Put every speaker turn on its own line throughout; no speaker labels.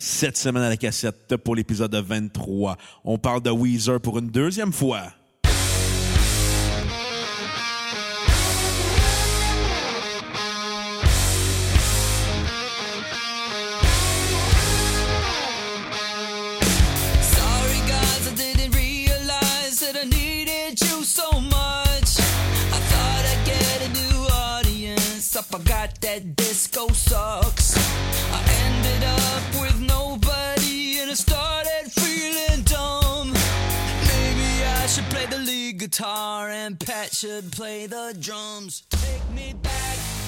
Cette semaine à la cassette pour l'épisode 23, on parle de Weezer pour une deuxième fois.
Sorry guys, I didn't realize that I needed you so much. I thought I'd get a new audience. I forgot that disco sucks. I ended up with nobody and I started feeling dumb. Maybe I should play the lead guitar and Pat should play the drums. Take me back.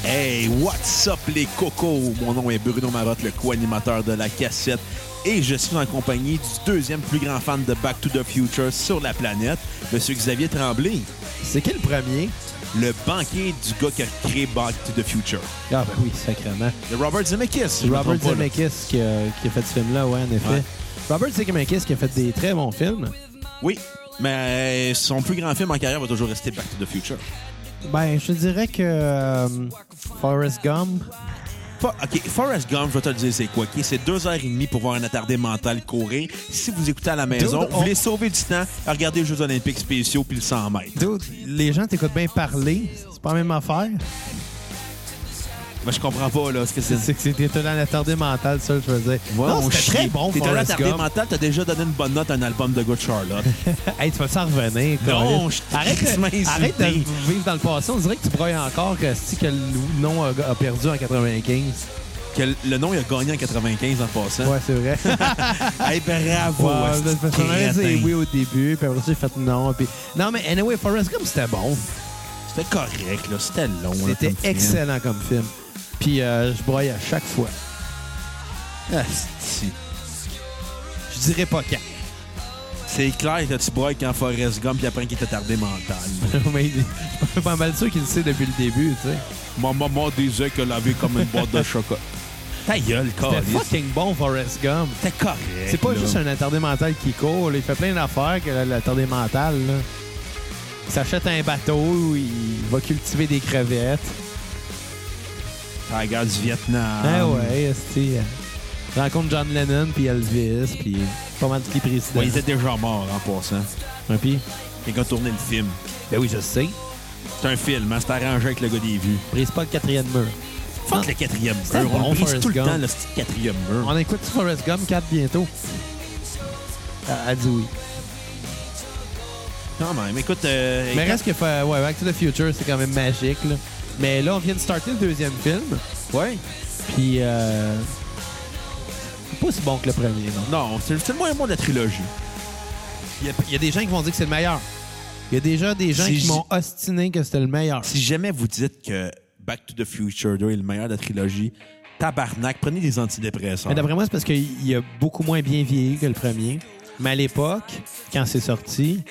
Hey, what's up les cocos? Mon nom est Bruno Marotte, le co-animateur de la cassette, et je suis en compagnie du deuxième plus grand fan de Back to the Future sur la planète, Monsieur Xavier Tremblay,
C'est qui le premier?
le banquier du gars qui a créé Back to the Future.
Ah ben oui, sacrément.
Le Robert Zemeckis. si je me
Robert
trompe pas, là.
Zemeckis qui a, qui a fait ce film-là, ouais, en effet.
Ouais.
Robert Zemeckis qui a fait des très bons films.
Oui, mais son plus grand film en carrière va toujours rester Back to the Future.
Ben, je te dirais que euh, Forrest Gump,
Fo- OK, Forrest Gump, je vais te le dire, c'est quoi? OK? C'est deux heures et demie pour voir un attardé mental courir. Si vous écoutez à la maison,
Dude,
vous
on-
voulez sauver du temps, regardez les Jeux olympiques spéciaux puis le 100 mètres.
dude, les gens t'écoutent bien parler. C'est pas la même affaire.
Ben, je comprends pas, là, ce que c'est.
C'est que c'était un attardé mental, ça, je veux dire.
Ouais, on
non, c'était
chie.
très bon,
T'es un
Forrest
attardé
Gump.
mental, t'as déjà donné une bonne note à un album de Good Charlotte.
Hey, tu vas s'en revenir.
Non,
Colin.
je t'ai
arrête,
crissement
de, arrête de
insulté.
vivre dans le passé. On dirait que tu broyes encore que, si que le nom a, a perdu en 95.
que le- le nom, il a gagné en 95 en passant.
Ouais, c'est vrai.
Hey, bravo!
Ouais,
hostie
parce que j'en avais dit
crétin.
oui au début, puis après ça, j'ai fait non. Puis... Non, mais Anyway, Forrest Gump, c'était bon.
C'était correct, là. C'était long. là,
C'était
comme film.
excellent comme film. Puis euh, je broyais à chaque fois.
Ah, c'est-
Je dirais pas quand.
C'est clair que tu broyes quand Forrest Gump, puis après qu'il est attardé mental.
mais il- je suis pas mal sûr qu'il le sait depuis le début, tu sais.
Ma maman disait qu'elle avait comme une boîte de chocolat. Ta gueule,
C'était
câlisse.
fucking bon, Forrest Gump.
T'es correct.
C'est pas
Oh, là.
juste un attardé mental qui court. là. Il fait plein d'affaires que l'attardé mental. là. Il s'achète un bateau, il va cultiver des crevettes.
La guerre du Vietnam.
Ah ouais, esti. Rencontre John Lennon, puis Elvis, puis pas mal de petits présidents.
Ouais, il était déjà mort en passant.
Un pis?
Quelqu'un tournait le film.
Hein, Ben oui, je sais.
C'est un film, hein? c'est arrangé avec le gars des vues.
Brise pas le quatrième mur.
Fuck
Non.
le quatrième
C'était
mur.
bon,
On brise
Forrest
tout le
Gump.
temps le petit quatrième mur.
On écoute Forrest Gump 4 bientôt. Elle- Elle dit Ah, oui.
Quand même. Écoute, euh,
Mais
quand-
reste que fa- ouais, Back to the Future, c'est quand même magique. Là. Mais là, on vient de starter le deuxième film.
Ouais.
Puis, euh... c'est pas si bon que le premier, non?
Non, c'est c'est le moins bon de la trilogie.
Il y, a, il y a des gens qui vont dire que c'est le meilleur. Il y a déjà des gens
Si
qui
je-
m'ont ostiné que c'était le meilleur.
Si jamais vous dites que Back to the Future 2 est le meilleur de la trilogie, tabarnak, prenez des antidépresseurs.
Mais d'après moi, c'est parce qu'il il a beaucoup moins bien vieilli que le premier. Mais à l'époque, quand c'est sorti,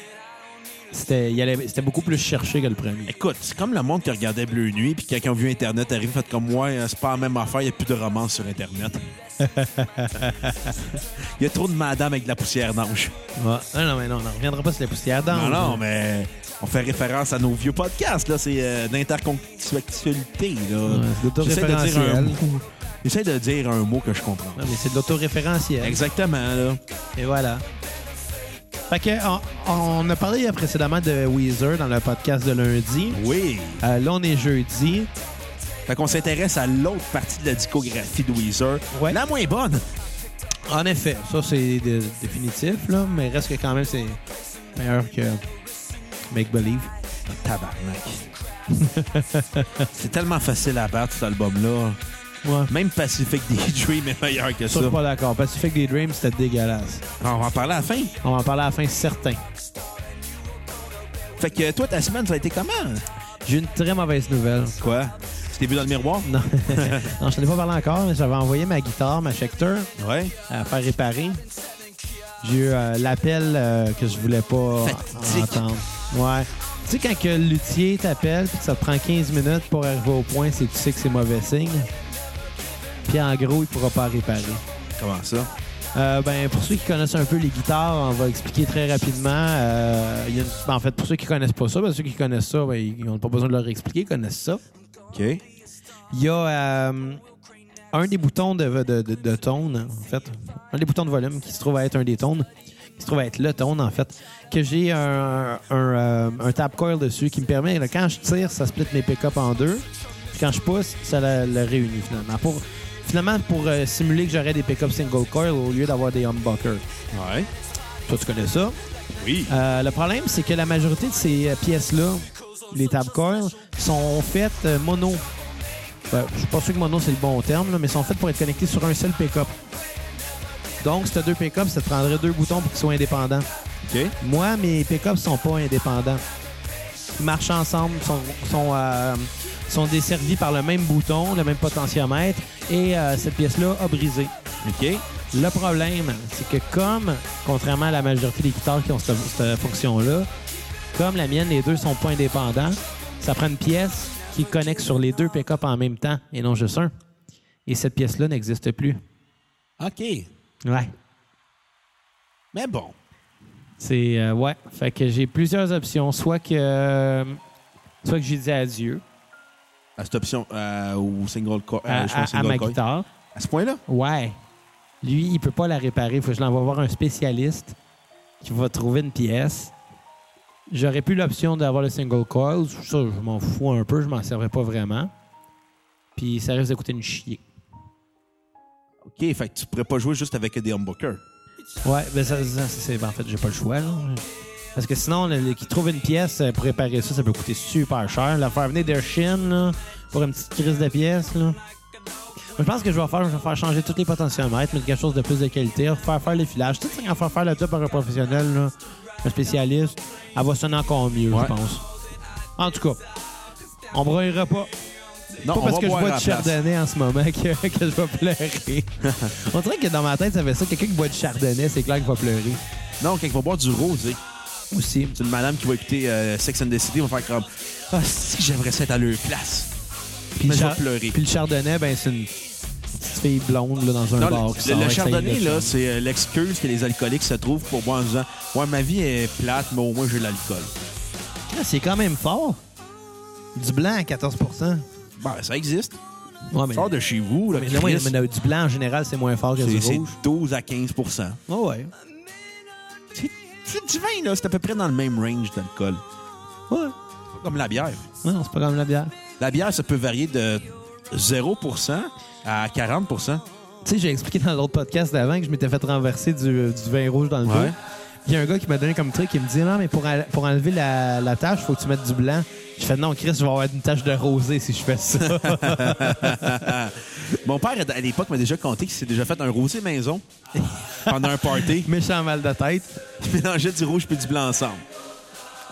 c'était il allait- c'était beaucoup plus cherché que le premier.
Écoute, c'est comme le monde qui regardait Bleu Nuit, puis quelqu'un a vu Internet arriver, fait comme moi, c'est pas la même affaire, il n'y a plus de romance sur Internet. Il y a trop de madame avec de la poussière d'ange.
Ouais. Non, non, mais non, on reviendra pas sur la poussière
Non,
d'ange.
non, mais on fait référence à nos vieux podcasts, là, c'est euh, d'intercontextualité, là.
Ouais,
J'essaie
c'est
de dire un
autoréférentiel.
mot. J'essaie de dire un mot que je comprends.
Non, mais c'est de l'autoréférentiel.
Exactement, là.
Et voilà. Fait que, on, on a parlé précédemment de Weezer dans le podcast de lundi.
Oui.
Euh, là, on est jeudi.
Fait qu'on s'intéresse à l'autre partie de la discographie de Weezer.
Ouais.
La moins bonne.
En effet, ça c'est dé- définitif, là, mais reste que quand même c'est meilleur que Make Believe.
Ah, Tabarnak. c'est tellement facile à battre, cet album-là.
Ouais.
Même Pacific Daydream est meilleur que
Ça,
ça.
je suis pas d'accord. Pacific Day Dream, c'était dégueulasse.
On va en parler à la fin.
On va en parler à la fin, certain.
Fait que toi, ta semaine, ça a été comment?
J'ai une très mauvaise nouvelle.
Quoi? Tu t'es vu dans le miroir?
Non, non je t'en ai pas parlé encore, mais j'avais envoyé ma guitare, ma Schecter,
Ouais.
à faire réparer. J'ai eu euh, l'appel euh, que je voulais pas
Fatidique.
entendre. Ouais. Tu sais, quand que le luthier t'appelle puis que ça te prend 15 minutes pour arriver au point, c'est que tu sais que c'est mauvais signe. Puis en gros, il pourra pas réparer.
Comment ça?
Euh, ben, pour ceux qui connaissent un peu les guitares, on va expliquer très rapidement. Euh, il y a une- ben, En fait, pour ceux qui connaissent pas ça, ben, ceux qui connaissent ça, ben, ils n'ont pas besoin de leur expliquer, ils connaissent ça.
OK. Ouais.
Il y a euh, un des boutons de, de, de- de tone, en fait, un des boutons de volume qui se trouve à être un des tones, qui se trouve à être le tone, en fait, que j'ai un, un, euh, un tap coil dessus qui me permet, là, quand je tire, ça split mes pick-up en deux. Puis quand je pousse, ça le, le réunit finalement. Pour, finalement, pour euh, simuler que j'aurais des pick-up single coil au lieu d'avoir des humbuckers.
Ouais.
Toi, tu connais ça.
Oui.
Euh, le problème, c'est que la majorité de ces euh, pièces-là, les tab coils, sont faites euh, mono. Ben, je suis pas sûr que mono, c'est le bon terme, là, mais sont faites pour être connectées sur un seul pick-up. Donc, si tu deux pick-ups, ça te prendrait deux boutons pour qu'ils soient indépendants.
OK.
Moi, mes pick-ups sont pas indépendants. Ils marchent ensemble, sont, sont, euh, sont desservis par le même bouton, le même potentiomètre, et euh, cette pièce-là a brisé.
OK.
Le problème, c'est que comme, contrairement à la majorité des guitares qui ont cette, cette fonction-là, comme la mienne, les deux sont pas indépendants, ça prend une pièce qui connecte sur les deux pick-up en même temps et non juste un. Et cette pièce-là n'existe plus.
OK.
Ouais.
Mais bon.
C'est euh, ouais. Fait que j'ai plusieurs options. Soit que euh, soit que j'ai dit adieu
À cette option, euh, au single coil.
à,
je pense
à- à
single
ma
coil.
guitare.
À ce point-là?
Ouais. Lui, il peut pas la réparer. Faut que je l'envoie voir un spécialiste qui va trouver une pièce. J'aurais pu l'option d'avoir le single coil. Ça, je m'en fous un peu. Je m'en servais pas vraiment. Puis ça risque de coûter une chier.
OK. Fait que tu pourrais pas jouer juste avec des humbuckers.
Ouais, ben ça, ça, c'est ben en fait, j'ai pas le choix. là. Parce que sinon, le- le- qui trouve une pièce euh, pour réparer ça, ça peut coûter super cher. La faire venir de Chine là, pour une petite crise de pièces. Là. Je pense que je vais faire, je vais faire changer tous les potentiomètres, mettre quelque chose de plus de qualité, faire faire le filage. Tu sais, quand faire faire le top par un professionnel, là, un spécialiste, elle va sonner encore mieux,
Ouais.
je pense. En tout cas, on broyera pas.
Non,
Pas
on
parce
va
que je
boire
bois
à
du
la place.
chardonnay en ce moment que, que je vais pleurer. On dirait que dans ma tête, ça fait ça. Quelqu'un qui boit du chardonnay, c'est clair qu'il va pleurer.
Non, quand il va boire du rosé.
Aussi.
C'est une madame qui va écouter euh, Sex and the City, va faire comme Ah, si j'aimerais ça être à leur place.
Puis
Mais
le
je vais
char-
pleurer.
Puis le chardonnay, ben, c'est une petite fille blonde là, dans un
Non,
bar.
le, le-
qui sort
le
avec sa
chardonnay,
gueule de
là,
chien.
c'est euh, l'excuse que les alcooliques se trouvent pour boire en disant Ouais, ma vie est plate, mais au moins j'ai l'alcool.
Ah, c'est quand même fort. Du blanc à 14 Ouais,
Ben, ça existe.
Ah, mais,
Sors de chez vous, là,
mais,
Chris,
non, mais- mais du blanc, en général, c'est moins fort que du
c'est c'est
rouge.
12 à 15
Oh, ouais.
C'est c'est du vin, là, c'est à peu près dans le même range d'alcool.
Ouais.
Pas Comme la bière.
Non, c'est pas comme la bière.
La bière, ça peut varier de 0 à 40
Tu sais, j'ai expliqué dans l'autre podcast d'avant que je m'étais fait renverser du, euh, du vin rouge dans le dos.
Ouais.
Il y a un gars qui m'a donné comme truc, il me dit Non, mais pour, en- pour enlever la, la tache, faut que tu mettes du blanc. Je fais Non, Chris, je vais avoir une tache de rosé si je fais ça.
Mon père, à l'époque, m'a déjà conté qu'il s'est déjà fait un rosé maison pendant un party.
Méchant mal de tête.
Il mélangeait du rouge puis du blanc ensemble.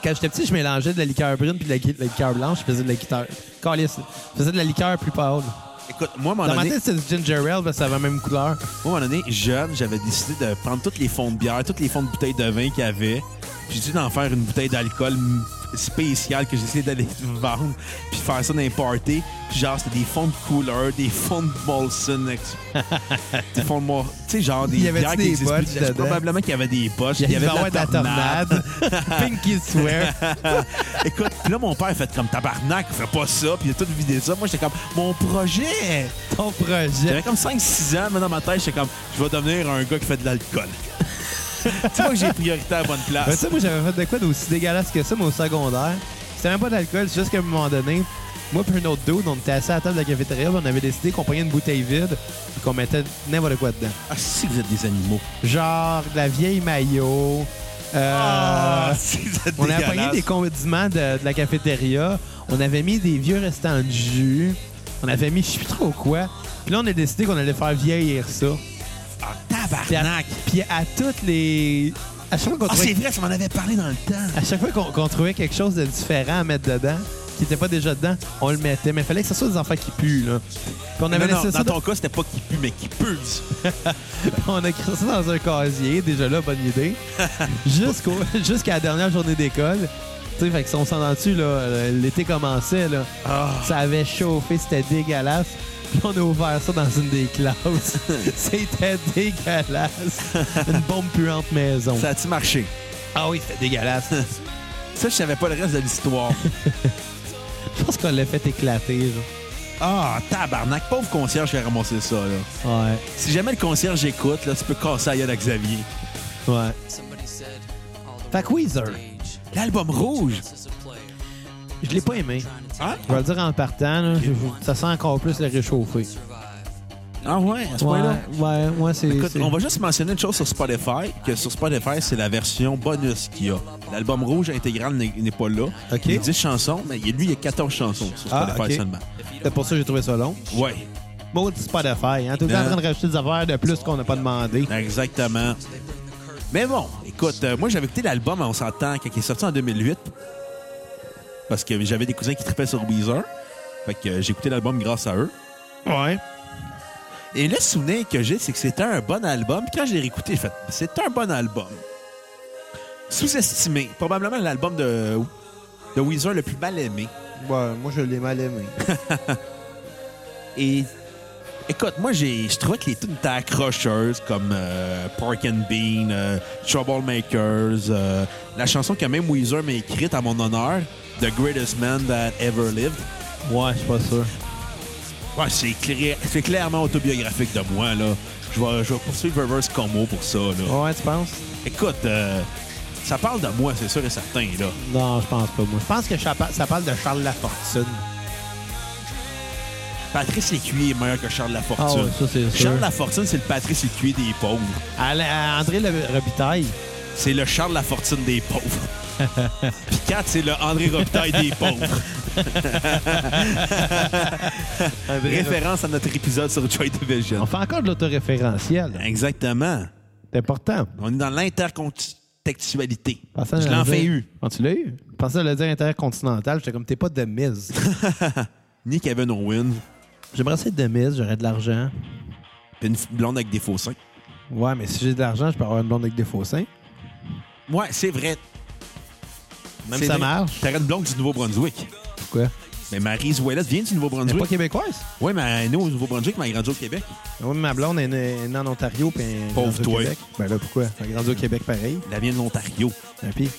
Quand j'étais petit, je mélangeais de la liqueur brune puis de la, gui- de la liqueur blanche. Je faisais de la liqueur. Calisse. Je faisais de la liqueur plus pâle.
Écoute, moi, à un moment
Dans ma
donné,
tête, c'était du ginger ale parce que ça avait la même couleur.
moi, à un moment donné, jeune, j'avais décidé de prendre tous les fonds de bière, tous les fonds de bouteilles de vin qu'il y avait, puis j'ai dû d'en faire une bouteille d'alcool m- spéciale que j'essayais d'aller vendre, puis faire ça dans les parties. Puis genre, c'était des fonds de couleur, des fonds de Molson, ex- des fonds de... Mo- Tu sais, genre des
Il y avait-tu
bières qui
des
existent plus.
botches dedans?
Probablement qu'il y avait des poches, il y avait de la,
de la tornade. Pinky swear.
Écoute, puis là, mon père a fait comme tabarnak, fais pas ça, puis il a tout vidé ça. Moi, j'étais comme, mon projet!
Ton projet.
J'avais comme 5-6 ans, mais dans ma tête, j'étais comme, je vais devenir un gars qui fait de l'alcool. tu vois que j'ai priorité à la bonne
Ben,
place.
ça, moi, j'avais fait de quoi d'aussi dégueulasse que ça, mais au secondaire. C'était même pas d'alcool, c'est juste qu'à un moment donné, moi puis un autre dude, on était assis à la table de la cafétéria, puis on avait décidé qu'on prenait une bouteille vide et qu'on mettait n'importe quoi dedans.
Ah, si vous êtes des animaux.
Genre de la vieille maillot. euh,
Ah, si vous êtes
on avait
dégueulasse.
pogné des condiments de, de la cafétéria. On avait mis des vieux restants de jus. On avait mis je sais plus trop quoi. Puis là, on a décidé qu'on allait faire vieillir ça.
Ah,
Puis à,
tabarnak!
puis à toutes les... À chaque fois qu'on
Ah,
trouvait
c'est vrai, ça m'en avait parlé dans le temps.
à chaque fois qu'on qu'on trouvait quelque chose de différent à mettre dedans, qui n'était pas déjà dedans, on le mettait. Mais il fallait que ce soit des enfants qui puent, là. Puis on avait
Non, non,
laissé ça
dans ton cas, c'était pas qui pue, mais qui pulse.
on a écrit ça dans un casier, déjà là, bonne idée. Jusqu'au- Jusqu'à la dernière journée d'école. Tu sais, fait que si on s'en dessus, là, euh, l'été commençait, là.
Ah.
Ça avait chauffé, c'était dégueulasse. Puis on a ouvert ça dans une des classes. c'était dégueulasse. Une bombe puante maison.
Ça a-tu marché?
Ah oui, c'était dégueulasse.
Ça, je savais pas le reste de l'histoire.
Je pense qu'on l'a fait éclater, genre.
Ah, tabarnak, pauvre concierge qui a ramassé ça, là.
Ouais.
Si jamais le concierge écoute, là, tu peux casser la gueule à Xavier.
Ouais.
Somebody said all the
Fait que Weezer,
rage
L'album rouge!
is a player.
je l'ai pas aimé.
Hein?
Je vais le dire en partant, là, je- je- ça sent encore plus le réchauffer.
Ah ouais, à ce
Ouais,
point-là?
ouais, ouais, c'est.
Écoute,
c'est-
on va juste mentionner une chose sur Spotify, que sur Spotify, c'est la version bonus qu'il y a. L'album rouge intégral n'est n'est pas là.
Ok.
Il y a 10 chansons, mais il y a- lui, il y a 14 chansons sur
Ah,
Spotify
ok.
seulement.
C'est pour ça que j'ai trouvé ça long.
Ouais,
Maudit Spotify, hein. T'es tout le temps en train de rajouter des affaires de plus qu'on n'a pas demandé.
exactement. Mais bon, écoute, euh, moi, j'avais écouté l'album, on s'entend, quand il est sorti en 2008, parce que j'avais des cousins qui tripaient sur Weezer. Fait que euh, j'ai écouté l'album grâce à eux.
Ouais.
Et le souvenir que j'ai, c'est que c'était un bon album. Puis quand je l'ai réécouté, j'ai fait c'est un bon album. Sous-estimé. Probablement l'album de, de Weezer le plus mal aimé.
Ouais, moi, je l'ai mal aimé.
Et écoute, moi, j'ai, je trouvais que les tunes étaient accrocheuses comme euh, Park and Bean, euh, Troublemakers, euh, la chanson que même Weezer m'a écrite à mon honneur, The Greatest Man That Ever Lived.
Ouais, je suis pas sûr.
Ouais, c'est, clair- c'est clairement autobiographique de moi, là. Je vais, je vais poursuivre Reverse Como pour ça, là.
Ouais, tu penses?
Écoute, euh, ça parle de moi, c'est sûr et certain, là.
Non, je pense pas, moi. Je pense que ça pa- ça parle de Charles Lafortune.
Patrice Lécuyer est meilleur que Charles Lafortune.
Ah ouais, ça, c'est sûr.
Charles Lafortune, c'est le Patrice Lécuyer des pauvres.
Alain- euh, André Le- Robitaille.
C'est le Charles Lafortune des pauvres. Puis 4, c'est le André Robitaille des pauvres. Référence à notre épisode sur Joy
On
Division.
fait encore de l'autoréférentiel.
Exactement.
C'est important.
On est dans l'intercontextualité.
Pensais
Je
à
l'en
le
fais
dire-
eu.
Ah, tu l'as eu? Je pensais à le dire intercontinental. J'étais comme, t'es pas de mise.
Ni Kevin Owen.
J'aimerais ça être de mise, j'aurais de l'argent.
Puis une blonde avec des faux seins.
Ouais, mais si j'ai de l'argent, je peux avoir une blonde avec des faux seins.
Ouais, c'est vrai. Même
Ça marche.
T'aurais une blonde du Nouveau-Brunswick.
Pourquoi?
Mais Marie Ouellette vient du
Elle est pas
Nouveau-Brunswick.
québécoise?
Oui, mais elle est née au Nouveau-Brunswick, mais elle a grandi au Québec.
Oui, ma blonde est née est née en Ontario, puis elle est
Pauvre
grandie au
toi.
Québec. Ben là, pourquoi? Elle est grandie au Québec, pareil.
Elle vient de l'Ontario.
Et puis,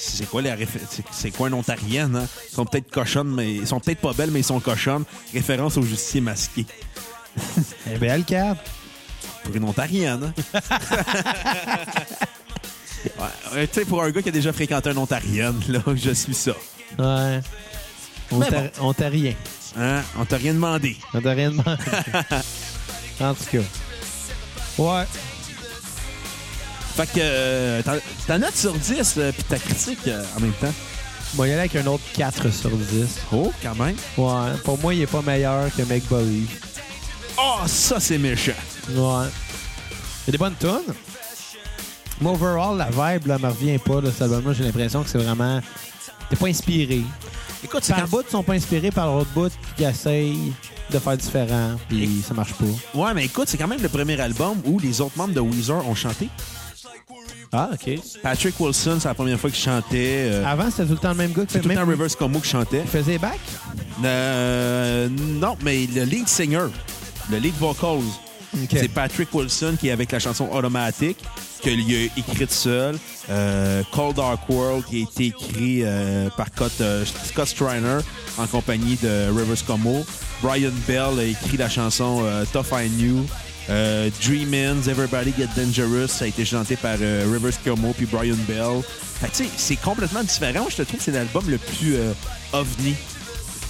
C'est quoi la réfé- c'est- C'est quoi une Ontarienne, hein? Ils sont peut-être cochonnes, mais ils sont peut-être pas belles, mais ils sont cochonnes. Référence au justicier masqué.
elle est belle, Cap.
Pour une Ontarienne, hein? Ouais, euh, tu sais, pour un gars qui a déjà fréquenté une Ontarienne, là, je suis ça.
Ouais. On
Mais
t'a- on t'a rien.
Hein? On t'a rien demandé.
On t'a rien demandé. en tout cas. Ouais.
Fait que euh, ta- ta note sur 10, euh, puis ta critique euh, en même temps.
Moi, il y en a avec un autre 4 sur 10.
Oh, quand même.
Ouais. Pour moi, il est pas meilleur que Make Believe.
Oh, ça, c'est méchant.
Ouais. Il y a des bonnes tunes. Mais overall, la vibe, là, me revient pas. Là, cet album-là, j'ai l'impression que c'est vraiment. T'es pas inspiré.
Écoute, c'est
Par
quand...
bout, ils sont pas inspirés par l'autre bout qui essayent de faire différent, puis ça marche pas.
Ouais, mais écoute, c'est quand même le premier album où les autres membres de Weezer ont chanté.
Ah, OK.
Patrick Wilson, c'est la première fois qu'il chantait. euh,
Avant, c'était tout le temps le même gars qui
c'est
fait
tout le temps
même...
Rivers Como qui chantait.
Il faisait back.
Euh, non, mais le lead singer, le lead vocals,
OK.
c'est Patrick Wilson qui est avec la chanson Automatic, qu'il a écrite seul. Euh, Cold Dark World qui a été écrit euh, par Scott, euh, Scott Striner en compagnie de Rivers Como. Brian Bell a écrit la chanson euh, Tough I Knew. Euh, Dreamin', Everybody Get Dangerous, ça a été chanté par euh, Rivers Como puis Brian Bell. Fait que, tu sais, c'est complètement différent. Je te trouve que c'est l'album le plus euh, ovni.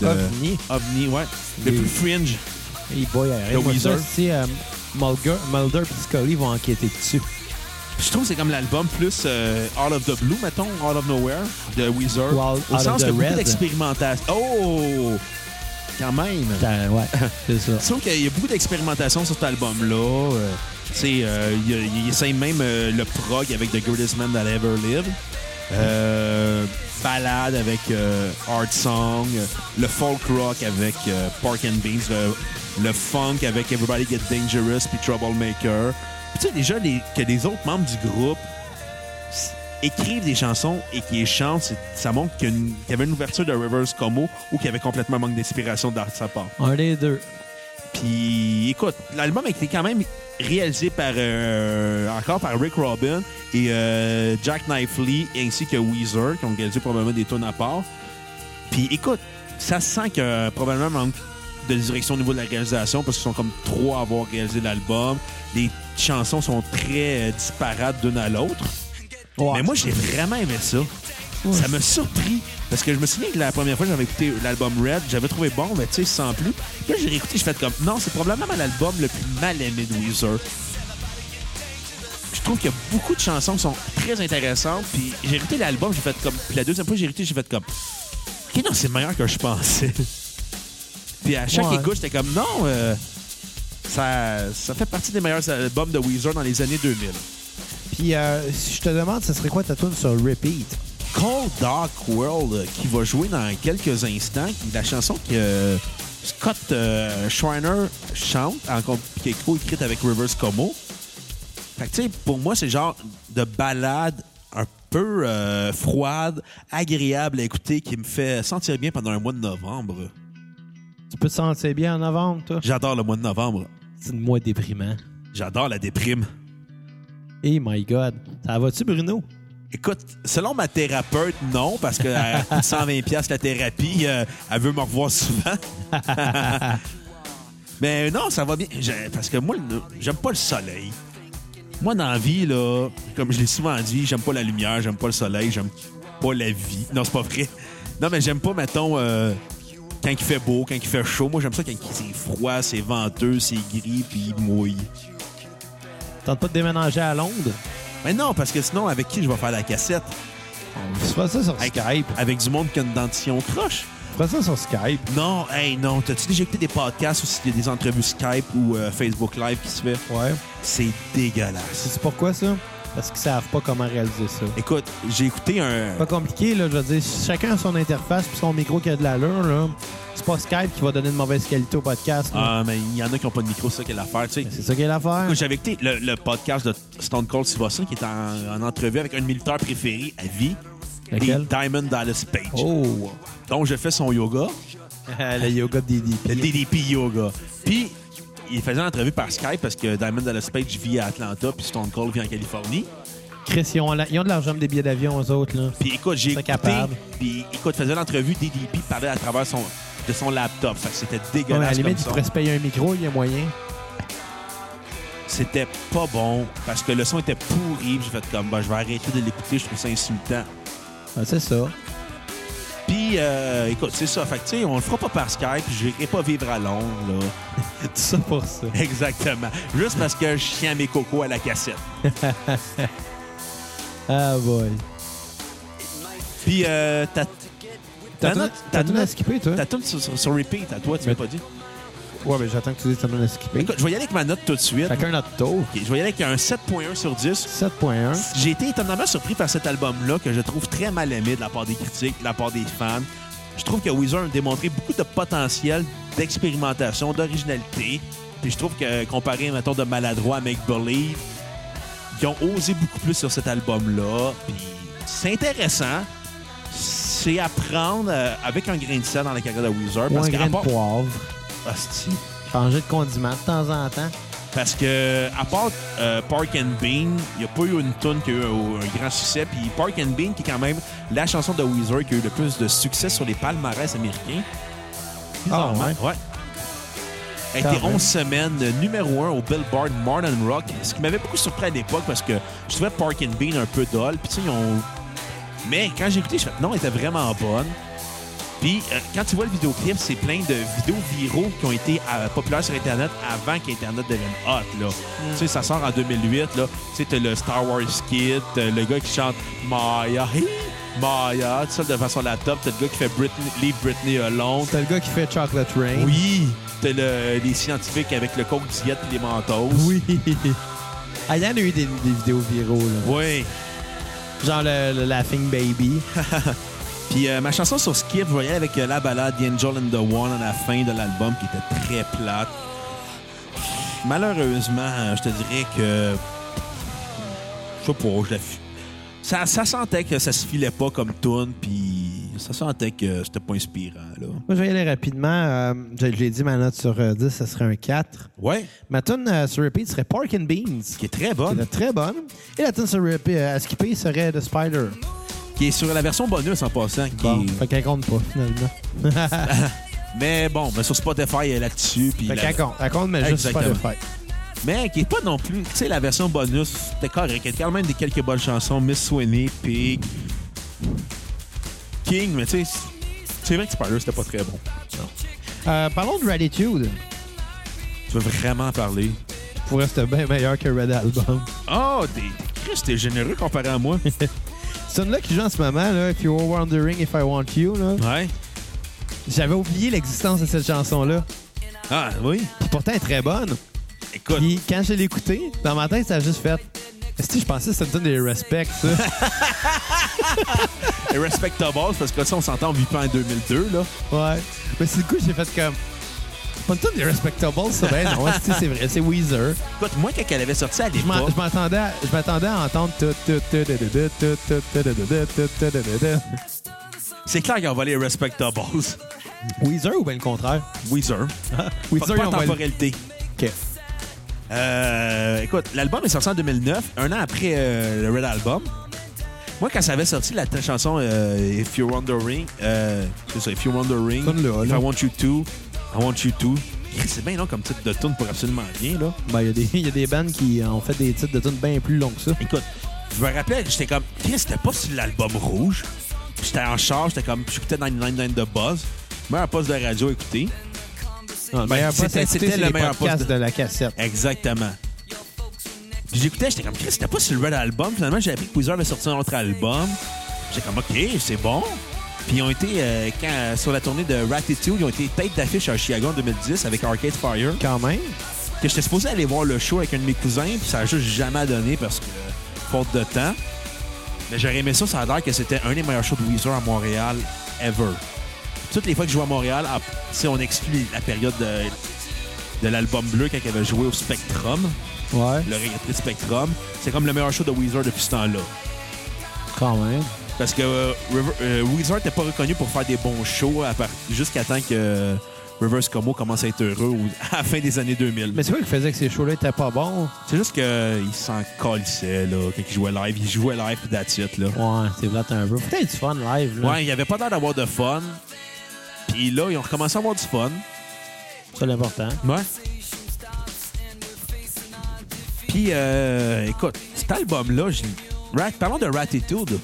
de-
OVNI.
OVNI, ouais. Le
Les-
plus fringe.
Ah, Hey boy, arrête
Weezer.
Si euh, Mulder, Mulder et Scully vont enquêter dessus.
Je trouve que c'est comme l'album plus euh, All of the Blue, mettons, All of Nowhere de Weezer.
Ou All-
Au
Out of
sens
the
que beaucoup
Red.
d'expérimentation. Oh! Quand même.
Euh, ouais, c'est ça.
Sauf qu'il y a beaucoup d'expérimentation sur cet album-là. Euh, tu sais, euh, il y a- il essaye même euh, le prog avec The Greatest Man That Ever Lived. Euh, ballade avec euh, Hard Song. Euh, Le folk rock avec euh, Park and Beans. Le, le funk avec Everybody Get Dangerous puis Troublemaker. Puis Tu sais, déjà, les, que les autres membres du groupe s- écrivent des chansons et qu'ils chantent, c'est- ça montre qu'il y a une- qu'il y avait une ouverture de Rivers Como ou qu'il y avait complètement manque d'inspiration de sa part.
Un des deux.
Puis écoute, l'album a été quand même réalisé par euh, encore par Rick Robin et euh, Jack Knifley ainsi que Weezer qui ont réalisé probablement des tunes à part. Puis écoute, ça se sent que euh, probablement manque de direction au niveau de la réalisation parce qu'ils sont comme trois à avoir réalisé l'album. Les chansons sont très euh, disparates d'une à l'autre.
Ouais.
Mais moi, j'ai vraiment aimé ça. Ça m'a surpris. Parce que je me souviens que la première fois que j'avais écouté l'album Red, j'avais trouvé bon, mais tu sais, sans plus. Puis là, j'ai réécouté, j'ai fait comme. Non, c'est probablement l'album le plus mal aimé de Weezer. Je trouve qu'il y a beaucoup de chansons qui sont très intéressantes. Puis j'ai écouté l'album, j'ai fait comme. Puis la deuxième fois que j'ai écouté, j'ai fait comme. Ok, non, c'est meilleur que je pensais. puis à chaque
Ouais.
écoute, j'étais comme. Non, euh, ça, ça fait partie des meilleurs albums de Weezer dans les années 2000.
Puis euh, si je te demande, ce serait quoi ta tune sur Repeat?
Cold Dark World euh, qui va jouer dans quelques instants, qui est la chanson que euh, Scott euh, Schreiner chante, en comp- qui est co-écrite avec Rivers Como. Fait que, tu sais, pour moi, c'est le genre de balade un peu euh, froide, agréable à écouter, qui me fait sentir bien pendant un mois de novembre.
Tu peux te sentir bien en novembre, toi?
J'adore le mois de novembre.
C'est une mois déprimant.
J'adore la déprime.
Hey Eh, my God. Ça va-tu, Bruno?
Écoute, selon ma thérapeute, non, parce que euh, à 120 pièces la thérapie, euh, elle veut me revoir souvent. Mais euh, non, ça va bien. J'ai- Parce que moi, le- j'aime pas le soleil. Moi, dans la vie, là, comme je l'ai souvent dit, j'aime pas la lumière, j'aime pas le soleil, j'aime pas la vie. Non, c'est pas vrai. Non, mais j'aime pas, mettons, euh, quand il fait beau, quand il fait chaud. Moi, j'aime ça quand il- c'est froid, c'est venteux, c'est gris, puis il mouille.
Tente pas de déménager à Londres?
Mais non, parce que sinon, avec qui je vais faire la cassette?
Fais pas ça sur
Avec,
Skype.
avec du monde qui a une dentition croche.
Fais ça sur Skype.
Non, hey, non. T'as-tu déjà écouté des podcasts ou s'il y a des entrevues Skype ou euh, Facebook Live qui se fait?
Ouais.
C'est dégueulasse.
Sais-tu pourquoi ça? Parce qu'ils savent pas comment réaliser ça.
Écoute, j'ai écouté un.
Pas compliqué, là, je veux dire, si chacun a son interface puis son micro qui a de l'allure, là. C'est pas Skype qui va donner une mauvaise qualité au podcast. là.
Ah, mais il y en a qui n'ont pas de micro, c'est ça qui est l'affaire, tu sais.
C'est ça qui est l'affaire.
Écoute, J'avais écouté le, le podcast de Stone Cold Sivasson qui est en, en entrevue avec un de mes lutteurs préférés à vie,
Lequel?
et Diamond Dallas Page.
Oh!
Donc, je fais son yoga.
le yoga de
le
DDP.
DDP Yoga. Puis, il faisait l'entrevue par Skype parce que Diamond Dallas Page vit à Atlanta puis Stone Cold vit en Californie.
Chris, ils ont, la- ils ont de l'argent pour des billets d'avion, eux autres, là.
Puis, écoute, j'ai
C'est
écouté.
capable.
Puis, écoute, faisait l'entrevue, DDP parlait à travers son, de son laptop. Fait que c'était
Ouais, mais à la
dégueulasse
limite,
comme
ils
son.
pourraient se payer un micro, il y a moyen.
C'était pas bon parce que le son était pourri. Puis J'ai fait comme, ben, je vais arrêter de l'écouter, je trouve ça insultant.
Ah, c'est ça.
Puis, euh, écoute, c'est ça. Fait que, tu sais, on le fera pas par Skype. Je n'irai pas vivre à Londres, là.
Tout ça pour ça.
Exactement. Juste parce que je tiens mes cocos à la cassette.
Ah, boy.
Puis, euh, ta-
T'as
ta
tout
note-
t'as
ta
tout à
note-
skipper, toi?
Ta tune sur, sur- sur repeat à toi, tu
Mais-
m'as pas dit.
Ouais, mais j'attends que tu dises t'as tout à skipper.
Écoute, je vais y aller avec ma note tout de suite.
Chacun notre tour.
Ok, je vais y aller avec un 7.1 sur 10.
7.1.
J'ai été étonnamment surpris par cet album-là que je trouve très mal aimé de la part des critiques, de la part des fans. Je trouve que Weezer a démontré beaucoup de potentiel d'expérimentation, d'originalité. Puis je trouve que comparé, mettons, de Maladroit à Make Believe, ils ont osé beaucoup plus sur cet album-là. Puis c'est intéressant. C'est à prendre euh, avec un grain de sel dans la carrière de Weezer.
Ou un
parce qu'à
grain de
part-
poivre.
Hostie.
Changer de condiment de temps en temps.
Parce que, à part euh, Park and Bean, il n'y a pas eu une tune qui a eu un, un grand succès. Puis Park and Bean, qui est quand même la chanson de Weezer qui a eu le plus de succès sur les palmarès américains.
Ah, ouais.
Ouais. A
Quand
été
même.
11 semaines euh, numéro 1 au Billboard Modern Rock, ce qui m'avait beaucoup surpris à l'époque parce que je trouvais Park and Bean un peu dull. Puis tu sais, ils ont. Mais quand j'ai écouté, je fait non, elle était vraiment bonne. Puis euh, quand tu vois le vidéoclip, c'est plein de vidéos viraux qui ont été euh, populaires sur Internet avant qu'Internet devienne hot. Là. Tu sais, ça sort en 2008. Là. Tu sais, t'as le Star Wars Kid, t'as le gars qui chante Maya, hey, Maya, tout ça devant son laptop. T'as le gars qui fait Britney, Leave Britney Alone.
T'as le gars qui fait Chocolate Rain.
Oui, t'as le- les scientifiques avec le coke diète et les mentos.
Oui. Ah, il y en a eu des, des vidéos viraux, là.
Oui.
Genre le, le Laughing Baby.
Puis euh, ma chanson sur Skip, je voyais avec euh, la balade The Angel and the One à la fin de l'album qui était très plate. Malheureusement, euh, je te dirais que. Je sais pas, je la fi- ça, ça sentait que ça se filait pas comme tune, puis ça sentait que c'était pas inspirant, là.
Moi, je vais y aller rapidement. Euh, je je l'ai dit, ma note sur euh, 10, ça serait un 4.
Ouais.
Ma tune euh, sur repeat serait Pork and Beans,
Qui est très
qui
bonne.
est très bonne. Et la tune sur repeat euh, à skipper serait The Spider.
Qui est sur la version bonus en passant. Qui
Bon,
est-
fait qu'elle compte pas, finalement.
Mais bon, ben, sur Spotify, elle est là-dessus. puis
Fait
la-
qu'elle compte. Elle compte, mais juste pas
Exactement.
de fête.
Mais qui est pas non plus. Tu sais, la version bonus, c'était correct. Il y a quand même des quelques bonnes chansons. Miss Sweeney, Pig, King, mais tu sais, c'est vrai que Spider, c'était pas très bon.
Euh, parlons de Ratitude.
Tu veux vraiment parler?
Pour rester bien meilleur que Red Album.
Oh, t'es. Christ, t'es généreux comparé à moi.
C'est une là qui joue en ce moment, là, If You Were Wondering If I Want You, là.
ouais.
J'avais oublié l'existence de cette chanson-là.
Ah, oui.
Puis pourtant, elle est très bonne.
Écoute.
Puis quand je l'ai écoutée, dans ma tête, ça a juste fait. Si je pensais que ça me donne des respects, ça.
Et Respectable, parce que ça, on s'entend, on vit pas en 2002, là.
ouais. Mais c'est le coup, j'ai fait comme. Pas le tout des respectables, ça. Ben non, esti, c'est vrai, c'est Weezer.
Écoute, moi, quand elle avait sorti à
Je m'en-
l'époque,
je m'attendais à, je m'attendais à entendre. tout, tout, tout, tout, tout, tout, tout, tout, tout, tout, tout, tout, tout, tout.
c'est clair qu'ils ont volé Respectables.
Weezer ou bien le contraire?
Weezer.
Weezer,
pas
ils
de
ont volé-
temporalité.
Ok.
Euh, écoute, l'album est sorti en 2009, un an après euh, le Red Album. Moi, quand ça avait sorti la t- chanson euh, If You're Wondering, euh, c'est ça, If You're Wondering,
Sonne-le,
If I
là.
Want You To, I Want You To. C'est bien long comme titre de tune pour absolument rien, là.
Ben, il y a des- il y a des bands qui euh, ont fait des titres de tunes bien plus longs que ça.
Écoute, je me rappelle, j'étais comme, Chris, c'était pas sur l'album rouge. J'étais en charge, j'étais comme, j'écoutais 99 de Buzz. Meilleur poste de radio à écouter. Ah,
Le meilleur
c'était-
poste à écouter,
c'était
c'est
le
les
meilleur poste
podcasts
de-
de la cassette.
Exactement. Puis j'écoutais, j'étais comme, Chris, c'était pas sur le Red Album. Finalement, j'ai appris que Weezer avait sorti un autre album. J'étais comme, OK, c'est bon. Puis ils ont été, euh, quand, euh, sur la tournée de Ratitude, ils ont été tête d'affiche à Chicago en 2010 avec Arcade Fire.
Quand même.
Que j'étais supposé aller voir le show avec un de mes cousins, puis ça a juste jamais donné parce que, euh, faute de temps. Mais j'aurais aimé ça, ça a l'air que c'était un des meilleurs shows de Weezer à Montréal ever. Toutes les fois que je jouais à Montréal, à- si on exclut la période de, de l'album bleu quand il avait joué au Spectrum,
Ouais.
le regretté Spectrum. C'est comme le meilleur show de Weezer depuis ce temps-là.
Quand même.
Parce que euh, River- euh, Weezer n'était pas reconnu pour faire des bons shows à part- jusqu'à temps que euh, Reverse Como commence à être heureux ou- à la fin des années 2000.
Mais c'est vrai qu'il faisait que ces shows-là étaient pas bons.
C'est juste qu'il s'en colissait, là, quand il jouait live. Il jouait live, puis that's it, là.
Ouais, c'est vrai, un peu. Peut-être du fun live, là.
Ouais, il n'y avait pas l'air d'avoir de fun. Puis là, ils ont recommencé à avoir du fun.
C'est l'important.
Ouais. Puis, euh, écoute, cet album-là, j'ai- Rat- parlons de Ratitude.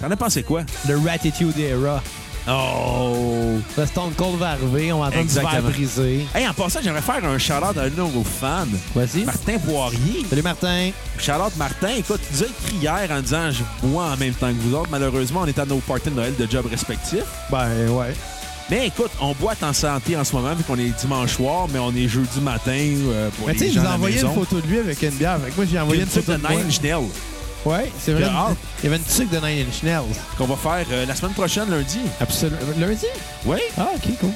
T'en as pensé quoi?
The Ratitude Era.
Oh!
Le Stone Cold va arriver, on va entendre du verre
Exactement.
brisé.
Hey, en passant, j'aimerais faire un shout-out à un de nos fans,
Voici.
Martin Poirier.
Salut Martin.
Shout-out Martin, écoute, tu nous as écrit hier en disant je bois en même temps que vous autres. Malheureusement, on est à nos parties de Noël de job respectifs.
Ben ouais.
Mais écoute, on boit en santé en ce moment vu qu'on est dimanche soir, mais on est jeudi matin euh, pour
Mais tu sais,
les
il
gens
nous
à
a
la
envoyé
maison.
une photo de lui avec une bière. Fait que moi, j'ai
Il y a
envoyé
une
une
type
photo
de
de
Nine
moi.
Inch Nails
Ouais, c'est vrai.
De Hulk.
Il y avait une tuque de Nine Inch Nails.
qu'on va faire euh, la semaine prochaine, lundi.
Absolument. Lundi?
Oui?
Ah, ok, cool.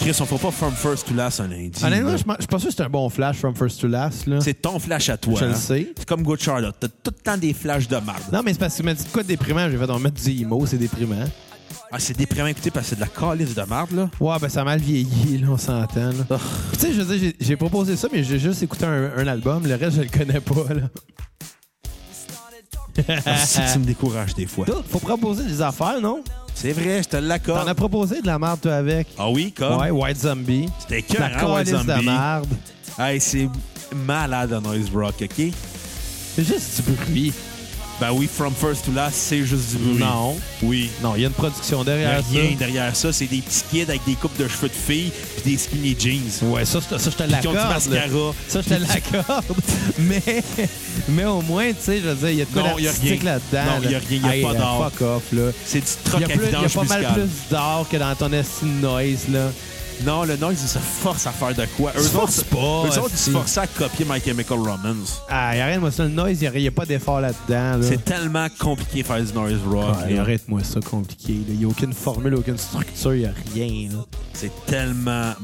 Chris, on fera pas From First to Last un lundi.
Honnêtement,
là.
je m'en- je suis pas sûr que c'est un bon flash from first to last, là.
C'est ton flash à toi.
Je le
hein.
sais.
C'est comme Good Charlotte. T'as tout le temps des flashs de marde.
Non, mais c'est parce qu'il m'a dit de quoi de déprimant. J'ai fait, on va mettre du emo, c'est déprimant.
Ah, c'est déprimant à écouter parce que c'est de la calice de marde, là.
Ouais, ben ça a mal vieilli, là, on s'entend.
Ah.
là. Puis Tu sais, je veux dire, j'ai- j'ai proposé ça, mais j'ai juste écouté un, un album. Le reste, je le connais pas, là.
Ah, si tu me décourages des fois.
D'autres, faut proposer des affaires, non?
C'est vrai, je te
T'en as
l'accorde.
proposé de la merde, toi, avec.
Ah oui, comme?
Ouais, White Zombie.
C'était
La
cœur, hein, White
calice de
Zombie?
merde.
Hey, c'est malade à Noise Rock, OK?
C'est juste du bruit.
Ben oui, From First to Last, c'est juste du bruit.
Non.
Oui.
Non, il y a une production
Il a
derrière ça.
rien derrière ça. C'est des petits kids avec des coupes de cheveux de filles puis des skinny jeans.
Ouais, ça, c'est- ça, je
qui
te
ont
l'accorde.
du
là.
mascara.
Ça, je te l'accorde. Mais, mais au moins, tu sais, je veux dire, il y a de quoi
Non, il y a
d'artistique
rien.
là-dedans.
Non, il y a
là.
rien, il y a
Hey,
pas
là,
d'art.
Fuck off, là.
C'est du
Il
troc
y
à
a, plus- il y a
vidange
pas mal
musicale.
plus d'art que dans ton esti de noise, là.
Non, le Noise, ils se forcent à faire de quoi?
Ils se
autres,
forcent pas,
Eux autres, ils se
esti.
forcent à copier My Chemical Romance.
Ah, y a rien de moi ça. Le noise, il n'y a, pas d'effort là-dedans. Là.
C'est tellement compliqué de faire du Noise Rock.
Ouais,
là.
Arrête-moi ça compliqué. Il n'y a aucune formule, aucune structure, il n'y a rien. là.
C'est tellement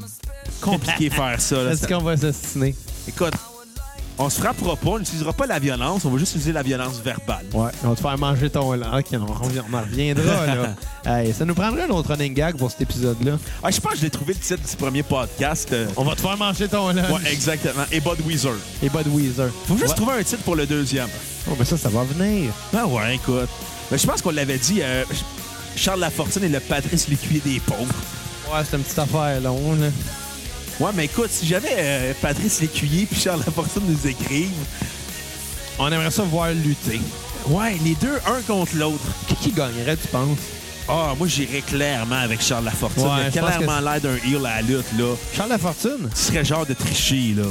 compliqué de faire ça. là.
Est-ce qu'on va s'assiner?
Écoute, on se frappera pas, on n'utilisera pas la violence, on va juste utiliser la violence verbale.
Ouais. On va te faire manger ton lard. Ok, on, revient- on en reviendra, là. Hey, ça nous prendrait un autre running gag pour cet épisode-là.
Ah, je pense que je l'ai trouvé le titre du premier podcast. euh,
On va te faire manger ton lard.
Ouais, exactement. Et Bud Weezer.
Et Bud Weezer.
Faut juste
Ouais.
trouver un titre pour le deuxième.
Oh, mais ça, ça va venir.
Ah ouais, écoute. Mais je pense qu'on l'avait dit, euh, Charles Lafortune est le Patrice Lécuyer des pauvres.
Ouais, c'est une petite affaire longue. là.
Ouais, mais écoute, si jamais euh, Patrice Lécuyer puis Charles Lafortune nous écrivent,
On aimerait ça voir lutter.
ouais, les deux, un contre l'autre.
Qui, qui gagnerait, tu penses?
Ah, moi, j'irais clairement avec Charles Lafortune.
Ouais,
Il a
je pense
clairement
que-
l'air d'un heel à la lutte, là.
Charles Lafortune?
Ce serait genre de tricher, là.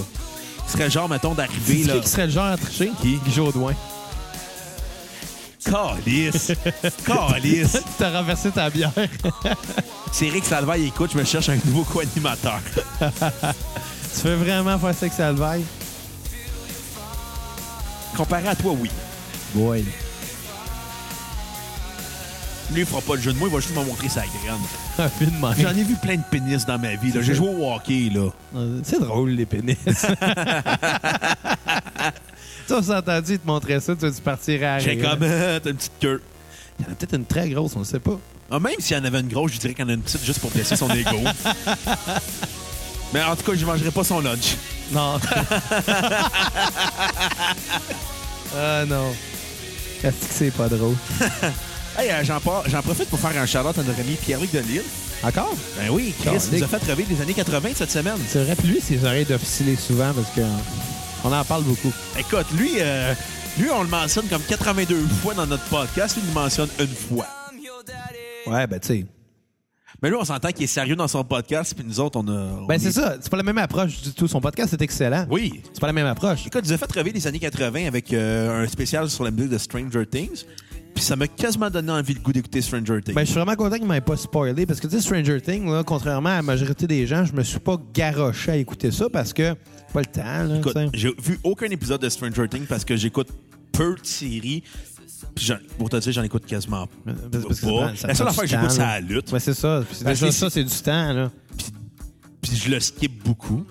Ce serait genre, mettons, d'arriver,
Qui
là.
qui serait le genre à tricher?
Qui?
Guy Jodoin.
Calice! Calice!
T'as renversé ta bière.
C'est Rick Salvaille, écoute, je me cherche un nouveau co-animateur.
tu veux vraiment faire ça que ça le vaille?
Comparé à toi, oui.
Boy.
Lui, il fera pas de jeu de mots, il va juste me montrer sa graine.
Un peu de
J'en
même.
ai vu plein de pénis dans ma vie, là. J'ai joué au hockey, là.
C'est drôle, les pénis. tu as entendu, il te montrait ça, tu as dû partir à
J'ai
rire.
comme, euh, t'as une petite queue.
Il y en a peut-être une très grosse, on ne sait pas.
Ah, même s'il y en avait une grosse, je dirais qu'il y en a une petite juste pour blesser son ego. Mais en tout cas, je mangerai pas son lunch.
Non. Ah non. Est-ce que c'est pas drôle?
Hey, euh, j'en par- j'en profite pour faire un shout-out à notre ami Pierre-Luc Delisle.
Encore?
Ben oui, Chris
Calique.
nous a fait revivre les années 80 cette semaine.
C'est vrai, puis lui, ses oreilles d'officier souvent parce que euh, on en parle beaucoup.
Écoute, lui, euh, lui, on le mentionne comme 82 fois dans notre podcast. Lui, il le mentionne une fois.
I'm your daddy.
Ouais, ben tu sais.
Mais lui, on s'entend qu'il est sérieux dans son podcast, puis nous autres, on a... on
Ben c'est
est-
ça, c'est pas la même approche du tout. Son podcast, c'est excellent.
Oui.
C'est pas la même approche.
Écoute, il nous a fait revivre les années 80 avec euh, un spécial sur la musique de Stranger Things. Puis ça m'a quasiment donné envie le goût d'écouter Stranger Things.
Ben, je suis vraiment content qu'il m'ait pas spoilé parce que, tu sais, Stranger Things, là, contrairement à la majorité des gens, je me suis pas garoché à écouter ça parce que pas le temps. Là,
Écoute,
tu sais.
j'ai vu aucun épisode de Stranger Things parce que j'écoute peu de séries. Puis j'en- pour te dire, j'en écoute quasiment pas.
Ben, Parce- parce que ça prend- ça
la seule
prend
affaire que
du
j'écoute,
temps,
c'est
là.
la lutte. Ben,
Ouais, c'est ça. Puis
Parce
déjà,
que
ça, c'est du temps. là.
Puis je le skip beaucoup.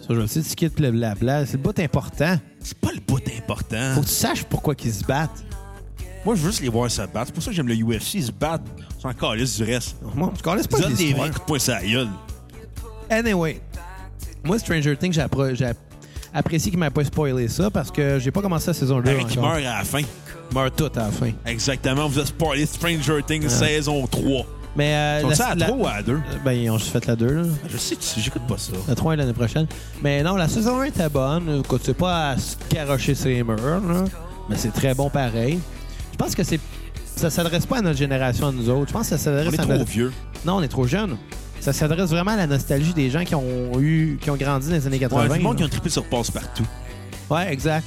Ça, je le sais, tu quittes le blabla. C'est le bout important.
C'est pas le bout important.
Faut que tu saches pourquoi qu'ils se battent.
Moi, je veux juste les voir se battre. C'est pour ça que j'aime le UFC. Ils se battent. Ils sont encore lisses du reste.
Moi, je connais pas
Ils donnent des
l'histoire.
20 coups de poing sur la gueule.
Anyway, moi, Stranger Things, j'ai appro- j'ai apprécié qu'il m'ait pas spoilé ça parce que j'ai pas commencé la saison 2
Eric
encore.
meurt à la fin.
meurt tout à la fin.
Exactement. Vous avez spoilé Stranger Things saison 3.
Mais euh,
On
la-
ça à hein?
la-
3 ou à 2?
Ben, ils ont juste fait la 2, là.
Je sais, que j'écoute pas ça.
La 3 est l'année prochaine. Mais non, la saison 1 était bonne. Écoute, c'est pas à se carocher ses murs, là. Mais c'est très bon pareil. Je pense que c'est. Ça s'adresse pas à notre génération, à nous autres. Je pense que ça
On
s'adresse
est
à
trop
notre-
vieux.
Non, on est trop jeunes. Ça s'adresse vraiment à la nostalgie des gens qui ont eu, qui ont grandi dans les années
On a
80.
du monde qui
là.
ont trippé sur Passe-Partout.
Ouais, exact.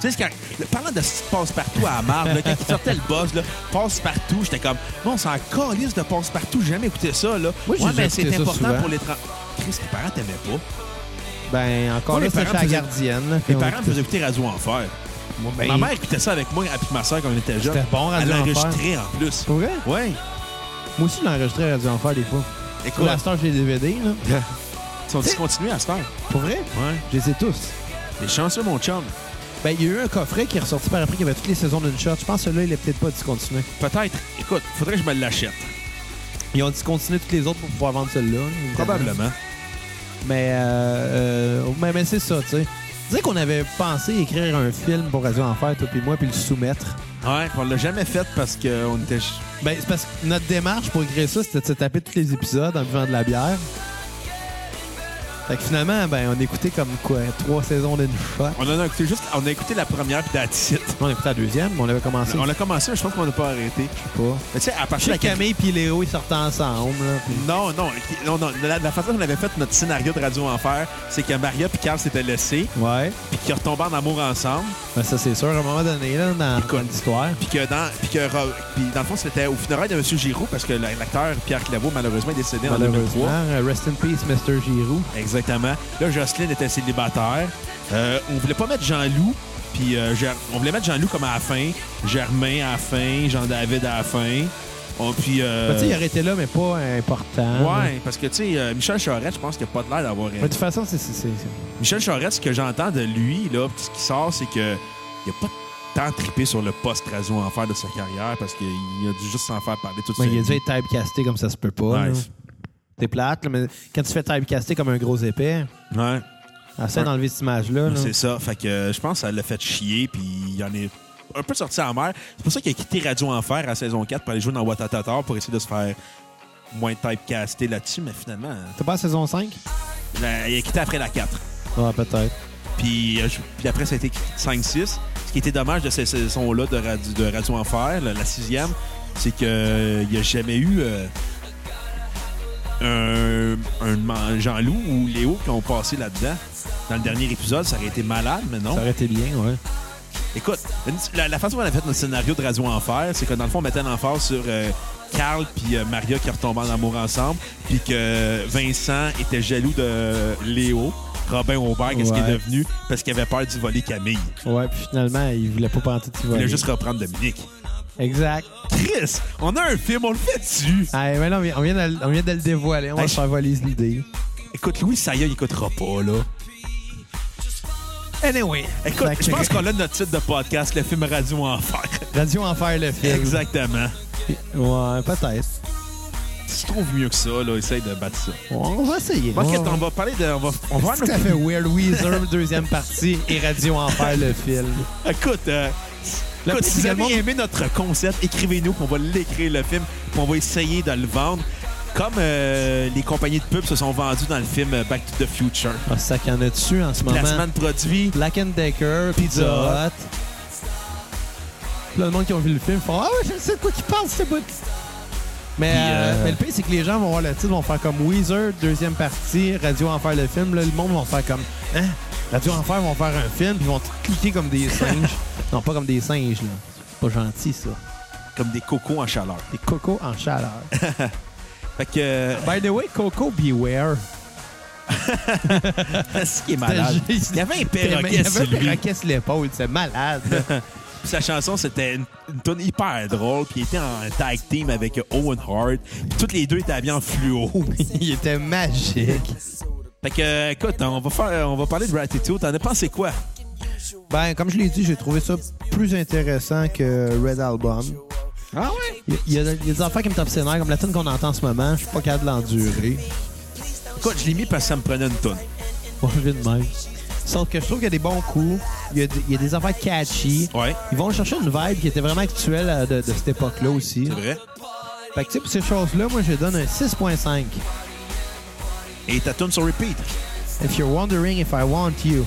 Tu sais, c'est quand- parlant de ce passe-partout à la marde, là, quand il sortait le buzz, là, passe-partout, j'étais comme, non, c'est encore liste de passe-partout, j'ai jamais écouté ça, là.
Moi, j'ai
ouais,
déjà
mais
écouté
c'est
ça
important
souvent. Ah
pour les. tra- Chris, tes parents t'aimaient pas.
Ben, encore
Moi,
là,
les
c'était
parents
chez la
faisaient-
gardienne. là, puis
Mes
on
parents me
écoutait-
faisaient écouter Radio Enfer.
Moi, ben,
Ma mère écoutait ça avec moi et puis ma soeur quand on était jeunes.
C'était bon, Radio
Elle
Enfer.
l'enregistrait en plus.
Pour vrai?
Ouais.
Moi aussi, je l'enregistrais Radio Enfer des fois. Pour
Écoute,
la star, j'ai les DVD, là.
ils sont discontinués à cette heure.
Pour vrai?
Ouais.
Je les ai tous.
T'es chanceux, mon chum.
Ben, il y a eu un coffret qui est ressorti par après qui avait toutes les saisons d'une shot. Je pense que celui-là, il est peut-être pas discontinué.
Peut-être. Écoute, faudrait que je me l'achète.
Ils ont discontinué toutes les autres pour pouvoir vendre celui-là. là, évidemment.
Probablement.
Mais, euh, euh, mais, mais c'est ça, tu sais. Tu sais qu'on avait pensé écrire un film pour Radio Enfer, toi puis moi, puis le soumettre.
Ouais, puis on l'a jamais fait parce qu'on était. ch-
Ben, c'est parce que notre démarche pour écrire ça, c'était de se taper tous les épisodes en buvant de la bière. Fait que finalement, ben, on écoutait comme quoi, trois saisons d'une fois.
On en a écouté juste. On a écouté la première puis that's it.
On écoutait la deuxième, mais on avait commencé.
On a commencé, je pense qu'on n'a pas arrêté.
pas.
Mais tu sais, à
Je
partir
sais
de
que
la quatrième-
Camille puis Léo, ils sortaient ensemble. Là, puis-
Non, non, qui- non, non. La, la façon qu'on avait fait notre scénario de Radio Enfer, c'est que Maria puis Carl s'étaient laissés,
Ouais.
puis qu'ils retombaient en amour ensemble,
Ben, ça, c'est sûr, à un moment donné, là, dans,
Écoute.
dans l'histoire.
puis que dans, puis que Ro- puis dans le fond c'était au funérail de M. Giroux parce que la- l'acteur Pierre Claveau malheureusement est décédé en
Malheureusement,
2003.
euh, rest in peace, Mr. Giroux.
Euh. Exactement. Là, Jocelyne était célibataire. Euh, on voulait pas mettre Jean-Loup, puis euh, Ger- on voulait mettre Jean-Loup comme à la fin, Germain à la fin, Jean-David à la fin. On- puis euh,
Ben, tu sais, il aurait été là, mais pas important. là.
ouais, parce que tu sais, euh, Michel Charette, je pense qu'il a pas de l'air d'avoir
Mais de toute façon, c'est. c'est- c'est-
Michel Charette, ce que j'entends de lui, là, pis ce qui sort, c'est que il a pas tant trippé sur le poste Radio Enfer de sa carrière parce qu'il a dû juste s'en faire parler tout de
Ben,
suite.
il a dû être typecasté comme ça se peut pas. là.
Nice.
T'es plate, là, mais quand tu fais typecasté comme un gros épais,
Ouais,
essaie
Ouais.
d'enlever cette image-là. là.
c'est ça. Fait que euh, je pense que ça l'a fait chier, puis il en est un peu sorti en mer. C'est pour ça qu'il a quitté Radio Enfer à saison 4 pour aller jouer dans Watatata pour essayer de se faire moins typecasté là-dessus, mais finalement,
T'es pas à saison 5?
la- il a quitté après la 4.
Ah, peut-être.
Puis, euh, je- puis après, ça a été 5-6. Ce qui était dommage de cette saison-là de Radio, de Radio Enfer, la, la sixième, c'est qu'il n'y a jamais eu euh, un, un man- Jean-Loup ou Léo qui ont passé là-dedans. Dans le dernier épisode, ça aurait été malade, mais non.
Ça aurait été bien, ouais.
Écoute, une- la, la façon dont on a fait notre scénario de Radio Enfer, c'est que dans le fond, on mettait l'emphase sur euh, Carl puis euh, Maria qui retombaient en amour ensemble, puis que Vincent était jaloux de Léo, Robin Aubert, qu'est-ce qu'il
Ouais.
est devenu, parce qu'il avait peur d'y voler Camille.
Ouais, puis finalement, il voulait pas penser de
Il voulait
voler.
juste reprendre Dominique.
Exact.
Chris, on a un film, on le fait dessus.
Ah, mais là, on vient, on vient de, le- on vient de le dévoiler. On va
Hey,
se faire voler l'idée.
Écoute, Louis Saya, il écoutera pas, là.
Anyway.
Écoute,
Fait que- Eh
je pense qu'on a notre titre de podcast, le film Radio Enfer.
Radio Enfer, le film.
Exactement.
Ouais, peut-être.
Si tu trouves mieux que ça, là, essaye de battre ça.
Ouais, On va essayer.
Bon,
Ouais,
qu'est-ce
ouais.
qu'on va parler de. On va, on va
Tout à fait Weird Weezer, deuxième partie, et Radio Enfer, le film.
Écoute, euh,
Le
écoute,
petit
si vous avez
également-
aimé notre concept, écrivez-nous, qu'on va l'écrire le film, qu'on va essayer de le vendre. Comme euh, les compagnies de pub se sont vendues dans le film euh, Back to the Future.
Ah, ça qu'il y en a dessus en ce moment.
Placement de produits.
Black and Decker,
Pizza
Pizza Hut. Plein de monde qui ont vu le film font Ah ouais, je sais de quoi qu'ils parlent, c'est bon. Mais,
Puis,
euh,
euh,
mais le pire, c'est que les gens vont voir le titre, vont faire comme Weezer, deuxième partie, Radio Enfer, le film. Là, le monde va faire comme Hein Radio Enfer vont faire un film, puis ils vont tout cliquer comme des singes. non, pas comme des singes, là. C'est pas gentil, ça.
comme des cocos en chaleur.
Des cocos en chaleur.
Fait que, euh,
By the way, Coco Beware.
ce qui est malade. Il y avait un
Il y
perroquet
avait un
sur lui.
perroquet sur l'épaule, c'est malade.
Puis Sa chanson, c'était une, une tonne hyper drôle. Puis il était en tag team avec euh, Owen Hart. Puis toutes les deux étaient habillés en fluo.
Il était magique.
fait que, euh, écoute, on va, faire, on va parler de Ratitude. T'en as pensé quoi?
Ben, comme je l'ai dit, j'ai trouvé ça plus intéressant que Red Album.
Ah ouais?
Il y, a, il y a des affaires qui me tapent ses nerfs, comme la tune qu'on entend en ce moment. Je suis pas capable de l'endurer.
Écoute, je l'ai mis parce que ça me prenait une tonne.
Pas envie de même. Sauf que je trouve qu'il y a des bons coups. Il y a, des- il y a des affaires catchy.
Ouais,
Ils vont chercher une vibe qui était vraiment actuelle euh, de, de cette époque-là aussi.
c'est vrai.
Fait que, tu sais, pour ces choses-là, moi, je donne un 6.5.
Et ta tune sur repeat.
If you're wondering if I want you.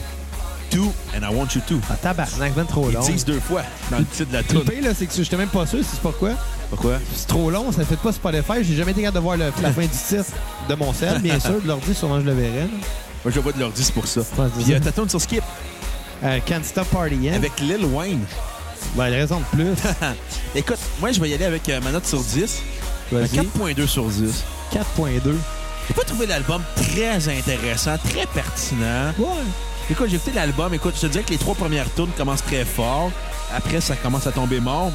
Two, and I want you to.
Ah, tabarnak, ben trop
Ils
long.
disent deux fois dans le titre de la
Le
tune.
pire, là, c'est que j'étais même pas sûr, c'est pourquoi.
Pourquoi?
C'est trop long, ça fait pas Spotify. J'ai jamais été capable de voir le- la fin du titre de mon sel, bien sûr, de l'ordi, sûrement je le verrais. là.
Moi, je vois de l'ordi, c'est pour ça.
Ouais, c'est
Puis
ça.
euh, ta tune sur Skip
Euh, Can't Stop Partying.
avec Lil Wayne.
Ben, il raison de plus.
Écoute, moi, je vais y aller avec euh, ma note sur 10. Un
Vas-y.
4.2 sur 10.
4.2.
J'ai pas trouvé l'album très intéressant, très pertinent.
Ouais.
Écoute, j'ai écouté l'album. Écoute, je te dirais que les trois premières tournes commencent très fort. Après, ça commence à tomber mort.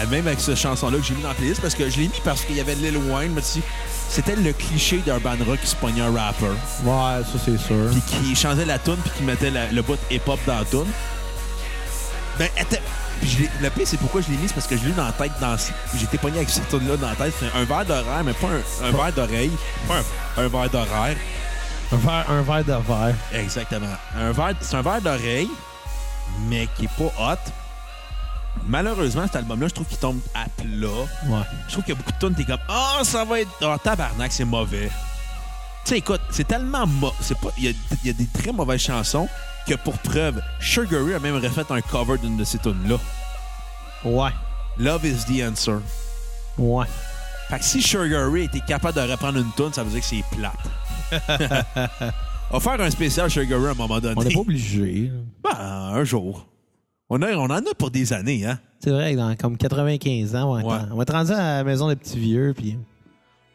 Ah, Même avec cette chanson-là que j'ai mis dans la playlist, parce que je l'ai mis parce qu'il y avait Lil Wayne. mais tu sais, C'était le cliché d'Urban Rock qui se pognait un rapper.
Ouais, ça, c'est sûr.
puis qui changeait la tune puis qui mettait la- le bout de hip-hop dans la tune. Ben, attends. Puis je l'ai- le pire, c'est pourquoi je l'ai mis, c'est parce que je l'ai eu dans la tête. Dans... J'étais pogné avec cette tune-là dans la tête. C'est un verre d'horaire, mais pas un, un verre d'oreille. Pas un, un verre d'horaire.
Un verre, un verre de verre.
Exactement. Un verre, c'est un verre d'oreille, mais qui est pas hot. Malheureusement, cet album-là, je trouve qu'il tombe à plat.
Ouais.
Je trouve qu'il y a beaucoup de tunes, t'es comme Ah, ça va être. Ah, tabarnak, c'est mauvais. Tu sais, écoute, c'est tellement. mo- c'est pas. Il y, a, il y a des très mauvaises chansons que pour preuve, Sugary a même refait un cover d'une de ces tunes-là.
Ouais.
Love is the answer.
Ouais.
Fait que si Sugary était capable de reprendre une tune, ça veut dire que c'est plate. On va faire un spécial Sugary à un moment donné.
On n'est pas obligé.
Ben, un jour. On, a- on en a pour des années, hein?
C'est vrai que dans comme 95 ans, on va,
Ouais.
être, on va être rendu à la maison des petits vieux, puis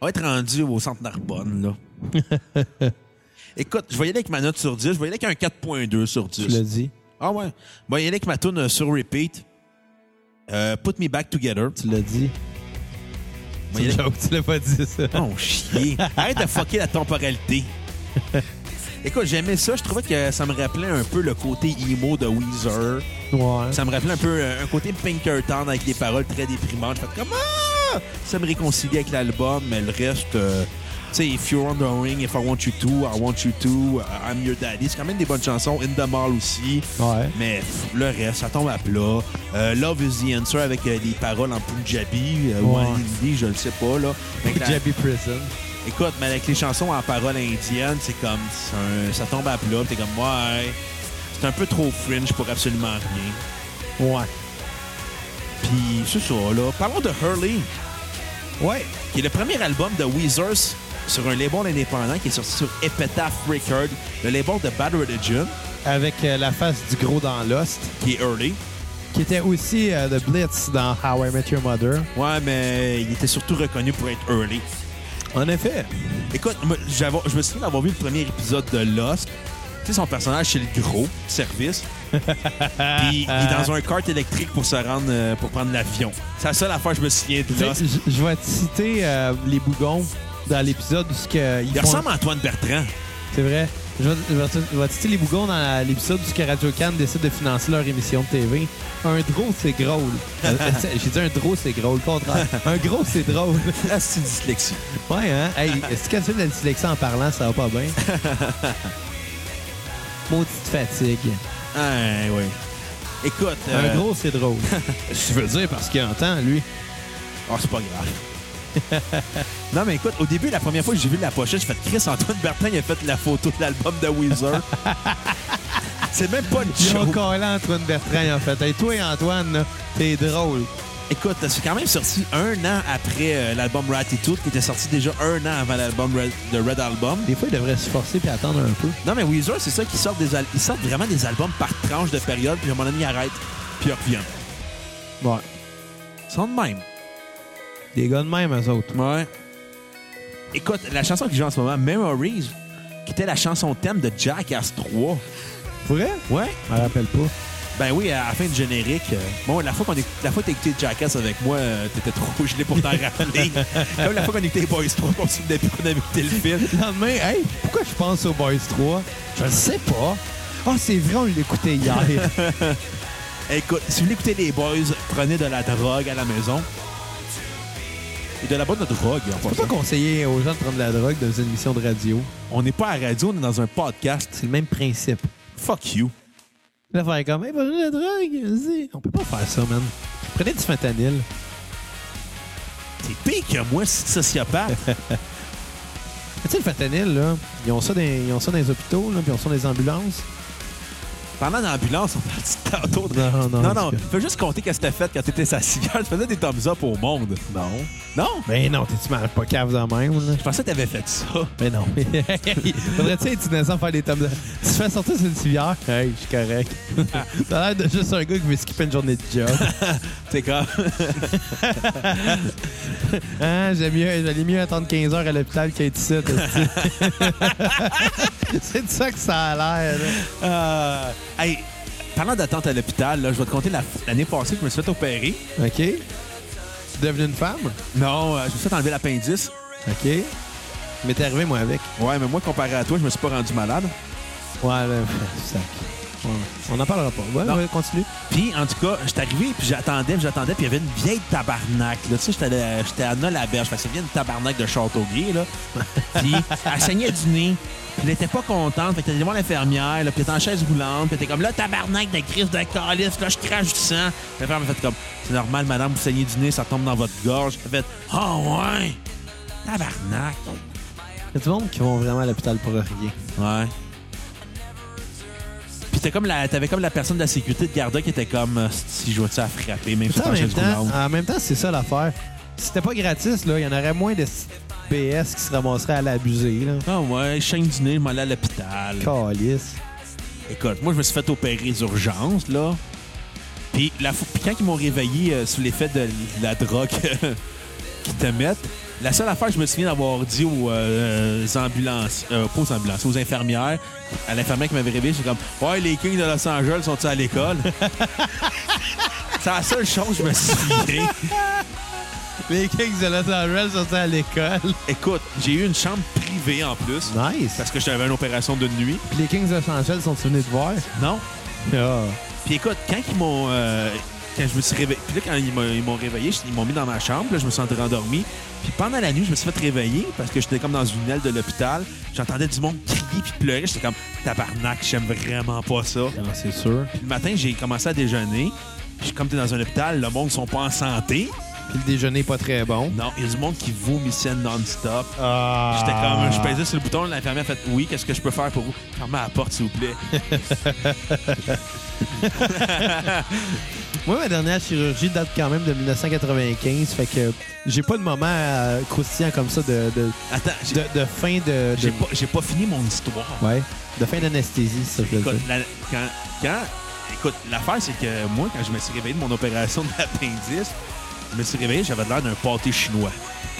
On va être rendu au centre Narbonne, là. Écoute, je vais y aller avec ma note sur 10. Je vais y aller avec un 4.2 sur
tu
10.
l'as dit.
Ah ouais? Bon, y aller avec ma tune euh, sur repeat. Euh, put me back together.
Tu l'as dit.
Moi, il y a-
joke, tu l'as pas dit, ça.
Oh, chier. Arrête de fucker la temporalité. Écoute, j'aimais ça. Je trouvais que ça me rappelait un peu le côté emo de Weezer.
Ouais.
Ça me rappelait un peu euh, un côté Pinkerton avec des paroles très déprimantes. Je fais comme Ah! Ça me réconcilie avec l'album, mais le reste. euh, sais, If You're on the Ring, If I Want You To, I Want You To, euh, I'm Your Daddy, c'est quand même des bonnes chansons. In the Mall aussi.
Ouais.
Mais pff, le reste, ça tombe à plat. Euh, Love is the answer avec euh, les paroles en Punjabi euh, ou
Ouais.
en hindi, je le sais pas. là. Mais avec la-
Jabby Prison.
Écoute, mais avec les chansons en paroles indiennes, c'est comme c'est un- ça tombe à plat. T'es comme ouais, c'est un peu trop fringe pour absolument rien.
Ouais.
Puis c'est ça là. Parlons de Hurley,
Ouais.
qui est le premier album de Weezer sur un label indépendant qui est sorti sur Epitaph Record, le label de Bad Religion,
Avec euh, la face du gros dans Lost,
qui est Hurley.
qui était aussi euh, de Blitz dans How I Met Your Mother.
Ouais, mais il était surtout reconnu pour être Hurley.
En effet.
Écoute, moi, j'avais- je me souviens d'avoir vu le premier épisode de Lost. Tu sais, son personnage, c'est le gros service. Puis il est dans un kart électrique pour se rendre, euh, pour prendre l'avion. C'est la seule affaire que je me souviens de Lost.
Tu sais, Je je vais te citer euh, les bougons dans l'épisode où ce que ils
Il
font-
ressemble à Antoine Bertrand.
C'est vrai. Je vais, je vais te- je vais te citer les bougons dans la- l'épisode où ce que Radio Cannes décide de financer leur émission de TV. Un drôle, c'est drôle. Euh, c'est- J'ai dit un drôle, c'est drôle. Contraire. Un gros, c'est drôle.
La dyslexie.
Ouais, hein? Hey, est-ce que tu as de la dyslexie en parlant, ça va pas bien? Maudite fatigue.
Ah, oui. Écoute. euh,
Un gros, c'est drôle. Je veux dire parce qu'il entend, lui.
Oh, c'est pas grave. non, mais écoute, au début, la première fois que j'ai vu la pochette, j'ai fait Chris Antoine Bertrand, il a fait la photo de l'album de Weezer. c'est même pas une
Ils ont
joke.
collé Antoine Bertrand, en fait. Hey, toi, Antoine, là, t'es drôle.
Écoute, c'est quand même sorti un an après euh, l'album Ratitude, qui était sorti déjà un an avant l'album Red, The Red Album.
Des fois, il devrait se forcer puis attendre un peu.
Non, mais Weezer, c'est ça, qu'ils sortent, des al- ils sortent vraiment des albums par tranche de période, puis à un moment donné, ils arrêtent, puis ils reviennent.
Ouais.
Ils sont de même.
Des gars de même, eux autres.
Ouais. Écoute, la chanson qui joue en ce moment, Memories, qui était la chanson thème de Jackass 3.
Pour vrai?
Ouais.
Je me rappelle pas.
Ben oui, à la fin du générique. euh, bon, la fois qu'on éc- la fois que t'as écouté Jackass avec moi, euh, t'étais trop gelé pour t'en rappeler. Comme la fois qu'on écoutait les Boys 3, qu'on se souvenait plus qu'on avait écouté le film.
Le lendemain, hey, pourquoi je pense aux Boys 3? Je le sais pas. Ah, c'est vrai, on l'écoutait hier.
Écoute, si vous voulez écouter les Boys, prenez de la drogue à la maison. Et de la bonne drogue, en
Faut pas
passant.
conseiller aux gens de prendre de la drogue dans une émission de radio.
On n'est pas à la radio, on est dans un podcast.
C'est le même principe.
Fuck you.
Là, faire comme, hey, prenez de la drogue, vas-y. On peut pas faire ça, man. Prenez du fentanyl.
T'es pire que moi, c'est sociopathe.
Mais Tu sais, le fentanyl, là, ils ont ça dans, ils ont ça dans les hôpitaux, là, puis ils ont ça dans les ambulances.
Parlant d'ambulance, on parle tantôt de...
Non, non,
non.
en tout cas.
Fais juste compter qu'est-ce que t'as fait quand t'étais sa cigare. Tu faisais des thumbs up au monde. Non. Non?
Ben non, t'es-tu mal pas cave de même, là?
Je pensais que t'avais fait ça.
Ben non. Faudrait-tu être innocent faire des tomes de... Tu te fais sortir sur une civière? Hey, je suis correct. ça a l'air de juste un gars qui veut skipper une journée de job.
C'est comme...
Hein, j'aime mieux, j'allais mieux attendre 15 heures à l'hôpital qu'être ici, t'as-tu? C'est de ça que ça a l'air, là.
Euh, hey, parlant d'attente à l'hôpital, là, je vais te compter la- l'année passée que je me suis fait opérer.
OK? Tu es devenu une femme?
Non, euh, je me suis fait enlever l'appendice.
OK. Mais t'es arrivé, moi, avec.
Ouais, mais moi, comparé à toi, je me suis pas rendu malade.
Ouais, là, sac. Ouais. On en parlera pas. Ouais,
Non.
ouais, continue.
Puis, en tout cas, j'étais arrivé, puis j'attendais, puis j'attendais, puis il y avait une vieille tabarnak. Là, tu sais, j'étais allé- j'étais à Nolaberge, fait que c'est bien une tabarnak de Châteauguay, là. puis, elle saignait du nez. Puis, elle était pas contente, fait que t'allais voir l'infirmière, là, puis elle était en chaise roulante, puis elle était comme, là, tabarnak de crise de calice, là, je crache du sang. L'infirmière m'a fait comme, c'est normal, madame, vous saignez du nez, ça tombe dans votre gorge. Elle fait, ah ouais, tabarnak.
Il y a du monde qui vont vraiment à l'hôpital pour rien.
Ouais. Puis t'es comme la- t'avais comme la personne de la sécurité de Garda qui était comme euh, si je vois-tu à frapper, même si
Ça,
t'es
en,
en
même
chaise
temps, ah.
roulante.
en même temps, c'est ça l'affaire. Si c'était pas gratis, là, il y en aurait moins de BS qui se ramasseraient à l'abuser. là.
Ah ouais, chaîne du nez, je m'en allais à l'hôpital.
Calice.
Écoute, moi, je me suis fait opérer d'urgence, là. Puis, la fou- puis quand ils m'ont réveillé euh, sous l'effet de l- la drogue qu'ils te mettent, la seule affaire que je me souviens d'avoir dit aux euh, ambulances, euh, pas aux ambulances, aux infirmières, à l'infirmière qui m'avait réveillé, c'est comme Ouais, les Kings de Los Angeles sont-ils à l'école C'est la seule chose que je me souviens.
Les kings de Los Angeles sont à l'école.
Écoute, j'ai eu une chambre privée en plus,
Nice.
parce que j'avais une opération de nuit.
Puis les kings de Los Angeles sont venus te voir.
Non,
Ah.
Puis écoute, quand ils m'ont. euh, quand je me suis réveillé. Puis là, quand ils m'ont- ils m'ont réveillé, je- ils m'ont mis dans ma chambre. Là, je me suis endormi. Puis pendant la nuit, je me suis fait réveiller parce que j'étais comme dans une aile de l'hôpital. J'entendais du monde crier puis pleurer. J'étais comme tabarnak, j'aime vraiment pas ça.
Ah, c'est sûr.
Puis le matin, j'ai commencé à déjeuner. Puis comme t'es dans un hôpital, le monde sont pas en santé.
Puis le déjeuner est pas très bon.
Non, il y a du monde qui vomissait non-stop.
Ah.
J'étais comme, je pesais sur le bouton, l'infirmière a fait oui, qu'est-ce que je peux faire pour vous? Fermez la porte, s'il vous plaît.
Moi, ma dernière chirurgie date quand même de 1995. Fait que j'ai pas de moment euh, croustillant comme ça de, de,
Attends, j'ai
de- de fin de. de-
j'ai pas, j'ai pas fini mon histoire.
Ouais. De fin d'anesthésie, ça, je veux
Écoute,
dire.
la- quand, quand- écoute, l'affaire, c'est que moi, quand je me suis réveillé de mon opération de l'appendice, je me suis réveillé, j'avais l'air d'un pâté chinois.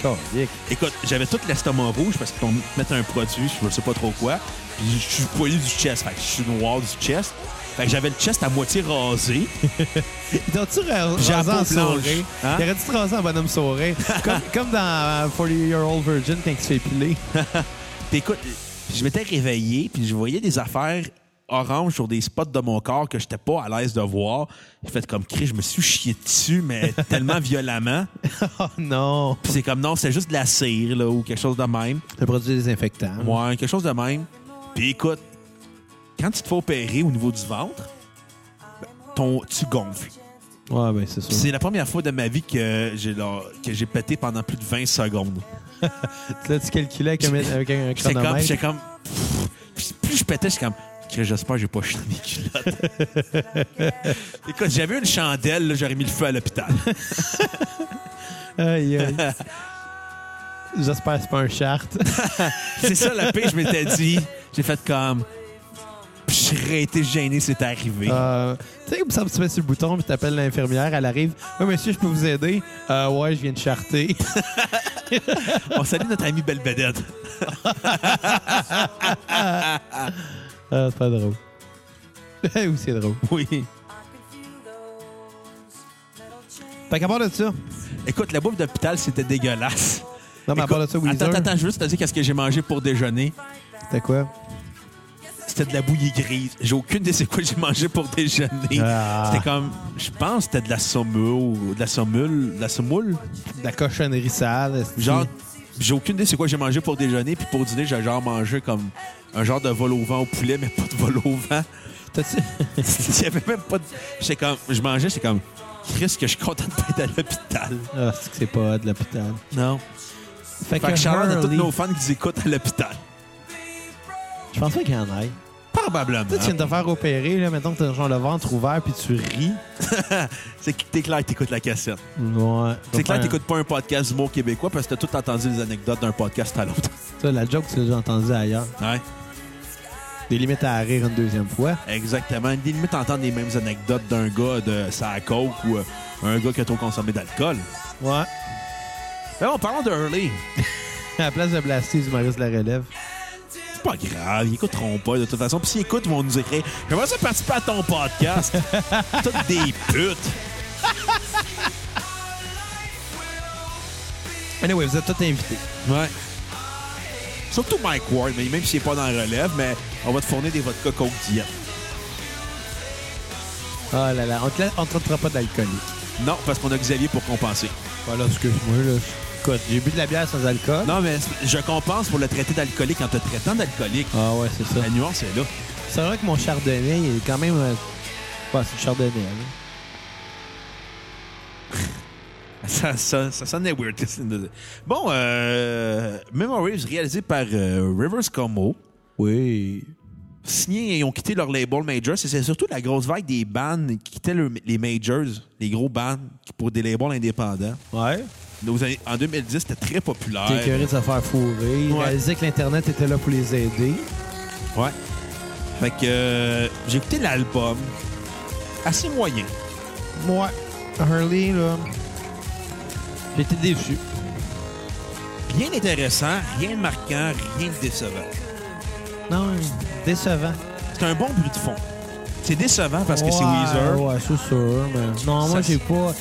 Calique.
Écoute, j'avais tout l'estomac rouge parce qu'on mettait un produit, je sais pas trop quoi. Puis je suis poilu du chest, fait que je suis noir du chest. Fait que j'avais le chest à moitié rasé.
Ils t'ont-tu ra-
J'ai la
rasé
peau
en
blanche.
sourire?
Hein?
Il aurait dû te raser en bonhomme sourire. comme, comme dans euh, 40 Year Old Virgin quand il se fait épiler.
Puis écoute, je m'étais réveillé, puis je voyais des affaires oranges sur des spots de mon corps que j'étais pas à l'aise de voir. J'ai fait comme cri, je me suis chié dessus, mais tellement violemment.
oh non!
Puis c'est comme non, c'est juste de la cire là, ou quelque chose de même.
Le produit désinfectant.
Ouais, quelque chose de même. Puis écoute, quand tu te fais opérer au niveau du ventre, ben, ton, tu gonfles.
Ouais, ben c'est
Puis
sûr.
C'est la première fois de ma vie que j'ai là- que j'ai pété pendant plus de 20 secondes.
Tu l'as-tu calculé avec un, avec un
C'est comme,
chronomètre?
j'étais comme. Puis plus je pétais, j'étais comme. Chris, J'espère que j'ai pas jeté mes culottes. Écoute, j'avais une chandelle, là, j'aurais mis le feu à l'hôpital.
Aïe, aïe. J'espère que c'est pas un chart.
C'est ça la paix, je m'étais dit. J'ai fait comme. Puis J'aurais été gêné, c'est arrivé.
Euh, tu sais, comme ça, tu mets sur le bouton, puis t'appelles l'infirmière, elle arrive. Oui, monsieur, je peux vous aider? Euh, ouais, je viens de charter.
On salue notre ami Belle Bedette.
ah, c'est pas drôle. Eh oui, c'est drôle.
Oui.
Fait qu'à part de ça,
Écoute, la bouffe d'hôpital, c'était dégueulasse.
non, mais à
Écoute,
part de ça,
attends,
Weezer,
attends, attends, je veux juste te dire qu'est-ce que j'ai mangé pour déjeuner.
c'était quoi?
C'était de la bouillie grise. J'ai aucune idée c'est quoi que j'ai mangé pour déjeuner.
Ah.
C'était comme, je pense que c'était de la saumule, de la saumule, de la semoule.
De la cochonnerie sale. est-ce que-
Genre, j'ai aucune idée c'est quoi que j'ai mangé pour déjeuner. Puis pour dîner, j'ai genre mangé comme un genre de vol au vent au poulet, mais pas de vol au vent.
T'as-tu...
Il y avait même pas de... J'étais comme, je mangeais, j'étais comme, Chris, que je suis content de pas être à l'hôpital.
Ah, c'est que c'est pas de l'hôpital.
Non.
Fait,
Fait que Charles, à tous
Hurley-
nos fans qui nous écoutent à l'hôpital.
Je pense pas qu'il y en aille.
Probablement.
Tu sais, tu viens de te faire opérer, là, mettons que t'as genre le ventre ouvert, puis tu ris.
C'est que t'es clair que t'écoutes la cassette.
Ouais.
C'est clair que t'écoutes pas un podcast d'humour québécois parce que t'as tout entendu les anecdotes d'un podcast à l'autre.
Ça, la joke, tu l'as déjà entendue ailleurs.
Ouais.
Des limites à rire une deuxième fois.
Exactement. Des limites entendre les mêmes anecdotes d'un gars de sa coke ou euh, un gars qui a trop consommé d'alcool.
Ouais.
Mais bon, parlons de Hurley.
À la place de blaster du Maurice de la relève.
C'est pas grave, ils écouteront pas de toute façon. Puis s'ils écoutent, ils vont nous écrire J'aimerais ça participer à ton podcast. Toutes des putes.
Anyway, vous êtes tous invités.
Ouais. Surtout Mike Ward, mais même s'il est pas dans la relève, mais on va te fournir des vodka coke diète.
Ah là là, on te, la- on te traitera pas d'alcoolique.
Non, parce qu'on a Xavier pour compenser.
Voilà, excuse-moi, là. Écoute, j'ai bu de la bière sans alcool.
Non, mais je compense pour le traiter d'alcoolique en te traitant d'alcoolique.
Ah ouais, c'est ça.
La nuance est là.
C'est vrai que mon chardonnay, il est quand même... euh, Ouais, c'est du chardonnay, hein.
Ça, ça, ça sonnait weird. Bon, euh, Memories, réalisé par euh, Rivers Como.
Oui.
Signé et ont quitté leur label major. C'est c'est surtout la grosse vague des bands qui quittaient le- les majors, les gros bands, pour des labels indépendants.
Ouais.
Nos années- en 2010, c'était très populaire.
T'es curieux de se faire fourrer. Il
Ouais.
réalisait que l'Internet était là pour les aider.
Ouais. Fait que euh, j'ai écouté l'album. Assez moyen.
Moi, Hurley, là... J'étais déçu.
Rien d'intéressant, rien de marquant, rien de décevant.
Non, décevant.
C'est un bon bruit de fond. C'est décevant parce que c'est
Ouais,
Weezer.
Ouais, c'est sûr, mais... Non,
Ça,
moi, j'ai pas...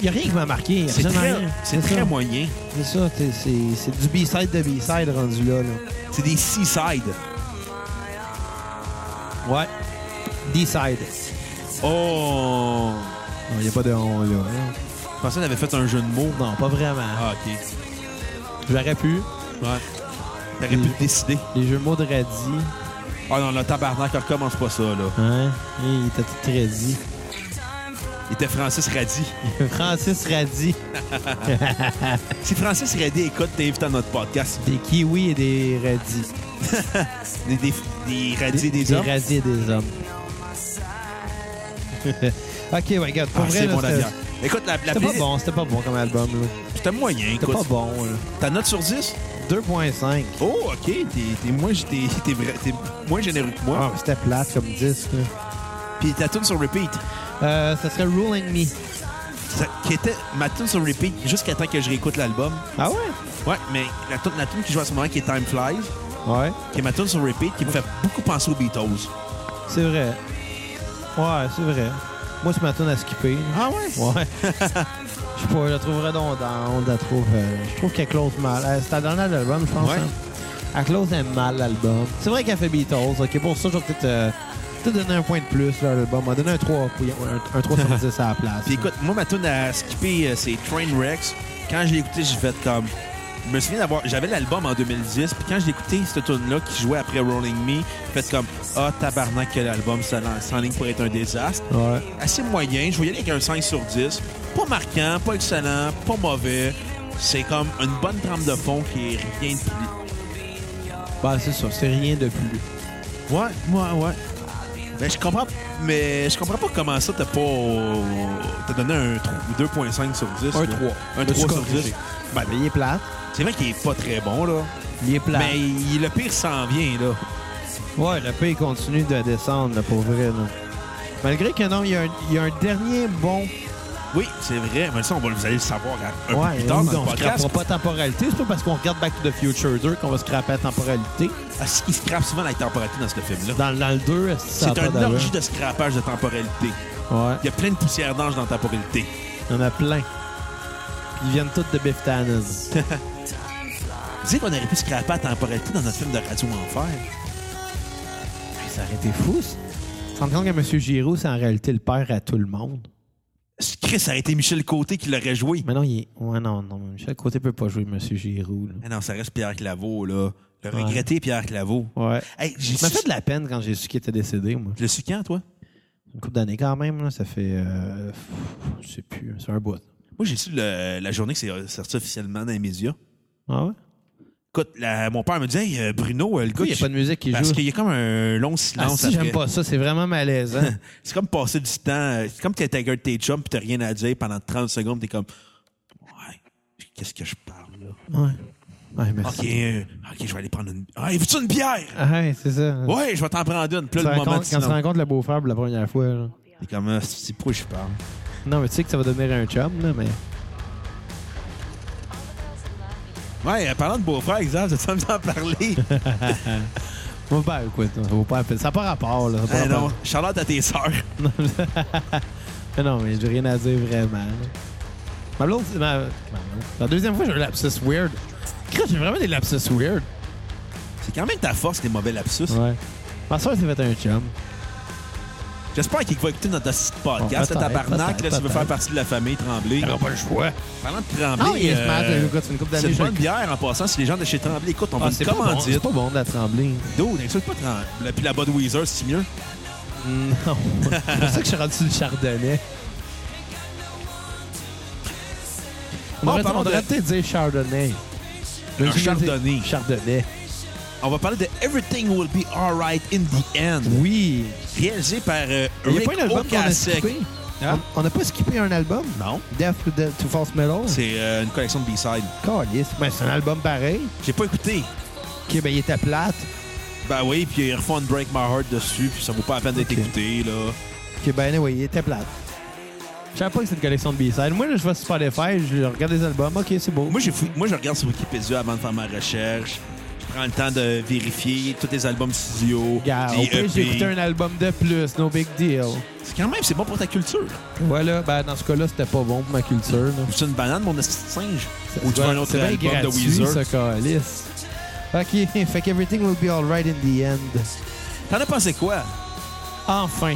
Il a rien qui m'a marqué.
C'est
absolument
très,
rien.
c'est très
ça.
moyen.
C'est ça, t'es- c'est c'est du B-side de B-side rendu là. là.
C'est des seaside.
Ouais. D-side.
Oh!
Il n'y a pas de on, là.
Je pensais qu'on avait fait un jeu de mots.
Non, pas vraiment.
Ah, OK.
J'aurais pu.
Ouais. T'aurais
Mm.
pu te décider.
Les jeux de mots de radis.
Ah non, le tabarnak, recommence pas ça, là.
Hein? Et il était tout radis.
Il était Francis Radi.
Francis Radis.
Si Francis Radi écoute, t'invites à notre podcast.
Des kiwis et des radis.
Des, des, des radis et des,
des
hommes.
radis et des hommes. ok, ouais, regarde. Pour
Ah,
vrai,
c'est
là,
bon, la
c'était-
bière. Écoute, la, la
c'était pas
playlist-
bon. C'était pas bon comme album. là.
C'était moyen,
C'était pas
écoute.
bon. là.
Ta note sur 10?
2.5.
Oh, OK. T'es t'es moins, t'es- t'es vrai- t'es moins généreux que
Ah,
moi.
mais c'était plate comme disque. là.
Puis ta tune sur repeat,
Euh, ça serait Ruling Me.
ça- qui était ma tune sur repeat jusqu'à temps que je réécoute l'album.
Ah ouais?
Ouais, mais la tune, la tune qui joue à ce moment, qui est Time Flies,
Ouais.
qui est ma tune sur repeat, qui me fait beaucoup penser aux Beatles.
C'est vrai. Ouais, c'est vrai. Moi, je m'attends à skipper. là.
Ah ouais?
Ouais. je sais pas, je la trouverais donc dans, je la trouve, euh, je trouve qu'elle close mal. Euh, C'était dans l'album, je pense.
Ouais.
hein. Elle close un mal l'album. C'est vrai qu'elle fait Beatles. Ok, pour ça, je vais peut-être euh, peut-être donner un point de plus là, à l'album. On va donner un 3, oui, un, un 3 sur 10 à la place.
Puis écoute, moi, ma tune à skipper, euh, c'est Trainwrecks. Quand je l'ai écouté, j'ai fait comme. Je me souviens d'avoir. J'avais l'album en 2010, puis quand je l'ai écouté, cette tune-là qui jouait après Rolling Me, j'ai fait comme Ah, tabarnak, que l'album ça lance en ligne pour être un désastre.
Ouais.
Assez moyen, je voyais avec un 5 sur 10. Pas marquant, pas excellent, pas mauvais. C'est comme une bonne trame de fond qui est rien de plus.
Bah, c'est ça, c'est rien de plus.
Ouais, ouais, ouais. Mais Ben, je comprends, mais je comprends pas comment ça t'as pas. T'as donné un trou- 2.5 sur 10.
Un
là.
3.
Un
Je
3 sur
corrigé.
10. Ben,
Mais il est plate.
C'est vrai qu'il est pas très bon, là.
Il est plate.
Mais il- le pire s'en vient, là.
Ouais, le pays continue de descendre, là, pour vrai. là. Malgré que non, il y, a un- il y a un dernier bon
Oui, c'est vrai. Mais ça, on va, vous allez le savoir un peu
Ouais,
plus tard
nous,
dans
on
le
se
podcast.
crappera pas la temporalité. C'est pas parce qu'on regarde Back to the Future 2 qu'on va se crapper la temporalité.
Ah, c'est- Il scrape souvent la temporalité dans ce film-là.
Dans, dans le 2, est-ce que ça a
C'est
pas
un
d'allure?
orgie de scrapage de temporalité.
Ouais,
Il y a plein de poussières d'ange dans la temporalité.
il y en a plein. Ils viennent tous de Biff Tannen.
Tu sais qu'on aurait pu scraper la temporalité dans notre film de Radio Enfer.
ça aurait été fou, ça. Tu te rends compte que M. Giroux, c'est en réalité le père à tout le monde?
Chris, ça aurait été Michel Côté qui l'aurait joué.
Mais non, il est... Ouais, non, non. Michel Côté peut pas jouer M. Giroux. là.
Mais non, ça reste Pierre Claveau, là. Le
Ouais.
regretté Pierre Claveau.
Ouais.
Hey, j'ai
Ça m'a fait de la peine quand j'ai su qu'il était décédé, moi.
Je le suis quand, toi?
Une couple d'années quand même, là. Ça fait... euh, pff, Je sais plus. C'est un bout.
Moi, j'ai su le- la journée que c'est sorti officiellement dans les médias.
Ah ouais?
Écoute, la- mon père me dit, hey, euh, Bruno, euh, le gars,
Il n'y a
qui-
pas de musique qui
parce
joue.
qu'il y a comme un long silence.
Ah, si, j'aime
après.
pas ça. C'est vraiment malaisant.
C'est comme passer du temps. euh, C'est comme t'es ta gueule de tes chums pis t'as rien à dire pendant 30 secondes. T'es comme, ouais, qu'est-ce que je parle là?
Ouais. Ouais, merci.
Ok, euh, ok, je vais aller prendre une. Ah, il tu une bière?
Ah Ouais, c'est ça.
Ouais, je vais t'en prendre une. Puis
Tu
là, le
rencontres-
moment de
quand tu
silence.
rencontres le beau-frère pour la première fois, là.
T'es comme, Ah, c'est pourquoi je parle?
Non, mais tu sais que ça va devenir un chum, là, mais.
Ouais, euh, parlant de beau-frère, exemple, ça me en parler.
Mon père, écoute, ça vaut pas la peine. Ça n'a pas rapport, là. Ça a pas
ah, non,
rapport.
Charlotte à tes sœurs.
Mais non, mais j'ai rien à dire vraiment. là. Ma blonde, c'est ma... ma blonde. La deuxième fois, j'ai un lapsus weird. Crap, J'ai vraiment des lapsus weird.
C'est quand même ta force, les mauvais lapsus.
Ouais. Ma soeur s'est fait un chum.
J'espère qu'il va écouter notre petit podcast,
Bon,
le
peut-être,
tabarnak.
peut-être,
Là, tu veux
peut-être.
faire partie de la famille Tremblay.
pas le choix.
Parlant de
Ah,
Tremblay,
il est
euh,
smart, écoute, c'est une couple
c'est
d'années.
une
je-
bonne bière en passant. Si les gens de chez Tremblay écoutent, on va
Ah,
nous
c'est pas bon,
commander.
c'est pas bon de la trembler.
Dude, insulte pas Tremblay. Puis la Budweiser, c'est mieux.
Non. c'est pour ça que je suis rendu sur le chardonnay. On
Bon,
aurait-
parlons
on devrait
de-
peut-être dire chardonnay.
Un
Je-
chardonnay.
Chardonnay.
On va parler de Everything Will Be Alright in the End,
Oui.
réalisé par euh,
Il n'y a
Rick
pas un album qu'on a
Ocasek.
skippé.
Hein?
On on n'a pas skippé un album.
Non,
Death to, Death to False Metal. C'est
c'est euh, une collection de B-side.
Ben, c'est un album pareil.
J'ai pas écouté.
Qui, ben, il était plate.
Ben oui, puis ils refont un Break My Heart dessus, puis ça vaut pas la peine d'être
Ok.
écouté, là.
Qui, ben, anyway, il était plate. Je savais pas que c'est une collection de B-sides. Moi, là, je vais sur Spotify, je regarde les albums. OK, c'est beau.
Moi, j'ai fou- Moi, je regarde sur Wikipédia avant de faire ma recherche. Je prends le temps de vérifier tous les albums studio,
Regarde,
les
au pire, j'ai
EP.
écouté un album de plus. No big deal.
C'est quand même, c'est bon pour ta culture.
Voilà, ben dans ce cas-là, c'était pas bon pour ma culture. là.
C'est une banane, mon esti de singe.
Ça-
Ou tu veux un autre
c'est bien
album de
gratuit,
Weezer.
ce calice. OK, fait qu'everything will be alright in the end.
T'en as pensé quoi?
Enfin.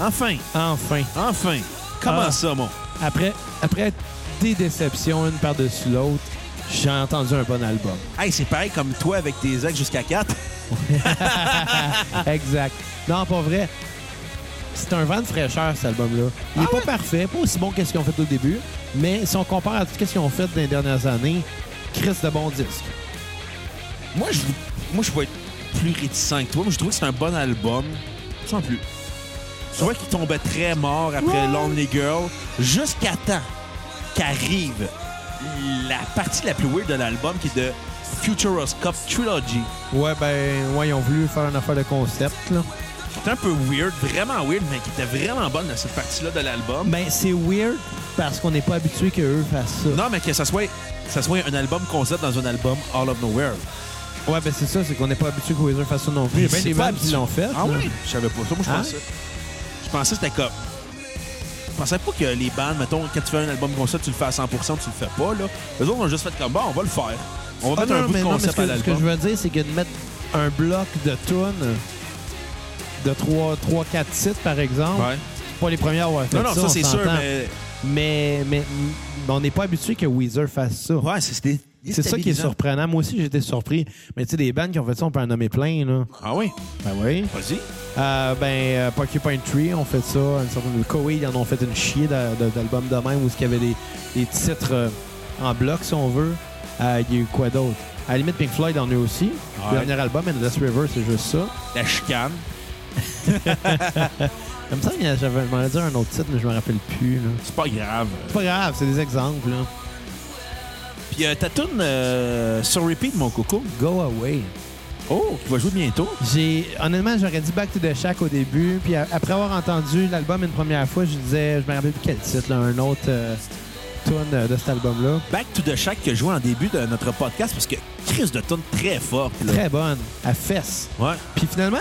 Enfin,
Enfin.
enfin. Comment
Ah.
ça, mon?
Après, après des déceptions, une par-dessus l'autre, j'ai entendu un bon album.
Hey, c'est pareil comme toi avec tes ex jusqu'à 4.
Ah. exact. Non, pas vrai. C'est un vent de fraîcheur, cet album-là. Il est pas parfait, pas aussi bon que ce qu'ils ont fait au début, mais si on compare à tout ce qu'ils ont fait dans les dernières années, Chris de bon disque.
Moi, je moi, je vais être plus réticent que toi. Moi, je trouve que c'est un bon album. Sans plus. Tu vois qu'il tombait très mort après
Ouais.
Lonely Girl jusqu'à temps qu'arrive la partie la plus weird de l'album qui est de Futuroscope Trilogy.
Ouais, ben, ouais, ils ont voulu faire une affaire de concept, là.
C'est un peu weird, vraiment weird, mais qui était vraiment bonne dans cette partie-là de l'album.
Ben, c'est weird parce qu'on n'est pas habitué qu'eux fassent ça.
Non, mais que ça soit, ça soit un album concept dans un album All of Nowhere.
Ouais, ben, c'est ça, c'est qu'on n'est pas habitué que Weezer fasse ça non plus. Il y a bien
C'est
des
pas
bandes qui l'ont fait.
Ah
là.
oui? Je savais pas ça. Moi, je
Hein?
pensais. Je pensais que c'était comme. Je pensais pas que les bandes, mettons, quand tu fais un album concept, tu le fais à 100 tu le fais pas, là. Les autres ont juste fait comme, bon, on va le faire. On va
Ah
mettre un
non,
bout
mais
de
non, mais ce
concept
que-
à
Ce que je
l'album.
veux dire, c'est que de mettre un bloc de tunes de 3-4 titres, par exemple,
Ouais.
pas les premières à avoir fait
Non, non, ça,
on
c'est sûr,
s'entend.
mais.
Mais, mais, mm, on n'est pas habitué que Weezer fasse ça.
Ouais, c'est des-
C'est ça qui est
déstabilisant.
surprenant. Moi aussi, j'étais surpris. Mais tu sais, des bandes qui ont fait ça, on peut en nommer plein, là.
Ah oui?
Ben oui.
Vas-y.
Euh, ben, euh, Porcupine Tree ont fait ça. Une certaine... le Koei, ils en ont fait une chier d'a- d'a- d'albums de même où il y avait des, des titres euh, en bloc, si on veut. Euh, Il y a eu quoi d'autre? À la limite, Pink Floyd en a eu aussi.
Ouais.
Le dernier album, Endless River, c'est juste ça.
La chicane.
Il me semble que j'avais je m'en ai dit un autre titre, mais je me rappelle plus. là.
C'est pas grave.
C'est pas grave, c'est des exemples. là.
Puis euh, ta tourne sur repeat, mon coco.
Go Away.
Oh, qui va jouer bientôt.
J'ai honnêtement, j'aurais dit Back to the Shack au début, puis a- après avoir entendu l'album une première fois, je disais, je me rappelle plus quel titre, là, un autre euh, tune euh, de cet album-là,
Back to the Shack que je jouais en début de notre podcast parce que Chris de tourne très forte, là.
très bonne, à fesse.
Ouais.
Puis finalement,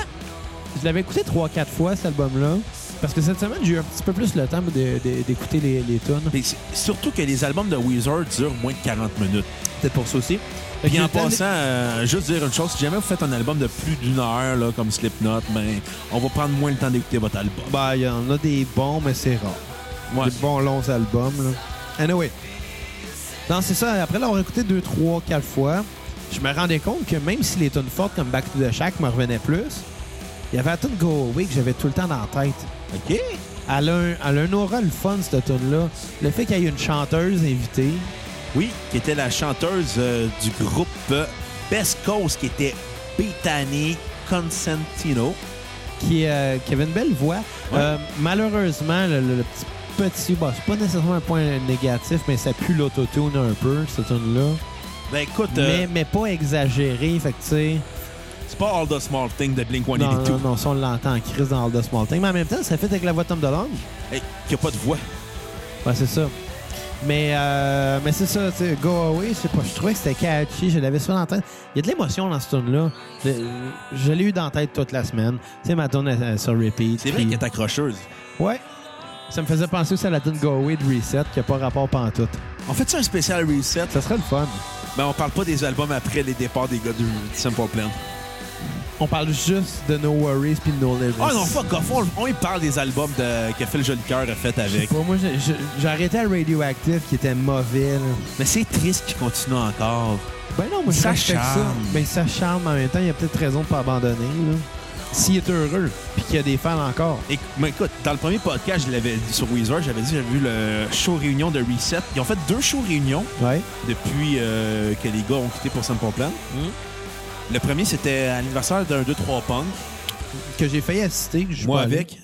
je l'avais écouté 3-4 fois cet album-là, parce que cette semaine j'ai eu un petit peu plus le temps de- de- d'écouter les, les tunes.
Mais c'est- surtout que les albums de Weezer durent moins de 40 minutes.
Peut-être pour ça aussi.
Puis en passant, euh, juste dire une chose, si jamais vous faites un album de plus d'une heure, là, comme Slipknot, ben, on va prendre moins le temps d'écouter votre album.
bah il y en a des bons, mais c'est rare.
Ouais.
Des bons longs albums. Là. Anyway. Non, c'est ça. Après l'avoir écouté deux, trois, quatre fois, je me rendais compte que même si les tunes fortes comme Back to the Shack me revenaient plus, il y avait la tune Go Away que j'avais tout le temps dans la tête.
OK?
Elle a un, elle a un aura le fun, cette tune-là. Le fait qu'il y ait une chanteuse invitée.
Oui, qui était la chanteuse euh, du groupe euh, Best Coast, qui était Bethany Constantino.
qui, euh, qui avait une belle voix.
Ouais.
Euh, malheureusement, le, le- le petit petit bon, c'est pas nécessairement un point négatif, mais ça pue l'autotune un peu, cette tune-là.
Ben écoute, euh,
Mais, mais pas exagéré, fait que tu sais.
c'est pas All the Small Things de Blink-182
Non, non, non, ça on l'entend en crise dans All the Small Thing. Mais en même temps, ça fait avec la voix de Tom DeLonge.
Hey, qui a pas de voix.
Ouais, c'est ça. Mais, euh, mais c'est ça, tu sais, Go Away, je sais pas, je trouvais que c'était catchy, je l'avais souvent dans la tête. Il y a de l'émotion dans cette tune-là. Je, je l'ai eu dans la tête toute la semaine. Tu sais, ma tune euh, sur repeat.
C'est vrai
puis-
qu'elle est accrocheuse.
Ouais. Ça me faisait penser aussi à la tune Go Away de Reset, qui n'a pas rapport pantoute.
On fait ça un spécial reset?
Ça serait le fun.
Ben on parle pas des albums après les départs des gars du Simple Plan.
On parle juste de No Worries puis de No Limits.
Oh non, fuck off. On, on y parle des albums de, que Phil Jolicoeur a fait
Je sais
avec.
pas, moi, j'ai- j'ai j'ai arrêté à Radioactive qui était mauvais. là.
Mais c'est triste qu'il continue encore.
Ben non, moi, je
Ça
respecte
charme.
ça. Ben, ça charme en même temps. Il y a peut-être raison de pas abandonner. là. S'il est heureux puis qu'il y a des fans encore.
Et, mais écoute, dans le premier podcast, je l'avais dit sur Weezer, j'avais dit, j'avais vu le show réunion de Reset. Ils ont fait deux shows réunions
Ouais.
depuis euh, que les gars ont quitté pour Simple Plan.
Hmm.
Le premier, c'était à l'anniversaire d'un 2-3 Punk.
Que j'ai failli assister. que je suis
Moi
pas allé.
avec.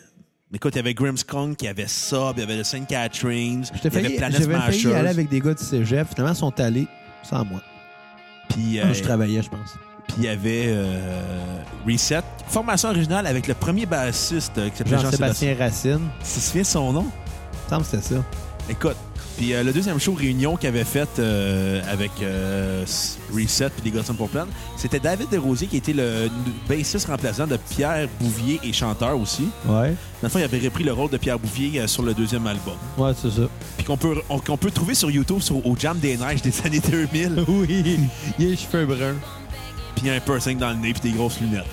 Écoute, il y avait Grimmskong, il y avait Sub, il y avait le St. Catharines,
J'étais
il y avait
failli-
Planet
J'avais failli y
Smashers.
aller avec des gars du cégep. Finalement, ils sont allés sans moi.
Puis,
Moi,
euh,
je travaillais, je pense.
Puis il y avait euh, Reset. Formation originale avec le premier bassiste euh, qui s'appelait Jean-Sébastien.
Jean-Sébastien Racine.
tu te souviens de son nom?
Il me semble que c'était ça.
Écoute. Puis euh, le deuxième show réunion qu'il avait fait euh, avec euh, S- Reset puis les Gosson pour Plan, c'était David Desrosiers qui était le n- bassiste remplaçant de Pierre Bouvier et chanteur aussi.
Ouais.
Dans le fond, il avait repris le rôle de Pierre Bouvier euh, sur le deuxième album.
Ouais, c'est ça.
Puis qu'on peut, on- qu'on peut trouver sur YouTube sur, au Jam des Neiges des années 2000.
Oui, il a les cheveux bruns.
Puis il y a un piercing dans le nez puis des grosses lunettes.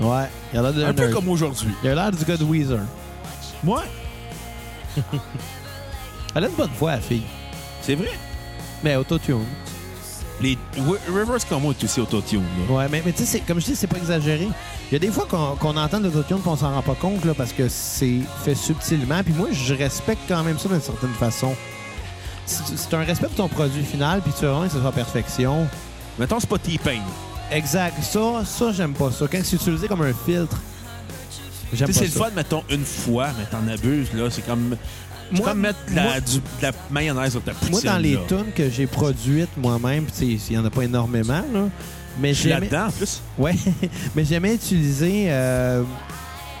Ouais, il a l'air de
Un peu comme aujourd'hui.
Il a l'air du gars de Weezer.
Moi,
Elle a une bonne foi, la fille.
c'est vrai.
Mais autotune.
Les Wi- Rivers Como est aussi autotune. là.
Ouais, mais, mais tu sais, c'est- comme je dis, c'est pas exagéré. Il y a des fois qu'on qu'on entend de l'autotune et on s'en rend pas compte là, parce que c'est fait subtilement. Puis moi, je respecte quand même ça d'une certaine façon. C'est c'est un respect pour ton produit final, puis tu veux vraiment que ce soit à perfection.
Mettons, c'est pas T-Pain.
Exact. Ça, ça j'aime pas ça. Quand c'est utilisé comme un filtre, j'aime
Tu
pas
sais,
ça.
c'est le fun, mettons, une fois, mais t'en abuses, là. C'est comme, c'est
Moi-
comme mettre de la,
moi-
du- de la mayonnaise sur ta poutine.
Moi, dans les
là.
tunes que j'ai produites moi-même, puis tu sais, il y en a pas énormément, là, mais
Je suis
j'aimais...
là-dedans, en plus.
Ouais, mais j'aimais utiliser, euh,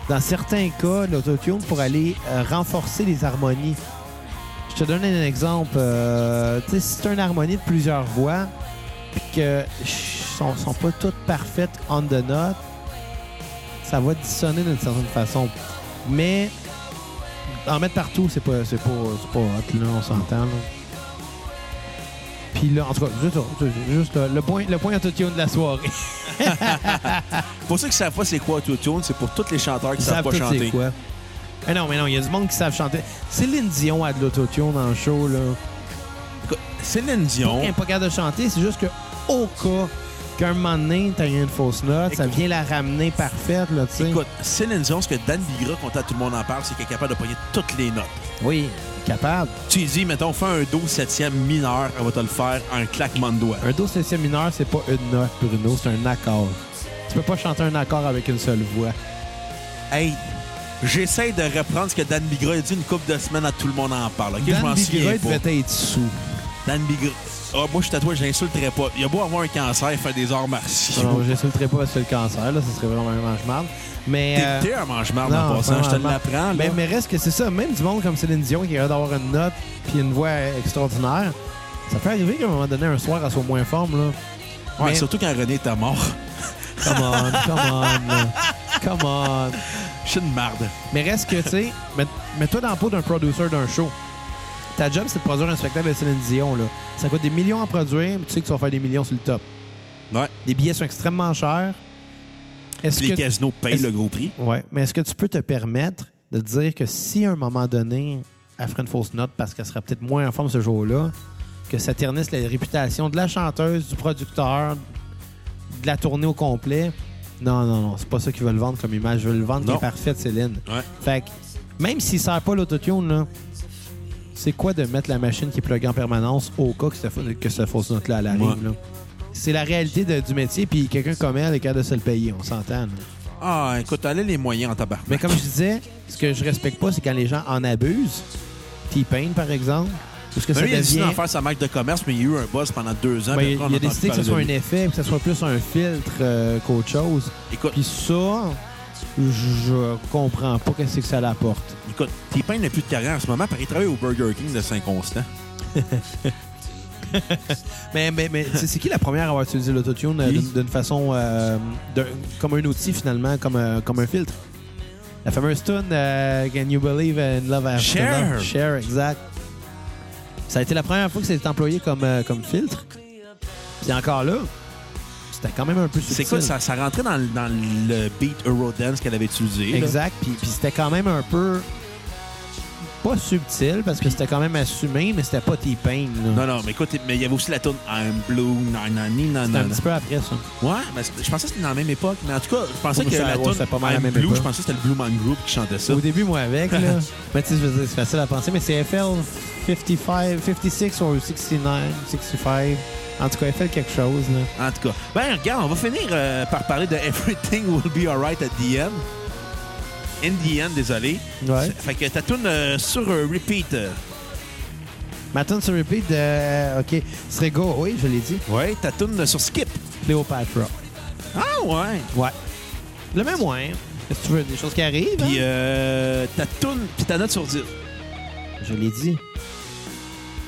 dans certains cas, l'autotune pour aller euh, renforcer les harmonies. Je te donne un exemple. euh, tu sais, si c'est une harmonie de plusieurs voix, puis que ch- sont, sont pas toutes parfaites on the note, ça va dissonner d'une certaine façon. Mais en mettre partout, c'est pas, c'est pas, c'est pas hot, là, on s'entend. là. Puis là, en tout cas, juste, juste euh, le point, le point autotune de la soirée.
Pour ceux qui savent pas c'est quoi autotune, c'est pour tous les chanteurs qui
Ils
savent pas
tous c'est
chanter.
quoi. Mais Eh non, mais non, il y a du monde qui savent chanter. Céline Dion a de l'autotune dans le show, là.
Écoute, Céline
Pas
Dion,
qu'elle n'est pas capable de chanter, c'est juste que au cas qu'un moment donné, t'as une fausse note, ça
Écoute.
vient la ramener parfaite, là, tu sais.
écoute, Céline Dion, ce que Dan Bigra, content tout le monde en parle, c'est qu'elle est capable de pogner toutes les notes.
Oui, capable.
Tu lui dis, mettons, fais un do septième mineur, elle va te le faire en un claquement de doigts.
Un do septième mineur, c'est pas une note, Bruno, c'est un accord. Tu peux pas chanter un accord avec une seule voix.
Hey, j'essaie de reprendre ce que Dan Bigra a dit une couple de semaines à tout le monde en parle. Ok, je
Dan
m'en
Bigra,
souviens
il
pas.
devait être sous.
Dan Bigra. Ah, moi, je suis tatoué, je l'insulterai pas. Il a beau avoir un cancer, faire des arts martiaux.
Non, je ne pas parce que c'est le cancer, là, ce serait vraiment un mange Mais.
T'es
euh,
t'es un mange-marde
Non,
en passant, je te
vraiment.
l'apprends. là.
Ben, Mais, mais reste que c'est ça, même du monde comme Céline Dion qui a l'air d'avoir une note puis une voix extraordinaire, ça peut arriver qu'à un moment donné, un soir, elle soit moins forme, là.
Ouais,
mais-
Surtout quand René était mort.
Come on, come on, là. come on.
Je suis une marde.
Mais reste que, tu sais, met- mets-toi dans le pot d'un producer d'un show. Ta job, c'est de produire un spectacle de Céline Dion, là. Ça coûte des millions à produire, mais tu sais que tu vas faire des millions sur le top.
Ouais.
Les billets sont extrêmement chers. Est-ce
Les
que-
casinos payent
est-ce-
le gros prix.
Ouais, mais est-ce que tu peux te permettre de dire que si à un moment donné, elle ferait une fausse note parce qu'elle serait peut-être moins en forme ce jour-là, que ça ternisse la réputation de la chanteuse, du producteur, de la tournée au complet? Non, non, non, c'est pas ça qu'ils veulent vendre comme image. Ils veulent vendre qui
Non.
est parfaite, Céline.
Ouais.
Fait que même s'il sert pas l'autotune, là, c'est quoi de mettre la machine qui est pluguée en permanence au cas que cette, fa- que cette fausse note-là elle arrive?
Ouais.
là? C'est la réalité de- du métier, puis quelqu'un comme elle est capable de se le payer, on s'entend. là.
Ah, écoute, elle a les moyens en tabac.
Mais comme je disais, ce que je respecte pas, c'est quand les gens en abusent. T-Pain, par exemple. Parce que ça
lui, il a décidé
devient.
d'en faire sa marque de commerce, mais il y a eu un buzz pendant deux ans.
Ben,
puis
il
après, on
il a
entendu
décidé que ce
parler
soit
de
un
lui.
effet, que ce soit plus un filtre euh, qu'autre chose.
Écoute,
Puis ça, je- je comprends pas qu'est-ce que ça l'apporte.
écoute, T-Pain n'a plus de carrière en ce moment, parce qu'il travaille au Burger King de Saint-Constant.
Mais, mais, mais c'est c'est qui la première à avoir utilisé l'autotune euh,
Qui?
d'une- d'une façon. euh, d'un- comme un outil, finalement, comme, euh, comme un filtre? La fameuse tune euh, Can You Believe in Love After
Cher.
Love? Cher, exact. Ça a été la première fois que c'était employé comme, euh, comme filtre. Puis encore là, c'était quand même un peu
C'est
subtil.
quoi? Ça, ça rentrait dans, le- dans le beat Eurodance qu'elle avait utilisé. là.
Exact. Puis, puis c'était quand même un peu. Pas subtil, parce que c'était quand même assumé, mais c'était pas T-Pain. là.
Non, non, mais écoute, mais il y avait aussi la tune I'm Blue, nanani,
C'était un
nanana.
petit peu après ça.
Ouais, mais c'est- je pensais que c'était dans la même époque, mais en tout cas, je pensais
Ouais,
que
ça-
la
ouais,
tune
c'était pas mal la
I'm
même
Blue,
époque.
je pensais que c'était le Blue Man Group qui chantait ça.
Au début, moi avec, là. Mais tu sais, je veux dire, c'est facile à penser, mais c'est FL 55, 56 ou 69, 65. En tout cas, FL quelque chose, là.
En tout cas, ben regarde, on va finir euh, par parler de Everything Will Be Alright at the End. In the end, désolé.
Ouais.
C'est- Fait que ta tune sur euh, repeat. euh,
Ma tune sur repeat de. euh, OK. Serait go, oui, je l'ai dit.
ouais, ta tune sur skip.
Cléopatra.
Ah ouais.
Ouais. Le même moyen. Si tu veux, des choses qui arrivent.
Puis
hein?
euh, ta tune, puis ta note sur 10. euh,
Je l'ai dit.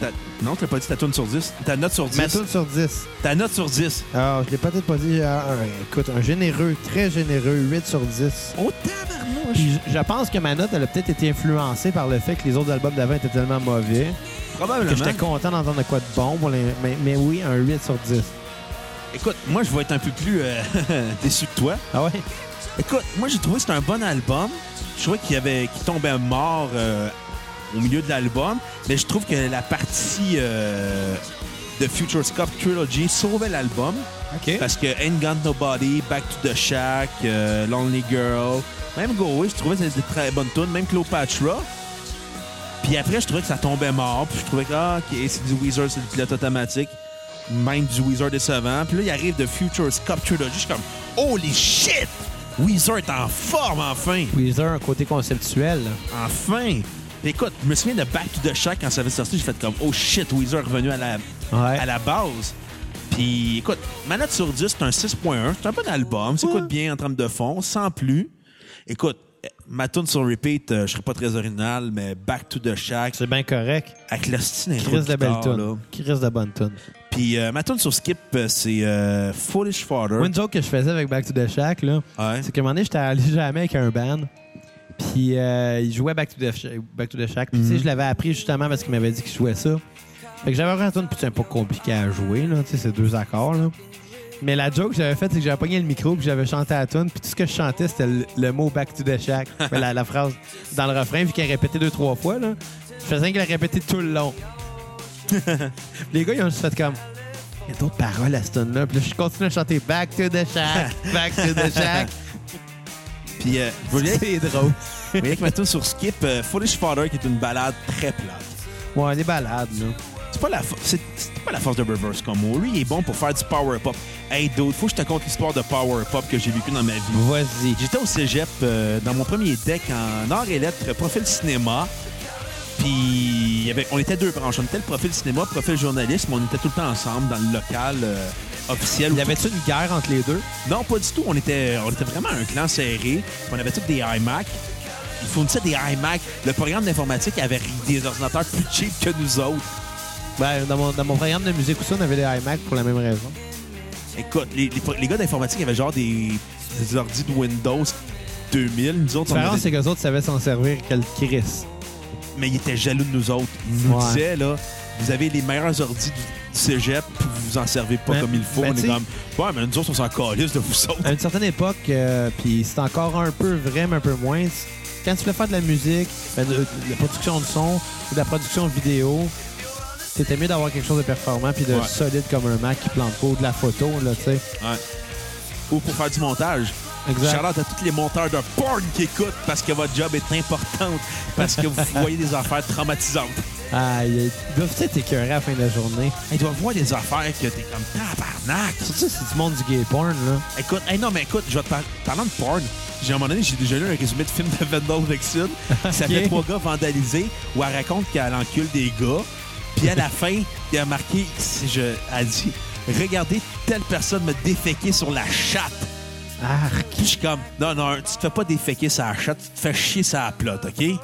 Ta- Non, tu l'as pas dit ta tune sur 10. Ta note sur 10.
Ma tune sur 10.
Ta note sur 10.
Alors, je l'ai peut-être pas dit. euh, un- écoute, un généreux, très généreux, 8 sur 10.
Oh tabarnouche.
Puis je je pense que ma note, elle a peut-être été influencée par le fait que les autres albums d'avant étaient tellement mauvais. que
Probablement.
j'étais content d'entendre de quoi de bon. pour les- mais, mais oui, un 8 sur 10.
Écoute, moi je vais être un peu plus euh, déçu que toi.
Ah ouais?
Écoute, moi, j'ai trouvé que c'était un bon album. Je trouvais qu'il y avait, qu'il tombait mort euh, au milieu de l'album, mais je trouve que la partie euh, de Futurescope Trilogy sauvait l'album.
OK.
Parce que Ain't Got Nobody, Back to the Shack, euh, Lonely Girl, même Go Away, je trouvais que c'était des très bonnes tunes, même Cleopatra. Puis après, je trouvais que ça tombait mort. Puis je trouvais que, ah, OK, c'est du Weezer, c'est du pilote automatique. Même du Weezer décevant. Puis là, il arrive de Future's Cup Trilogy. Je suis comme, holy shit! Weezer est en forme, enfin!
Weezer, un côté conceptuel.
Enfin! Puis écoute, je me souviens de Back to the Shack quand ça avait sorti, j'ai fait comme, oh shit, Weezer est revenu à la,
Ouais.
à la base. Puis écoute, ma note sur 10, c'est un 6.1. C'est un bon album. Ça
Ouais.
écoute bien en termes de fond, sans plus. Écoute, euh, ma tune sur repeat, euh, je serais pas très original, mais Back to the Shack,
C'est bien correct.
avec l'hostie d'intro
Chris
de
de belle
guitare, là.
tune. Chris de bonne tune.
Puis euh, ma tune sur skip, euh, c'est euh, Foolish Father.
Moi, une joke que je faisais avec Back to the Shack, là,
Ouais.
c'est qu'à un moment donné, j'étais allé jamais avec un band. Puis euh, il jouait Back to the, Sh- Back to the Shack. Puis tu sais, je l'avais appris justement parce qu'il m'avait dit qu'il jouait ça. Fait que j'avais vraiment une putain pas compliqué à jouer, là, tu sais, ces deux accords, là. Mais la joke que j'avais faite, c'est que j'avais pogné le micro, puis j'avais chanté la tune, puis tout ce que je chantais, c'était le, le mot Back to the Shack. Mais la, la phrase dans le refrain, vu qu'elle répétait deux, trois fois, là. Je faisais rien que la répéter tout le long. Les gars, ils ont juste fait comme. Il y a d'autres paroles à cette tune-là. Puis là, je continue à chanter Back to the Shack, Back to the Shack.
Puis euh, je voulais
C'est drôle.
vous voulez que ma tune sur skip, euh, Foolish Father, qui est une balade très plate.
Ouais, les balades, là.
C'est pas la fo- c'est c'est pas la force de Reverse Combo. Lui, il est bon pour faire du power pop. Hey, d'autres faut que je te conte l'histoire de power pop que j'ai vécu dans ma vie.
Vas-y.
J'étais au cégep euh, dans mon premier deck en art et lettres, profil cinéma. Puis il y avait- on était deux branches. On était le profil cinéma, profil journalisme. On était tout le temps ensemble dans le local euh, officiel.
Il Y avait-tu une guerre entre les deux?
Non, pas du tout. On était, on était vraiment un clan serré. On avait tous des iMac. Ils fournissaient des iMac. Le programme d'informatique avait des ordinateurs plus cheap que nous autres.
Ben, dans mon, dans mon programme de musique aussi, on avait des iMac pour la même raison.
Écoute, les, les- les gars d'informatique avaient genre des, des ordi de Windows 2000. Nous autres, on
La différence,
avait-
c'est qu'eux autres savaient s'en servir que le Chris.
mais ils étaient jaloux de nous autres. Ils nous
Ouais.
disaient, là, vous avez les meilleurs ordis du, du cégep, puis vous vous en servez pas
Ben-
comme il faut.
ben,
on est
t'sais-
comme, ouais, mais nous autres, on s'en calisse de vous autres.
À une certaine époque, euh, puis c'est encore un peu vrai, mais un peu moins, c- quand tu voulais faire de la musique, ben, de, de la production de son ou de la production vidéo, c'était mieux d'avoir quelque chose de performant puis de
Ouais.
solide comme un Mac qui plante pas ou de la photo, là, tu sais.
Ouais. Ou pour faire du montage.
Exact.
Shout-out à tous les monteurs de porn qui écoutent parce que votre job est importante, parce que vous voyez des affaires traumatisantes.
Ah, ils doivent peut-être écœurer à la fin de la journée.
Ils doivent voir des affaires que t'es comme tabarnak.
Surtout si c'est du monde du gay porn, là.
Écoute, hey, non, mais écoute, je vais te par- parlant de porn. J'ai à un moment donné, j'ai déjà lu un résumé de film de Vendel Vexon. Ça
Ok.
fait trois gars vandalisés où elle raconte qu'elle encule des gars. Puis à la fin, il a marqué, si je, elle dit, regardez telle personne me déféquer sur la chatte.
Arc.
Puis je suis comme, non, non, tu te fais pas déféquer sur la chatte, tu te fais chier sur la plotte, OK?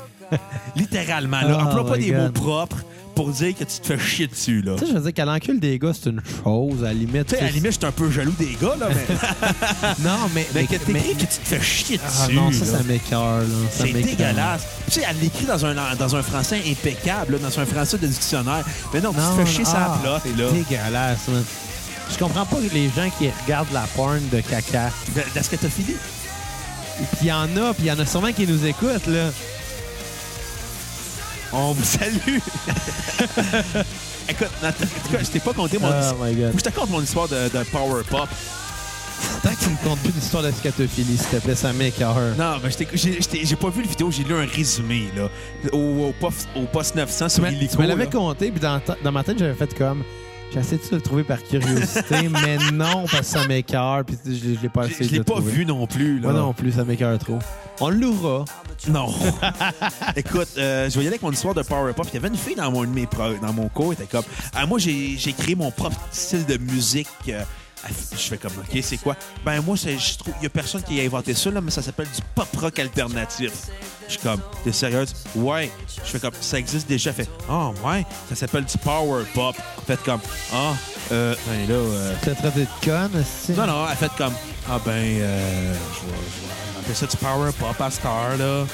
Littéralement, là.
Oh
Emploie pas
my
des
God.
mots propres pour dire que tu te fais chier dessus, là.
Tu sais, je veux dire, qu'à l'encule des gars, c'est une chose, à la limite.
Tu sais, à la
c'est-
limite, je suis un peu jaloux des gars, là, mais,
Non, mais.
mais
mais-
que
mais-
t'écris que tu te fais chier dessus.
Ah non, ça,
là.
ça m'écœure, là. Ça
C'est
m'écoeure.
dégueulasse. Tu sais, elle l'écrit dans un, dans un français impeccable, là, dans un français de dictionnaire. Mais non,
Non,
tu te fais chier
ah,
ça la plotte,
c'est
là.
dégueulasse, man. Je comprends pas les gens qui regardent la porn de caca.
Ben, Est-ce que t'as fini?
Puis il y en a, puis il y en a sûrement qui nous écoutent, là.
On vous salue! Écoute, Nathan, en tout cas, je t'ai pas conté mon histoire.
Oh my God.
Je te conte mon histoire de, de Power Pop.
Tant que tu me comptes plus d'histoire de scatophilie, s'il te plaît, ça m'écœure.
Non, mais je t'ai- j'ai je t'ai- j'ai pas vu le vidéo, j'ai lu un résumé, là. Au, au, pof- au poste 900
Tu
sur
me-
Illico.
tu me l'avais
là.
compté, puis dans, ta- dans ma tête, j'avais fait comme... J'essaie de le trouver par curiosité, mais non, parce que ça m'écœure, puis je, l'ai- je l'ai pas
Je
essayé
je
de
l'ai
le
pas
trouver.
vu non plus, là.
Moi non plus, ça m'écœure trop. On l'aura.
Non. Écoute, euh, je vais y aller avec mon histoire de Power Pop. Il y avait une fille dans mon, de mes pro- dans mon cours, elle était comme Ah, Moi, j'ai j'ai créé mon propre style de musique. euh, je fais comme OK, c'est quoi Ben, moi, c'est- je trouve, il y a personne qui a inventé ça, là, mais ça s'appelle du pop rock alternatif. Je suis comme T'es sérieuse Ouais. Je fais comme Ça existe déjà. Elle Fait Ah, ouais. Ça s'appelle du Power Pop. Fait comme Ah, euh, ben là, euh,
Tu as traité de conne, aussi.
non, non, elle fait comme Ah ben euh, je vais- je vais appeler ça du power pop à star là.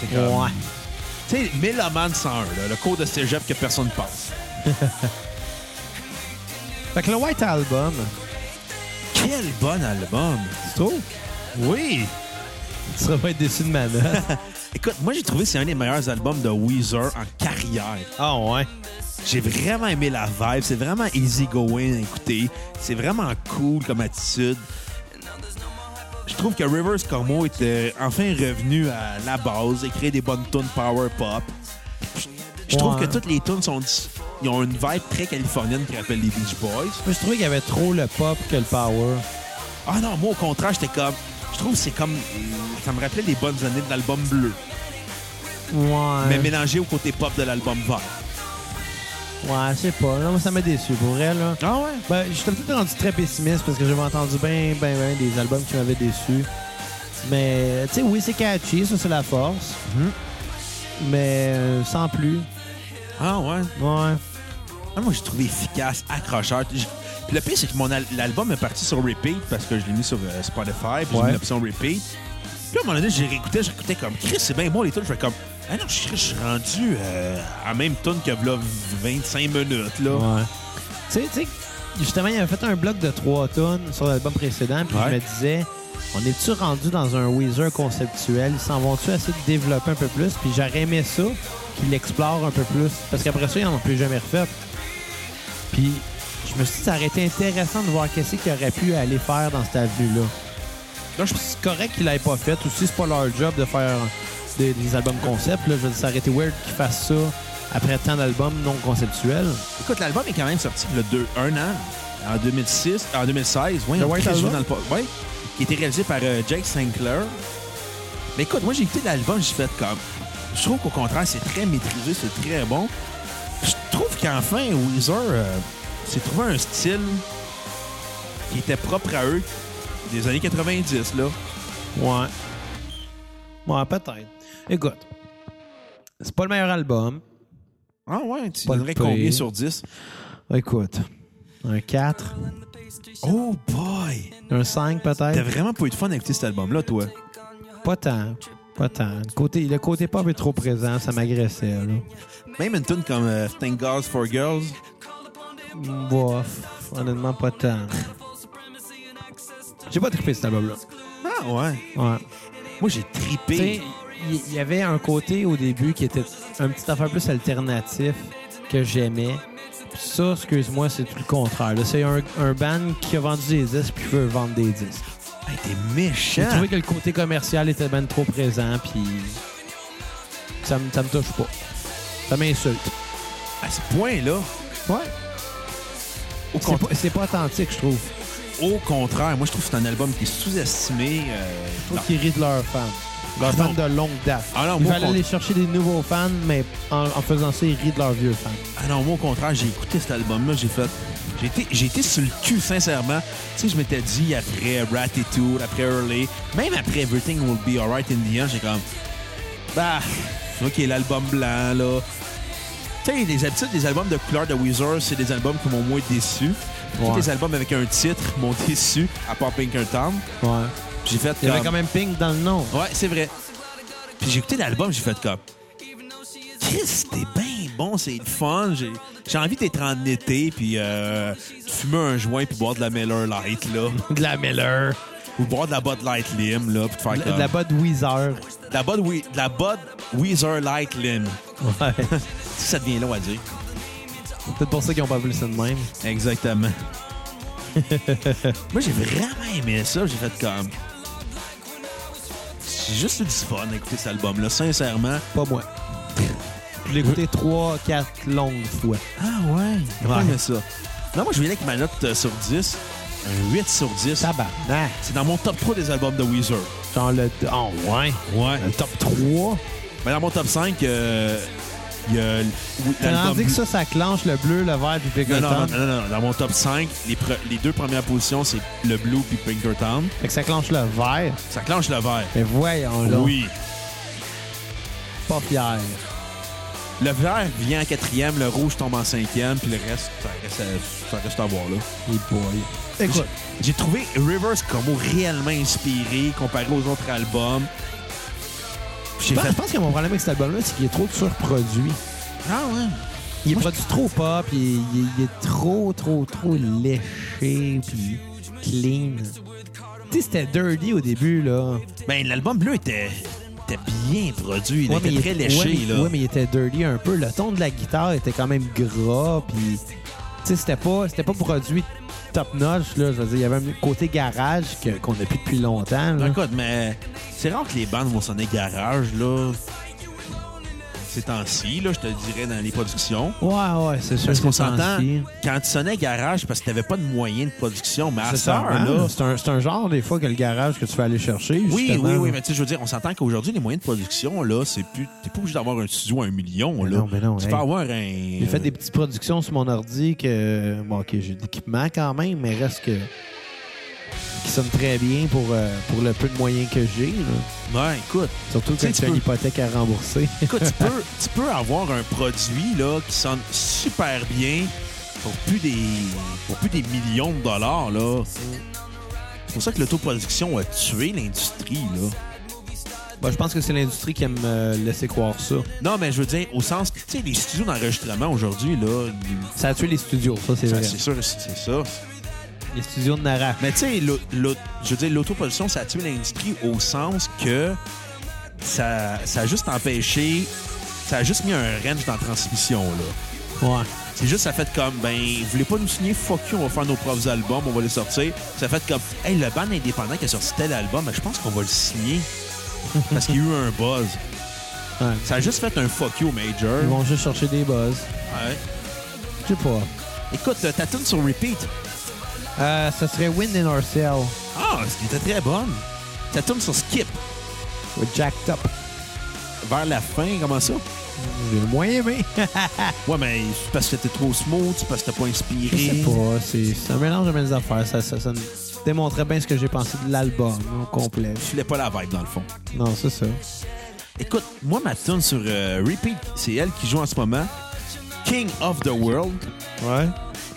C'est comme
Ouais.
Tu sais, Méloman 101, là, le cours de cégep que personne passe.
Fait que le White Album,
Quel bon album!
tu trouves? Oui! Tu seras pas être déçu de ma note.
Écoute, moi, j'ai trouvé que c'est un des meilleurs albums de Weezer en carrière.
ah ouais.
J'ai vraiment aimé la vibe. C'est vraiment easy going à écouter. C'est vraiment cool comme attitude. Je trouve que Rivers Como est euh, enfin revenu à la base et créé des bonnes tunes power pop. Je- Je trouve
Ouais.
que toutes les tunes sont, dis- ils ont une vibe très californienne qui rappelle les Beach Boys.
Moi, je trouvais qu'il y avait trop le pop que le power.
Ah non, moi au contraire, j'étais comme. Je trouve que c'est comme. Ça me rappelait les bonnes années de l'album bleu,
Ouais.
mais mélangé au côté pop de l'album vert.
Ouais, je sais pas. Là, moi, ça m'a déçu pour vrai, là.
Ah ouais?
Ben, je suis peut-être rendu très pessimiste parce que j'avais entendu bien, ben, ben des albums qui m'avaient déçu. Mais, tu sais, oui, c'est catchy, ça, c'est la force.
Mhm.
Mais euh, sans plus.
Ah ouais?
Ouais.
Ah, moi, j'ai trouvé efficace, accrocheur. J- Puis le pire, c'est que mon al- l'album est parti sur repeat parce que je l'ai mis sur euh, Spotify, puis j'ai
Ouais.
mis l'option repeat. Puis là, à un moment donné, j'ai réécouté, je réécoutais comme Chris, c'est bien bon les tunes. Je fais comme, ah non, je je suis rendu euh, à la même tune que v'là 25 minutes, là.
Ouais. Tu sais, tu sais, justement, il avait fait un bloc de 3 tonnes sur l'album précédent, puis
Ouais.
je me disais, on est-tu rendu dans un Weezer conceptuel? Ils s'en vont-tu essayer de développer un peu plus? Puis j'aurais aimé ça, qu'ils l'explorent un peu plus. Parce qu'après ça, ils n'en ont plus jamais refait. Puis je me suis dit, ça aurait été intéressant de voir qu'est-ce qu'il aurait pu aller faire dans cette avenue-là.
Donc, je
Puis C'est correct qu'il l'ait pas fait. Aussi, c'est pas leur job de faire des, des albums concept. Là. Je veux dire, ça aurait été weird qu'ils fassent ça après tant d'albums non conceptuels.
Écoute, l'album est quand même sorti le deux, un an, en 2006, en 2016. Oui,
Le
on
White
crée
Album?
dans le po- Oui, qui a été réalisé par euh, Jake Sinclair. Mais écoute, moi, j'ai écouté l'album, j'ai fait comme... Je trouve qu'au contraire, c'est très maîtrisé, c'est très bon. Je trouve qu'enfin, Weezer euh, s'est trouvé un style qui était propre à eux des années 90, là.
Ouais. Ouais, peut-être. Écoute, c'est pas le meilleur album.
Ah ouais, tu
Pas le
donnerais
pire.
combien sur 10?
Écoute, un 4,
Oh boy!
un 5
T'as
peut-être.
vraiment pas eu de fun à écouter cet album-là, toi?
Pas tant. Pas tant. Le côté, le côté pop est trop présent, ça m'agressait. Là.
Même une tune comme euh, Thank God for Girls,
Bof, honnêtement, pas tant. J'ai pas trippé cet album-là.
Ah ouais.
Ouais.
Moi j'ai
Tu sais,
tripé.
il il y avait un côté au début qui était un petit affaire plus alternatif que j'aimais. Puis ça, excuse-moi, c'est tout le contraire. là. C'est un, un band qui a vendu des disques puis qui veut vendre des disques.
Hey, t'es
J'ai
méchant.
trouvé que le côté commercial était même trop présent, puis ça me, ça me touche pas. Ça m'insulte.
À ce point-là,
Ouais.
au,
C'est
contra-
pas, c'est pas authentique, je trouve.
au contraire, moi je trouve que c'est un album qui est sous-estimé. euh,
Je trouve
non.
qu'ils rient de leurs fans. Leurs
Non.
fans de longue date.
Ah non,
ils
moi,
veulent
au
aller chercher des nouveaux fans, mais en, en faisant ça, ils rient de leurs vieux fans.
Ah non, moi au contraire, j'ai écouté cet album-là, j'ai fait. J'ai été, j'ai été sur le cul, sincèrement. Tu sais, je m'étais dit après Ratitude, après Early, même après Everything Will Be Alright in the End, j'ai comme. Bah, ok, l'album blanc, là. Tu sais, les habitudes des albums de couleur de Weezer, c'est des albums qui m'ont moins déçu. Tous
Ouais.
les albums avec un titre m'ont déçu, à part Pinkerton.
Ouais.
J'ai fait.
Il y avait
comme-
quand même Pink dans le nom.
Ouais, c'est vrai. Puis j'ai écouté l'album, j'ai fait comme. Chris, t'es bien bon, c'est le fun. J'ai, j'ai envie d'être en été, puis euh, de fumer un joint, puis boire de la Miller Light, là.
De la Miller.
Ou boire de la Bud Light Lim, là, puis de faire
De,
comme.
de la Bud Weezer.
de la Bud, Wee- de la Bud Weezer Light Lim.
Ouais.
Tu sais, ça devient long à dire.
Peut-être pour ça qu'ils ont pas voulu ça de même.
Exactement. Moi, j'ai vraiment aimé ça. J'ai fait comme. J'ai juste eu du fun à écouter cet album-là, sincèrement.
Pas moi. Je l'ai écouté 3-4 longues fois.
Ah ouais?
Ouais.
J'aime ça. Non, moi, je viens avec ma note euh, sur 10. Un 8 sur 10.
Tabarnak.
C'est dans mon top 3 des albums de Weezer.
Genre le. Oh, ouais.
Ouais.
Le top 3.
Mais dans mon top 5, euh, il y a l- oui,
T'as
l'album...
dit que ça, ça clenche le bleu, le vert, puis
Non,
Pinkerton.
non, non, non, non, non. Dans mon top 5, les, pre- les deux premières positions, c'est le Blue puis Pinkerton.
Fait que ça clenche le vert.
Ça clenche le vert.
Mais voyons, là.
Oui.
Pas fier.
Le vert vient en quatrième, le rouge tombe en cinquième, puis le reste, ça reste à, ça reste à voir, là.
Les boy. Écoute.
J'ai trouvé Rivers Como réellement inspiré comparé aux autres albums. J'ai
Je
fait...
pense que mon problème avec cet album-là, c'est qu'il est trop surproduit.
Ah ouais.
Il est produit trop pop, il est, il est- il est trop, trop, trop léché, puis clean. Tu écouté, c'était dirty au début, là.
Ben, l'album bleu était, était bien produit. là.
Ouais, mais
il était
il-
très léché.
ouais, mais-
là.
ouais, mais il était dirty un peu. Le ton de la guitare était quand même gras, puis... Tu sais, c'était pas, c'était pas produit top-notch, là. Je veux dire, il y avait un côté garage que- qu'on n'a plus depuis longtemps, là.
Bah, Écoute, mais c'est rare que les bandes vont sonner garage, là. Ces temps-ci, là, je te le dirais, dans les productions.
Ouais, ouais, c'est sûr.
Parce qu'on
c'est
s'entend,
sensi.
quand tu sonnais garage, parce que t'avais pas de moyens de production, mais à
C'est
ça,
ça,
là...
hein? C'est un, c'est un genre, des fois, que le garage que tu vas aller chercher.
Oui,
justement.
oui, oui, mais tu sais, je veux dire, on s'entend qu'aujourd'hui, les moyens de production, là, c'est plus... T'es pas obligé d'avoir un studio à un million,
Mais
là.
non, mais non,
tu
hey.
peux avoir un...
J'ai fait des petites productions sur mon ordi que. Bon, ok, j'ai de l'équipement quand même, mais reste que. qui sonne très bien pour, euh, pour le peu de moyens que j'ai. là.
euh, Ouais, écoute,
Surtout
Tu sais,
quand
tu
tu as une
peux-
hypothèque à rembourser.
écoute, tu, peux, tu peux avoir un produit, là, qui sonne super bien pour plus des... pour plus des millions de dollars, là. C'est pour ça que l'autoproduction a tué l'industrie, là.
Bah, je pense que c'est l'industrie qui aime euh, laisser croire ça.
Non, mais je veux dire, au sens que, tu sais, les studios d'enregistrement aujourd'hui, là, ils-
Ça a tué les studios, ça, c'est
ça,
vrai.
c'est sûr, c'est c'est ça.
Les studios de Nara.
Mais tu sais, l'au- l'au- je veux dire, l'autoproduction, ça a tué l'industrie au sens que ça, ça a juste empêché, ça a juste mis un range dans la transmission, là.
Ouais.
C'est juste, ça a fait comme, ben, vous voulez pas nous signer, fuck you, on va faire nos propres albums, on va les sortir. Ça a fait comme, hey, le band indépendant qui a sorti tel album, ben, je pense qu'on va le signer. Parce qu'il y a eu un buzz.
Ouais.
Ça a juste fait un fuck you major.
Ils vont juste chercher des buzz.
Ouais.
Je sais pas.
Écoute, euh, ta tune sur repeat.
Euh, ça serait Wind in Our Cell
Ah, elle était très bonne. Ça tourne sur skip.
with Jacked Up.
Vers la fin, comment ça?
J'ai le moyen aimé.
Ouais, mais c'est parce que t'es trop smooth, c'est parce que t'es pas inspiré.
Je sais pas, c'est c'est un mélange de mes affaires. Ça, ça, ça me démontrait bien ce que j'ai pensé de l'album hein, au complet.
Tu voulais pas la vibe, dans le fond.
Non, c'est ça.
Écoute, moi, ma tune sur euh, Repeat, c'est elle qui joue en ce moment. King of the World.
Ouais.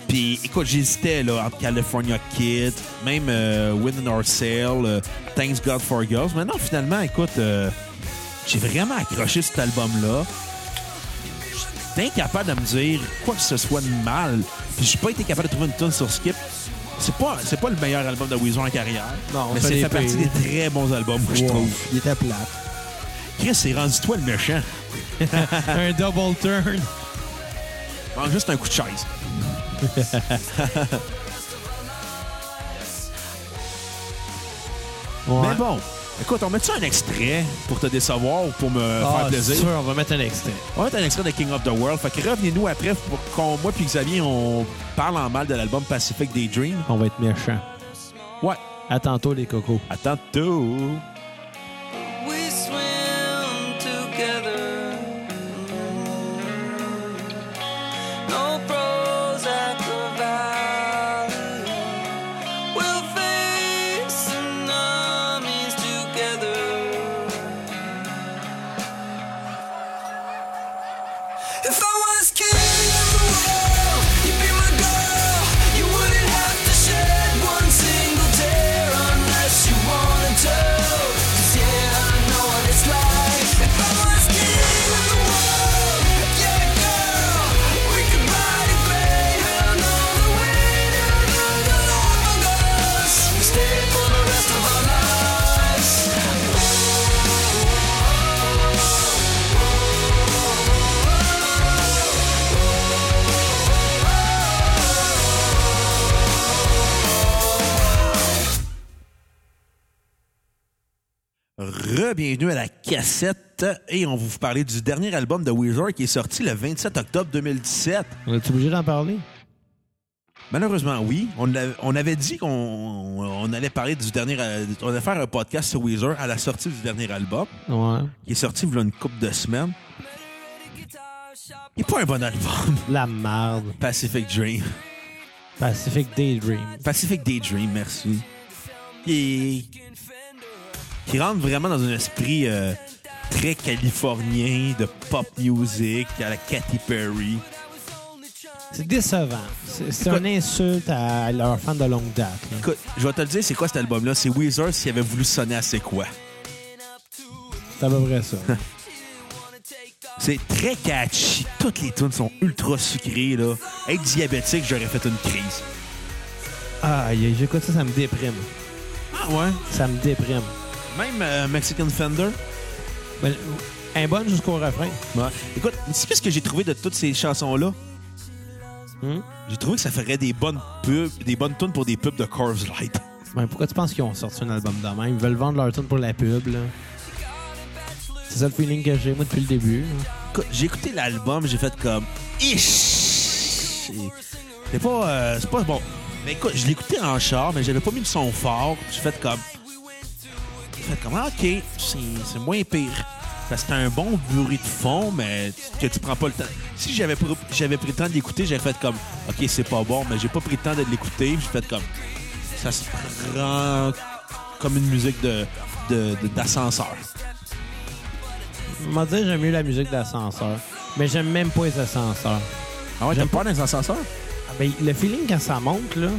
Puis, écoute, j'hésitais, là, entre California Kid, même euh, Wind in Our Sail, euh, Thanks God for Girls. Mais non, finalement, écoute, euh, j'ai vraiment accroché cet album-là. J'étais incapable de me dire quoi que ce soit de mal. Puis, j'ai pas été capable de trouver une tune sur Skip. C'est pas, c'est pas le meilleur album de Weezer en carrière.
Non,
mais
ça
c'est fait
l'est
partie
pas.
des très bons albums, je trouve.
Il était plate.
Chris, c'est rendu toi le méchant.
un double turn.
Manque juste un coup de chaise. Mais bon, écoute, on met-tu un extrait pour te décevoir ou pour me
Ah,
faire plaisir?
c'est sûr, on va mettre un extrait.
On va mettre un extrait de King of the World. Fait que revenez-nous après pour qu'on, moi puis Xavier, on parle en mal de l'album Pacific Daydream.
On va être méchant.
Ouais.
À tantôt, les cocos.
Attends tout.
We swim together. No Prozac or Valium. We'll face tsunamis together. If I was king of the world, you'd be my girl. You wouldn't have to shed one single tear unless you wanted to. 'Cause yeah, I know what it's like. If I was king of the world, yeah, girl, we could ride a greyhound all the way down to the Galapagos. Stay for the rest of our lives.
Re-bienvenue à la cassette et on va vous parler du dernier album de Weezer qui est sorti le 27 octobre 2017.
On est obligé d'en parler?
Malheureusement, oui. On, l'a- on avait dit qu'on on allait parler du dernier. euh, On allait faire un podcast sur Weezer à la sortie du dernier album
Ouais.
qui est sorti il y a une couple de semaines. Il n'est pas un bon album,
La merde.
Pacific Dream.
Pacific Daydream.
Pacific Daydream, merci. Qui, qui rentre vraiment dans un esprit euh, très californien de pop music à la Katy Perry.
C'est décevant. C'est c'est une insulte à leurs fans de longue date. là.
Écoute, je vais te le dire, c'est quoi cet album-là? C'est Weezer s'il avait voulu sonner à c'est quoi.
C'est à peu près ça.
C'est très catchy. Toutes les tunes sont ultra sucrées. Là. Être diabétique, j'aurais fait une crise.
Aïe, j'écoute ça, ça me déprime.
Ah ouais.
Ça me déprime.
Même euh, Mexican Fender.
Mais, Ben, un bon jusqu'au refrain.
Ouais. Écoute, c'est plus ce que j'ai trouvé de toutes ces chansons-là.
Hum?
J'ai trouvé que ça ferait des bonnes pubs, des bonnes tunes pour des pubs de Corv's Light.
Ouais, Ben, pourquoi tu penses qu'ils ont sorti un album de même? Ils veulent vendre leur tune pour la pub. là. C'est ça le feeling que j'ai, moi, depuis le début. là.
Écoute, j'ai écouté l'album, j'ai fait comme Ish! Et C'est pas, euh, c'est pas bon. Mais écoute, je l'écoutais en char, mais j'avais pas mis le son fort. J'ai fait comme. J'ai fait comme, Ah, ok, c'est c'est moins pire. Parce que t'as un bon bruit de fond, mais que tu prends pas le temps. Si j'avais pr- j'avais pris le temps de l'écouter, j'aurais fait comme, ok, c'est pas bon, mais j'ai pas pris le temps de l'écouter. Puis J'ai fait comme, ça se prend comme une musique de de- de- d'ascenseur.
On va dire j'aime mieux la musique d'ascenseur. Mais j'aime même pas les ascenseurs.
ah ouais,
J'aime
peur des ascenseurs?
Ah, ben, le feeling quand ça monte, là,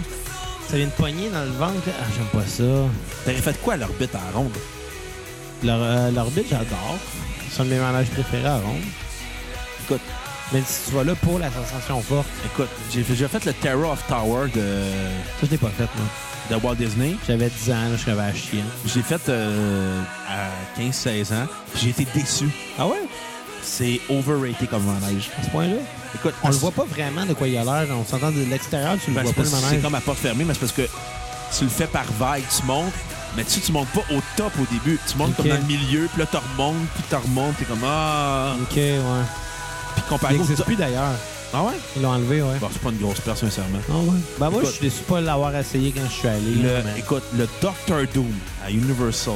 ça vient de pogner dans le ventre. là. Ah, j'aime pas ça.
T'aurais fait quoi à l'orbite en ronde?
Leur- euh, L'orbite, j'adore. C'est un de mes manèges préférés à Ronde.
Écoute,
Mais si tu vas là pour la sensation forte,
Écoute, j'ai déjà fait le Terror of Tower de,
ça, je l'ai pas fait, moi.
de Walt Disney.
J'avais 10 ans, là, je serais à chier.
J'ai fait euh, à 15-16 ans. J'ai été déçu.
Ah ouais?
C'est overrated comme manège.
À ce point-là?
Écoute,
On le voit pas vraiment de quoi il a l'air. On s'entend de l'extérieur, tu le
parce-
vois
parce
pas le
que Ben, C'est
manège.
comme à porte fermée, mais c'est parce que tu le fais par vague, tu montes. Mais tu sais, tu montes pas au top au début. Tu montes
Ok.
comme dans le milieu, puis là, tu remontes, puis tu remontes, t'es comme Ben, ah.
Ok, ouais.
Puis
Il
comparé au
n'existe
top.
plus d'ailleurs.
Ah ouais?
Ils l'ont enlevé, ouais.
Bon, c'est pas une grosse perte, sincèrement.
Ah ouais. Ben moi,
Écoute.
je suis déçu pas de l'avoir essayé quand je suis allé.
Le-
là, mais-
écoute, le Doctor Doom à Universal,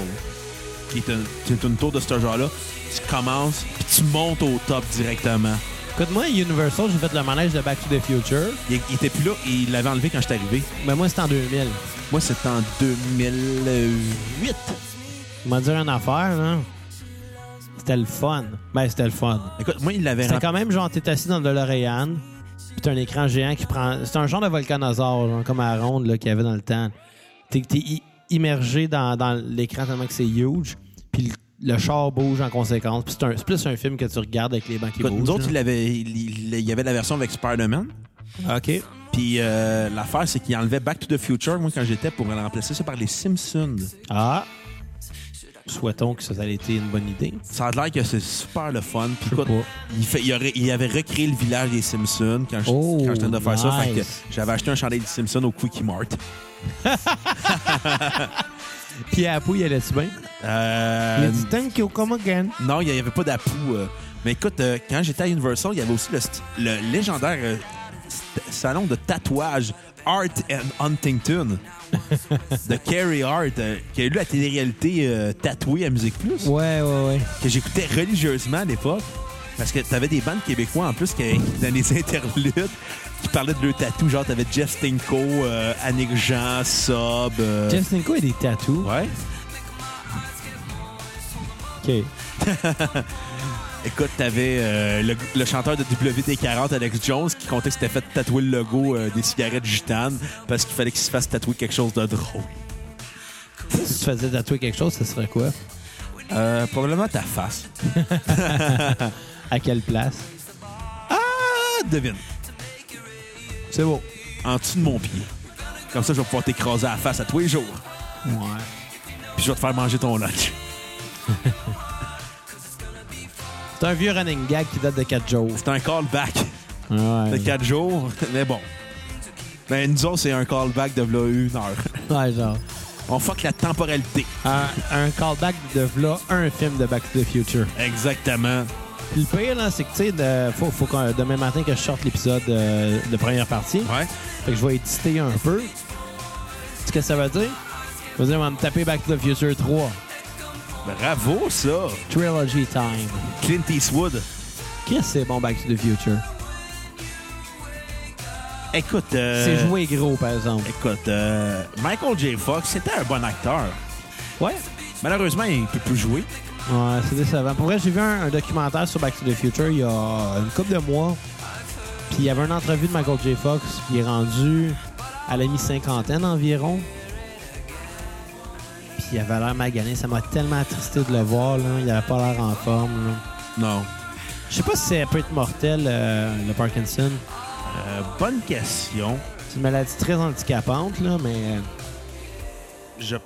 qui est un- c'est une, tour de ce genre-là, tu commences puis tu montes au top directement.
Écoute, moi, Universal, j'ai fait le manège de Back to the Future.
Il, il était plus là, il l'avait enlevé quand j'étais arrivé.
Mais moi, c'était en 2000.
Moi, c'était en 2008.
Il m'a dit une affaire, là. C'était le fun. Ben, c'était le fun.
Écoute, moi, il l'avait
C'était
rempli.
quand même genre, t'es assis dans le DeLorean, pis t'as un écran géant qui prend. C'est un genre de volcanosaure, genre, comme à la ronde là, qu'il y avait dans le temps. T'es t'es i- immergé dans, dans l'écran tellement que c'est huge, puis le, le char bouge en conséquence. Puis c'est un- c'est plus un film que tu regardes avec les bancs qui
Écoute,
bougent.
nous autres,
là.
il, avait, il, il- il y avait la version avec Spider-Man.
OK.
Puis euh, l'affaire, c'est qu'il enlevait Back to the Future, moi, quand j'étais, pour remplacer ça par les Simpsons.
Ah! Souhaitons que ça allait été une bonne idée.
Ça a l'air que c'est super le fun. Puis
Je sais
écoute, il, fait- il aurait- il avait recréé le village des Simpsons quand je
Oh,
quand j'étais en train de faire ça. Fait que
nice.
j'avais acheté un chandail des Simpsons au Quickie Mart.
Puis à Pou, il allait-tu bien?
Euh,
thank you, come again.
non, il n'y avait pas d'apou. euh. Mais écoute, euh, quand j'étais à Universal, il y avait aussi le, st- le légendaire euh, st- salon de tatouage Art and Huntington de Carrie Hart, euh, qui a eu la télé-réalité euh, tatouée à Musique Plus.
Ouais, ouais, ouais.
que j'écoutais religieusement à l'époque. Parce que t'avais des bandes québécois en plus qui, dans les interludes qui parlaient de leurs tatous. Genre, t'avais Jeff Stinko, euh, Annick Jean, Sob. euh,
Jeff Stinko a des tatous.
Ouais.
OK.
Écoute, t'avais euh, le, le chanteur de WD40, Alex Jones, qui comptait que s'était fait tatouer le logo euh, des cigarettes gitanes parce qu'il fallait qu'il se fasse tatouer quelque chose de drôle.
Si tu faisais tatouer quelque chose, ce serait quoi?
Euh, probablement ta face.
À quelle place?
Ah, devine.
C'est beau.
En dessous de mon pied. Comme ça, je vais pouvoir t'écraser à la face à tous les jours.
Ouais.
Puis je vais te faire manger ton lunch.
C'est un vieux running gag qui date de 4 jours.
C'est un callback.
Ouais.
de 4 jours, mais bon. Ben, nous autres, c'est un callback de v'là une heure.
Ouais, genre.
On fuck la temporalité.
Un, un callback de v'là un film de Back to the Future.
Exactement.
Puis le pire, là, c'est que, tu sais, de- faut, faut qu'on- demain matin que je sorte l'épisode euh, de première partie.
Ouais.
Fait que je vais éditer un peu. Tu sais ce que ça veut dire? Ça veut dire, on va me taper Back to the Future 3.
Bravo, ça.
Trilogy time.
Clint Eastwood.
Qu'est-ce que c'est bon Back to the Future?
Écoute. euh,
C'est joué gros, par exemple.
Écoute, euh, Michael J. Fox, c'était un bon acteur.
Ouais.
Malheureusement, il peut plus jouer.
Ouais, c'est décevant. Pour vrai, j'ai vu un, un documentaire sur Back to the Future il y a une couple de mois. Puis il y avait une entrevue de Michael J. Fox. puis Il est rendu à la mi-cinquantaine environ. Puis il avait l'air magané. Ça m'a tellement attristé de le voir. Là. Il avait pas l'air en forme. là.
Non.
Je sais pas si ça peut être mortel, euh, le Parkinson.
Euh, bonne question.
C'est une maladie très handicapante, là, mais...
Je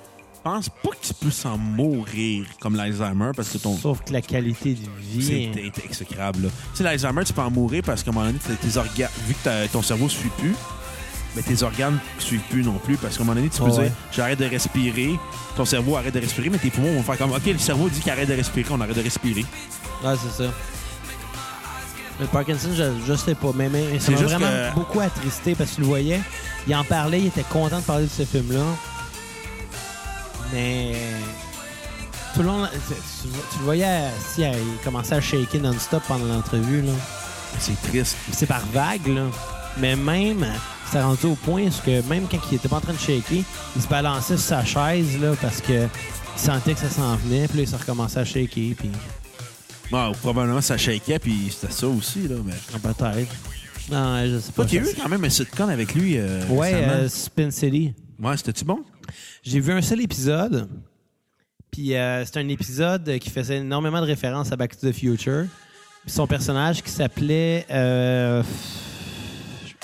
pense pas que tu puisses en mourir comme l'Alzheimer parce que ton.
Sauf que la qualité de vie.
C'est c'est exécrable. là. Tu sais, l'Alzheimer, tu peux en mourir parce qu'à un moment donné, tes- tes organes, vu que ta- ton cerveau ne suit plus, mais tes organes ne suivent plus non plus parce qu'à un moment donné, tu peux
Ah
dire
ouais.
j'arrête de respirer, ton cerveau arrête de respirer, mais tes poumons vont faire comme OK, le cerveau dit qu'il arrête de respirer, on arrête de respirer.
Ouais, c'est ça. Le Parkinson, je, je sais pas, mais, mais ça
C'est
m'a
juste
vraiment
que-
beaucoup attristé parce que tu le voyais. Il en parlait, il était content de parler de ce film-là. Mais. Tout le long, tu, tu- tu le voyais, si, euh, il commençait à shaker non-stop pendant l'entrevue. là.
C'est triste.
Puis c'est par vague, là. Mais même, c'est rendu au point où ce que même quand il était pas en train de shaker, il se balançait sur sa chaise, là, parce que il sentait que ça s'en venait, puis là, il se recommençait à shaker, puis
Bon, probablement ça shakeait, puis c'était ça aussi, là. Mais...
Ah, peut-être. Non, je sais pas.
Toi, il y a eu
Ça,
quand même un sitcom avec lui. euh,
c'est- Ouais,
récemment.
euh, Spin City.
Ouais, c'était-tu bon?
J'ai vu un seul épisode, puis euh, c'est un épisode qui faisait énormément de références à Back to the Future. Puis son personnage qui s'appelait... euh,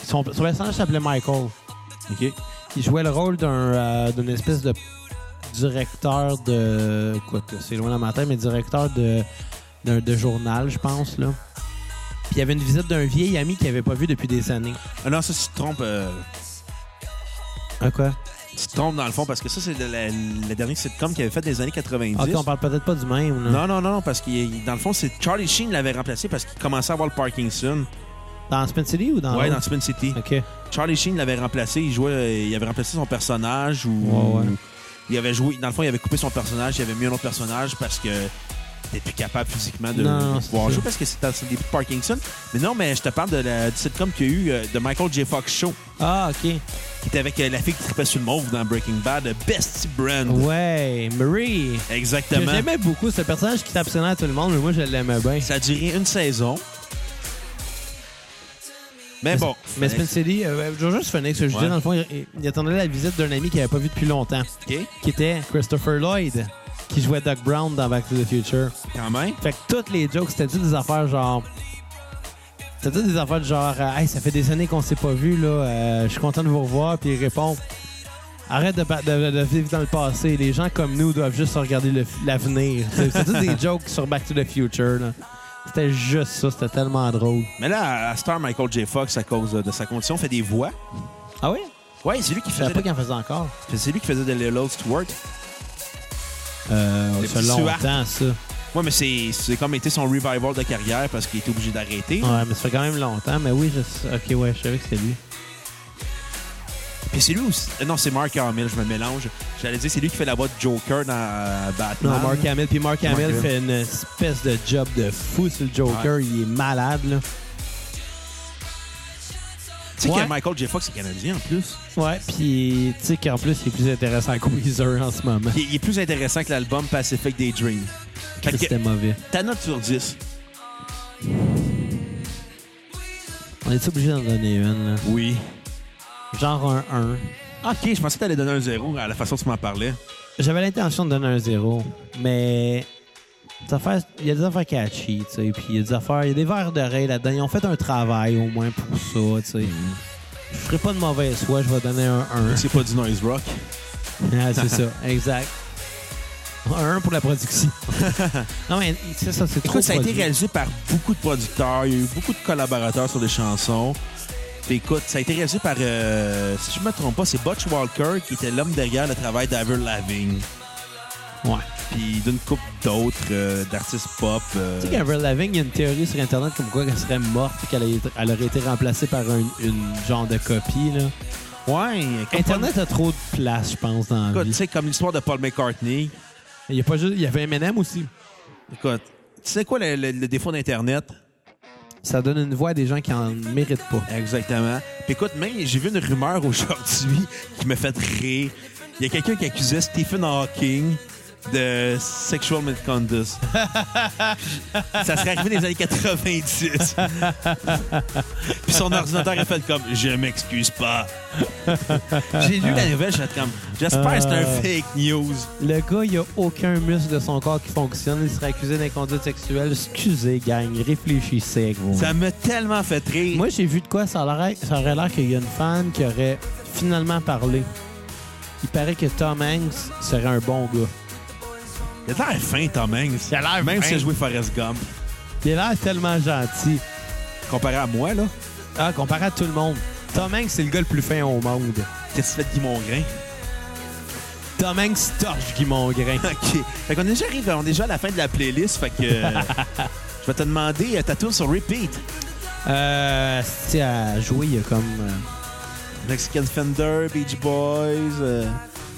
son, son personnage s'appelait Michael.
OK.
Il jouait le rôle d'un euh, d'une espèce de directeur de. Écoute, c'est loin dans ma tête, mais directeur de, d'un- de journal, je pense. là. Puis il y avait une visite d'un vieil ami qu'il n'avait pas vu depuis des années.
Ah non, ça, tu te trompes. euh,
Ah quoi?
tu te trompes dans le fond parce que ça, c'est de la, la dernière sitcom qu'il avait faite des années 90.
Ok, on parle peut-être pas du même. Là.
Non, non, non, non, parce que dans le fond, c'est Charlie Sheen l'avait remplacé parce qu'il commençait à avoir le Parkinson.
Dans Spin City ou dans.
ouais, dans
l'autre?
Spin City.
Ok.
Charlie Sheen l'avait remplacé, il jouait, euh, il avait remplacé son personnage ou
Ouais, ouais.
il avait joué. Dans le fond, il avait coupé son personnage, il avait mis un autre personnage parce que t'es plus capable physiquement de,
Non,
de
c'est
pouvoir
ça.
jouer parce que c'est dans- c'est des Parkinson. Mais non, mais je te parle de la du sitcom qu'il y a eu euh, de Michael J. Fox Show,
Ah, ok.
qui était avec euh, la fille qui tripait sur le mauve dans Breaking Bad, euh, Bestie Brand.
Ouais, Marie. Que
Exactement.
J'aimais beaucoup ce personnage qui s'abstenait à tout le monde, mais moi je l'aimais bien.
Ça a duré une saison. Mais bon.
Mais Spin City, euh, je vais juste finir ce que je
Ouais.
disais. Dans le fond, il, il attendait la visite d'un ami qu'il n'avait pas vu depuis longtemps.
OK,
qui était Christopher Lloyd, qui jouait Doc Brown dans Back to the Future.
quand même.
Fait que toutes les jokes, c'était toutes des affaires genre. C'était toutes des affaires de genre, euh, hey, ça fait des années qu'on s'est pas vu, là, euh, je suis content de vous revoir, puis il répond. Arrête de, pa- de- de vivre dans le passé. Les gens comme nous doivent juste regarder le f- l'avenir. C'est c'est tous des jokes sur Back to the Future. là. C'était juste ça. C'était tellement drôle.
Mais là, à Star Michael J. Fox, à cause de sa condition, fait des voix.
Ah oui?
Ouais, c'est lui qui
Je savais
faisait.
pas qu'il en faisait encore.
C'est lui qui faisait de Lilo Stewart.
Euh,
Les
ça fait
petits
longtemps, ça.
Ouais, mais c'est c'est comme été son revival de carrière parce qu'il était obligé d'arrêter.
Ouais, mais ça fait quand même longtemps. Mais oui, je... OK, ouais, je savais que c'était lui.
Puis c'est lui aussi. euh, Non, c'est Mark Hamill, je me mélange. J'allais dire, c'est lui qui fait la voix de Joker dans euh, Batman.
Non, Mark Hamill. Puis Mark
Mark
Hamill
Hamill.
fait une espèce de job de fou sur le Joker. Il est malade, là.
Tu sais
Ouais.
que Michael J. Fox est canadien en plus.
Ouais, puis tu sais qu'en plus, il est plus intéressant que Weezer en ce moment.
Il, il est plus intéressant que l'album Pacific Daydream. Fait que
C'était mauvais.
ta note sur 10.
On est obligé d'en donner une, là?
Oui.
Genre un 1.
Ok, je pensais que t'allais donner un zéro à la façon dont tu m'en parlais.
J'avais l'intention de donner un 0, mais. des affaires- Il y a des affaires catchy, tu sais. Puis il y a des affaires. Il y a des verres d'oreille là-dedans. Ils ont fait un travail au moins pour ça, tu sais. Je ferai pas de mauvaise foi, je vais donner un 1.
C'est pas du noise rock.
Ah, c'est ça, exact. Un pour la production. non, mais c'est ça, c'est trop
Écoute, ça a été
produit.
réalisé par beaucoup de producteurs, il y a eu beaucoup de collaborateurs sur les chansons. Puis écoute, ça a été réalisé par, euh, si je me trompe pas, c'est Butch Walker qui était l'homme derrière le travail d'Avril Lavigne,
Ouais.
puis d'une couple d'autres euh, d'artistes pop. euh.
Tu sais qu'Avril Lavigne, il y a une théorie sur Internet comme quoi qu'elle serait morte et qu'elle a été- elle aurait été remplacée par un- une genre de copie. Là.
ouais, comme
Internet a trop de place, je pense, dans
Paul-
la
écoute, tu
vie.
sais comme l'histoire de Paul McCartney.
Il y, a pas juste, il y avait M&M aussi.
Écoute, tu sais quoi le, le- le défaut d'Internet
Ça donne une voix à des gens qui en méritent pas.
Exactement. Puis écoute, même j'ai vu une rumeur aujourd'hui qui me fait rire. Il y a quelqu'un qui accusait Stephen Hawking de sexual misconduct. ça serait arrivé dans les années 90. Puis son ordinateur a fait comme je m'excuse pas. j'ai lu la nouvelle, j'ai fait comme j'espère que c'est un
Euh.
fake news.
Le gars, il n'y a aucun muscle de son corps qui fonctionne. Il serait accusé d'inconduite sexuelle. Excusez, gang, réfléchissez avec vous.
Ça m'a tellement fait rire.
Moi, j'ai vu de quoi ça, aurait- ça aurait l'air qu'il y a une fan qui aurait finalement parlé. Il paraît que Tom Hanks serait un bon gars.
Il a l'air fin, Tom Hanks.
Il a l'air
Même
fin.
s'il a joué Forrest Gump.
Il a l'air tellement gentil.
Comparé à moi, là,
Ah, comparé à tout le monde. Tom Hanks, c'est le gars le plus fin au monde.
qu'est-ce que tu fais de Guy Mongrain?
Tom Hanks torche Guy Mongrain.
OK. Fait qu'on est déjà arrivé, on est déjà à la fin de la playlist, fait que... euh, Je vais te demander euh, ta tune sur repeat.
Euh, c'est à jouer, il y a comme... euh,
Mexican Fender, Beach Boys, euh,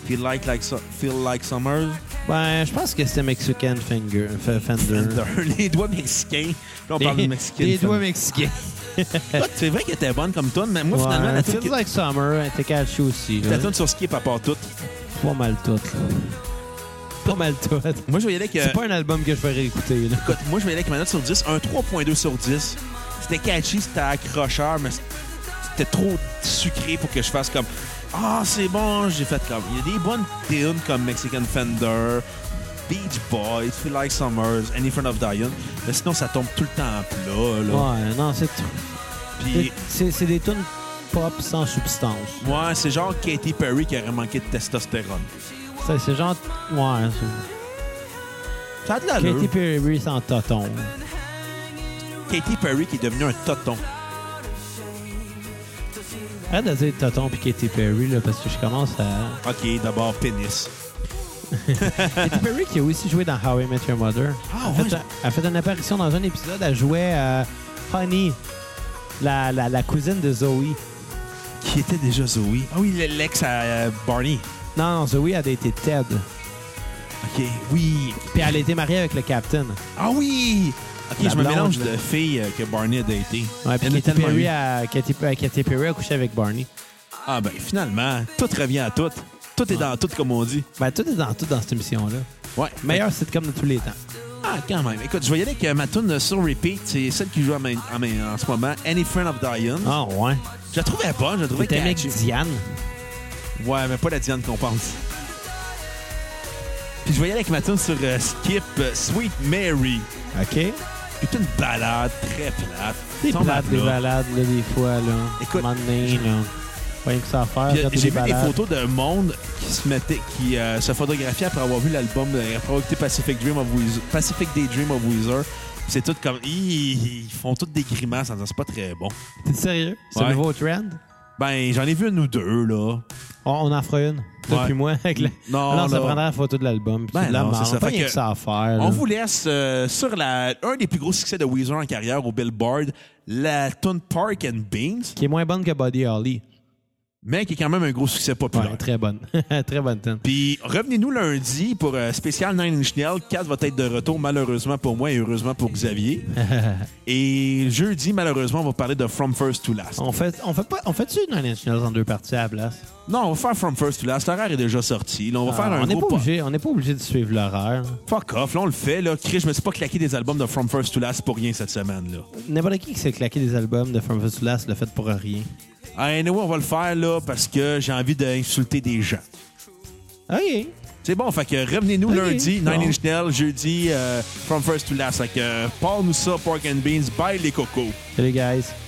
Feel Like Like Su- Feel Like Summer,
Ben, je pense que c'était Mexican Finger, F- Fender.
Fender, les doigts mexicains. Là, on
Euh. Les-
parle de Mexican.
les
Fender.
doigts mexicains.
Toi, C'est vrai qu'elle était bonne comme tune, mais moi, finalement, la
Ouais,
tune
Feels
qui-
Like Summer, elle était catchy aussi.
la
Là.
tune sur Skip à part toute.
Pas mal toute. Pas mal toute.
Moi, je vais y aller avec... euh,
C'est pas un album que je vais réécouter. Là.
Écoute, moi, je vais y aller avec ma note sur 10, un 3.2 sur 10. C'était catchy, c'était accrocheur, mais c'était trop sucré pour que je fasse comme Ah, c'est bon, j'ai fait comme. Il y a des bonnes tunes comme Mexican Fender, Beach Boys, Feel Like Summers, Any Friend of Diane, mais sinon, ça tombe tout le temps plat, là.
Ouais, non, c'est tout.
Puis,
C'est c'est des tunes pop sans substance.
moi, c'est genre Katy Perry qui aurait manqué de testostérone.
C'est- C'est genre. Ouais, c'est-
Ça a de l'allure.
Katy
Katy...
Perry sans toton.
Perry qui est devenue un toton.
Arrête de dire toton puis Katy Perry, là, parce que je commence à.
Ok, d'abord, pénis.
Katy Perry qui a aussi joué dans How I Met Your Mother.
Ah,
Elle
ouais,
fait- Elle a fait une apparition dans un épisode, elle jouait euh, Honey, la, la, la cousine de Zoe.
Qui était déjà Zoé. Ah oui, l'ex à euh, Barney.
Non, non, Zoe elle a été Ted.
OK, oui.
Puis elle a été mariée avec le Captain.
Ah oui! OK,
La
je me
blonde,
mélange
là.
de filles euh, que Barney a datées.
Ouais, puis
Elle est
Katy
tellement
Perry,
eu.
a, Katy, euh, Katy Perry a couché avec Barney.
Ah ben, finalement, tout revient à tout. Tout est
Ah.
dans tout, comme on dit.
Ben, tout est dans tout dans cette émission-là.
Ouais.
Meilleur sitcom de tous les temps.
Ah, quand même. Écoute, je vais y aller avec euh, ma tune sur repeat. C'est celle qui joue en, main- en main- en ce moment, Any Friend of Diane.
Ah, ouais.
Je la trouvais bonne, je la trouvais
T'es avec
catchy.
Diane.
Ouais, mais pas la Diane qu'on pense. Puis je vais y aller avec ma tune sur euh, Skip, euh, Sweet Mary.
OK.
C'est une balade très plate.
C'est
Tombe à
plate, des
plat.
balades, là, des fois, là.
Écoute,
Un moment donné, là. Pas rien que Ah, ça à faire.
Puis, euh,
regarde
J'ai
des
vu des
balades.
photos de monde qui se mettait, qui euh, se photographiait après avoir vu l'album, euh, après avoir écouté Pacific Dream of Weezer, Pacific Daydream of Weezer. Puis C'est tout comme ils, ils font toutes des grimaces en disant c'est pas très bon.
T'es sérieux? C'est
Ouais.
le nouveau trend?
Ben j'en ai vu une ou deux là.
On, on en fera une. Toi
Ouais.
puis moi. Avec la...
Non,
Alors, ça
là.
prendra la photo de l'album. puis
Ben
c'est de la
non, c'est
merde.
ça.
Pas
Fait
rien
que
que ça à faire.
On
là.
vous laisse euh, sur la un des plus gros succès de Weezer en carrière au Billboard, la tune Park and Beans,
Qui est moins bonne que Buddy Holly.
mais qui est quand même un gros succès populaire.
Ouais, très bonne. très bonne tonne.
Puis revenez-nous lundi pour euh, spécial Nine Inch Nails. 4 va être de retour, malheureusement pour moi et heureusement pour Xavier. et jeudi, malheureusement, on va parler de From First to Last.
On fait, on fait pas, on fait-tu Nine Inch Nails en deux parties à la place?
Non, on va faire From First to Last. L'horaire est déjà sorti. Là, on va faire
Ah,
un
on n'est
gros
pas
po-
obligé, on n'est pas obligé de suivre l'horaire.
Fuck off, là, on le fait. Là. Chris, je me suis pas claqué des albums de From First to Last pour rien cette semaine. là.
N'importe qui qui s'est claqué des albums de From First to Last l'a fait pour rien.
Ah, Anyway, on va le faire là parce que j'ai envie d'insulter des gens.
OK.
C'est bon, fait que revenez-nous
Ok.
lundi, Nine
Bon.
Inch Nails, euh, jeudi, euh, From First to Last. Fait que, parle-nous ça, Pork and Beans, bye les cocos.
Salut, guys.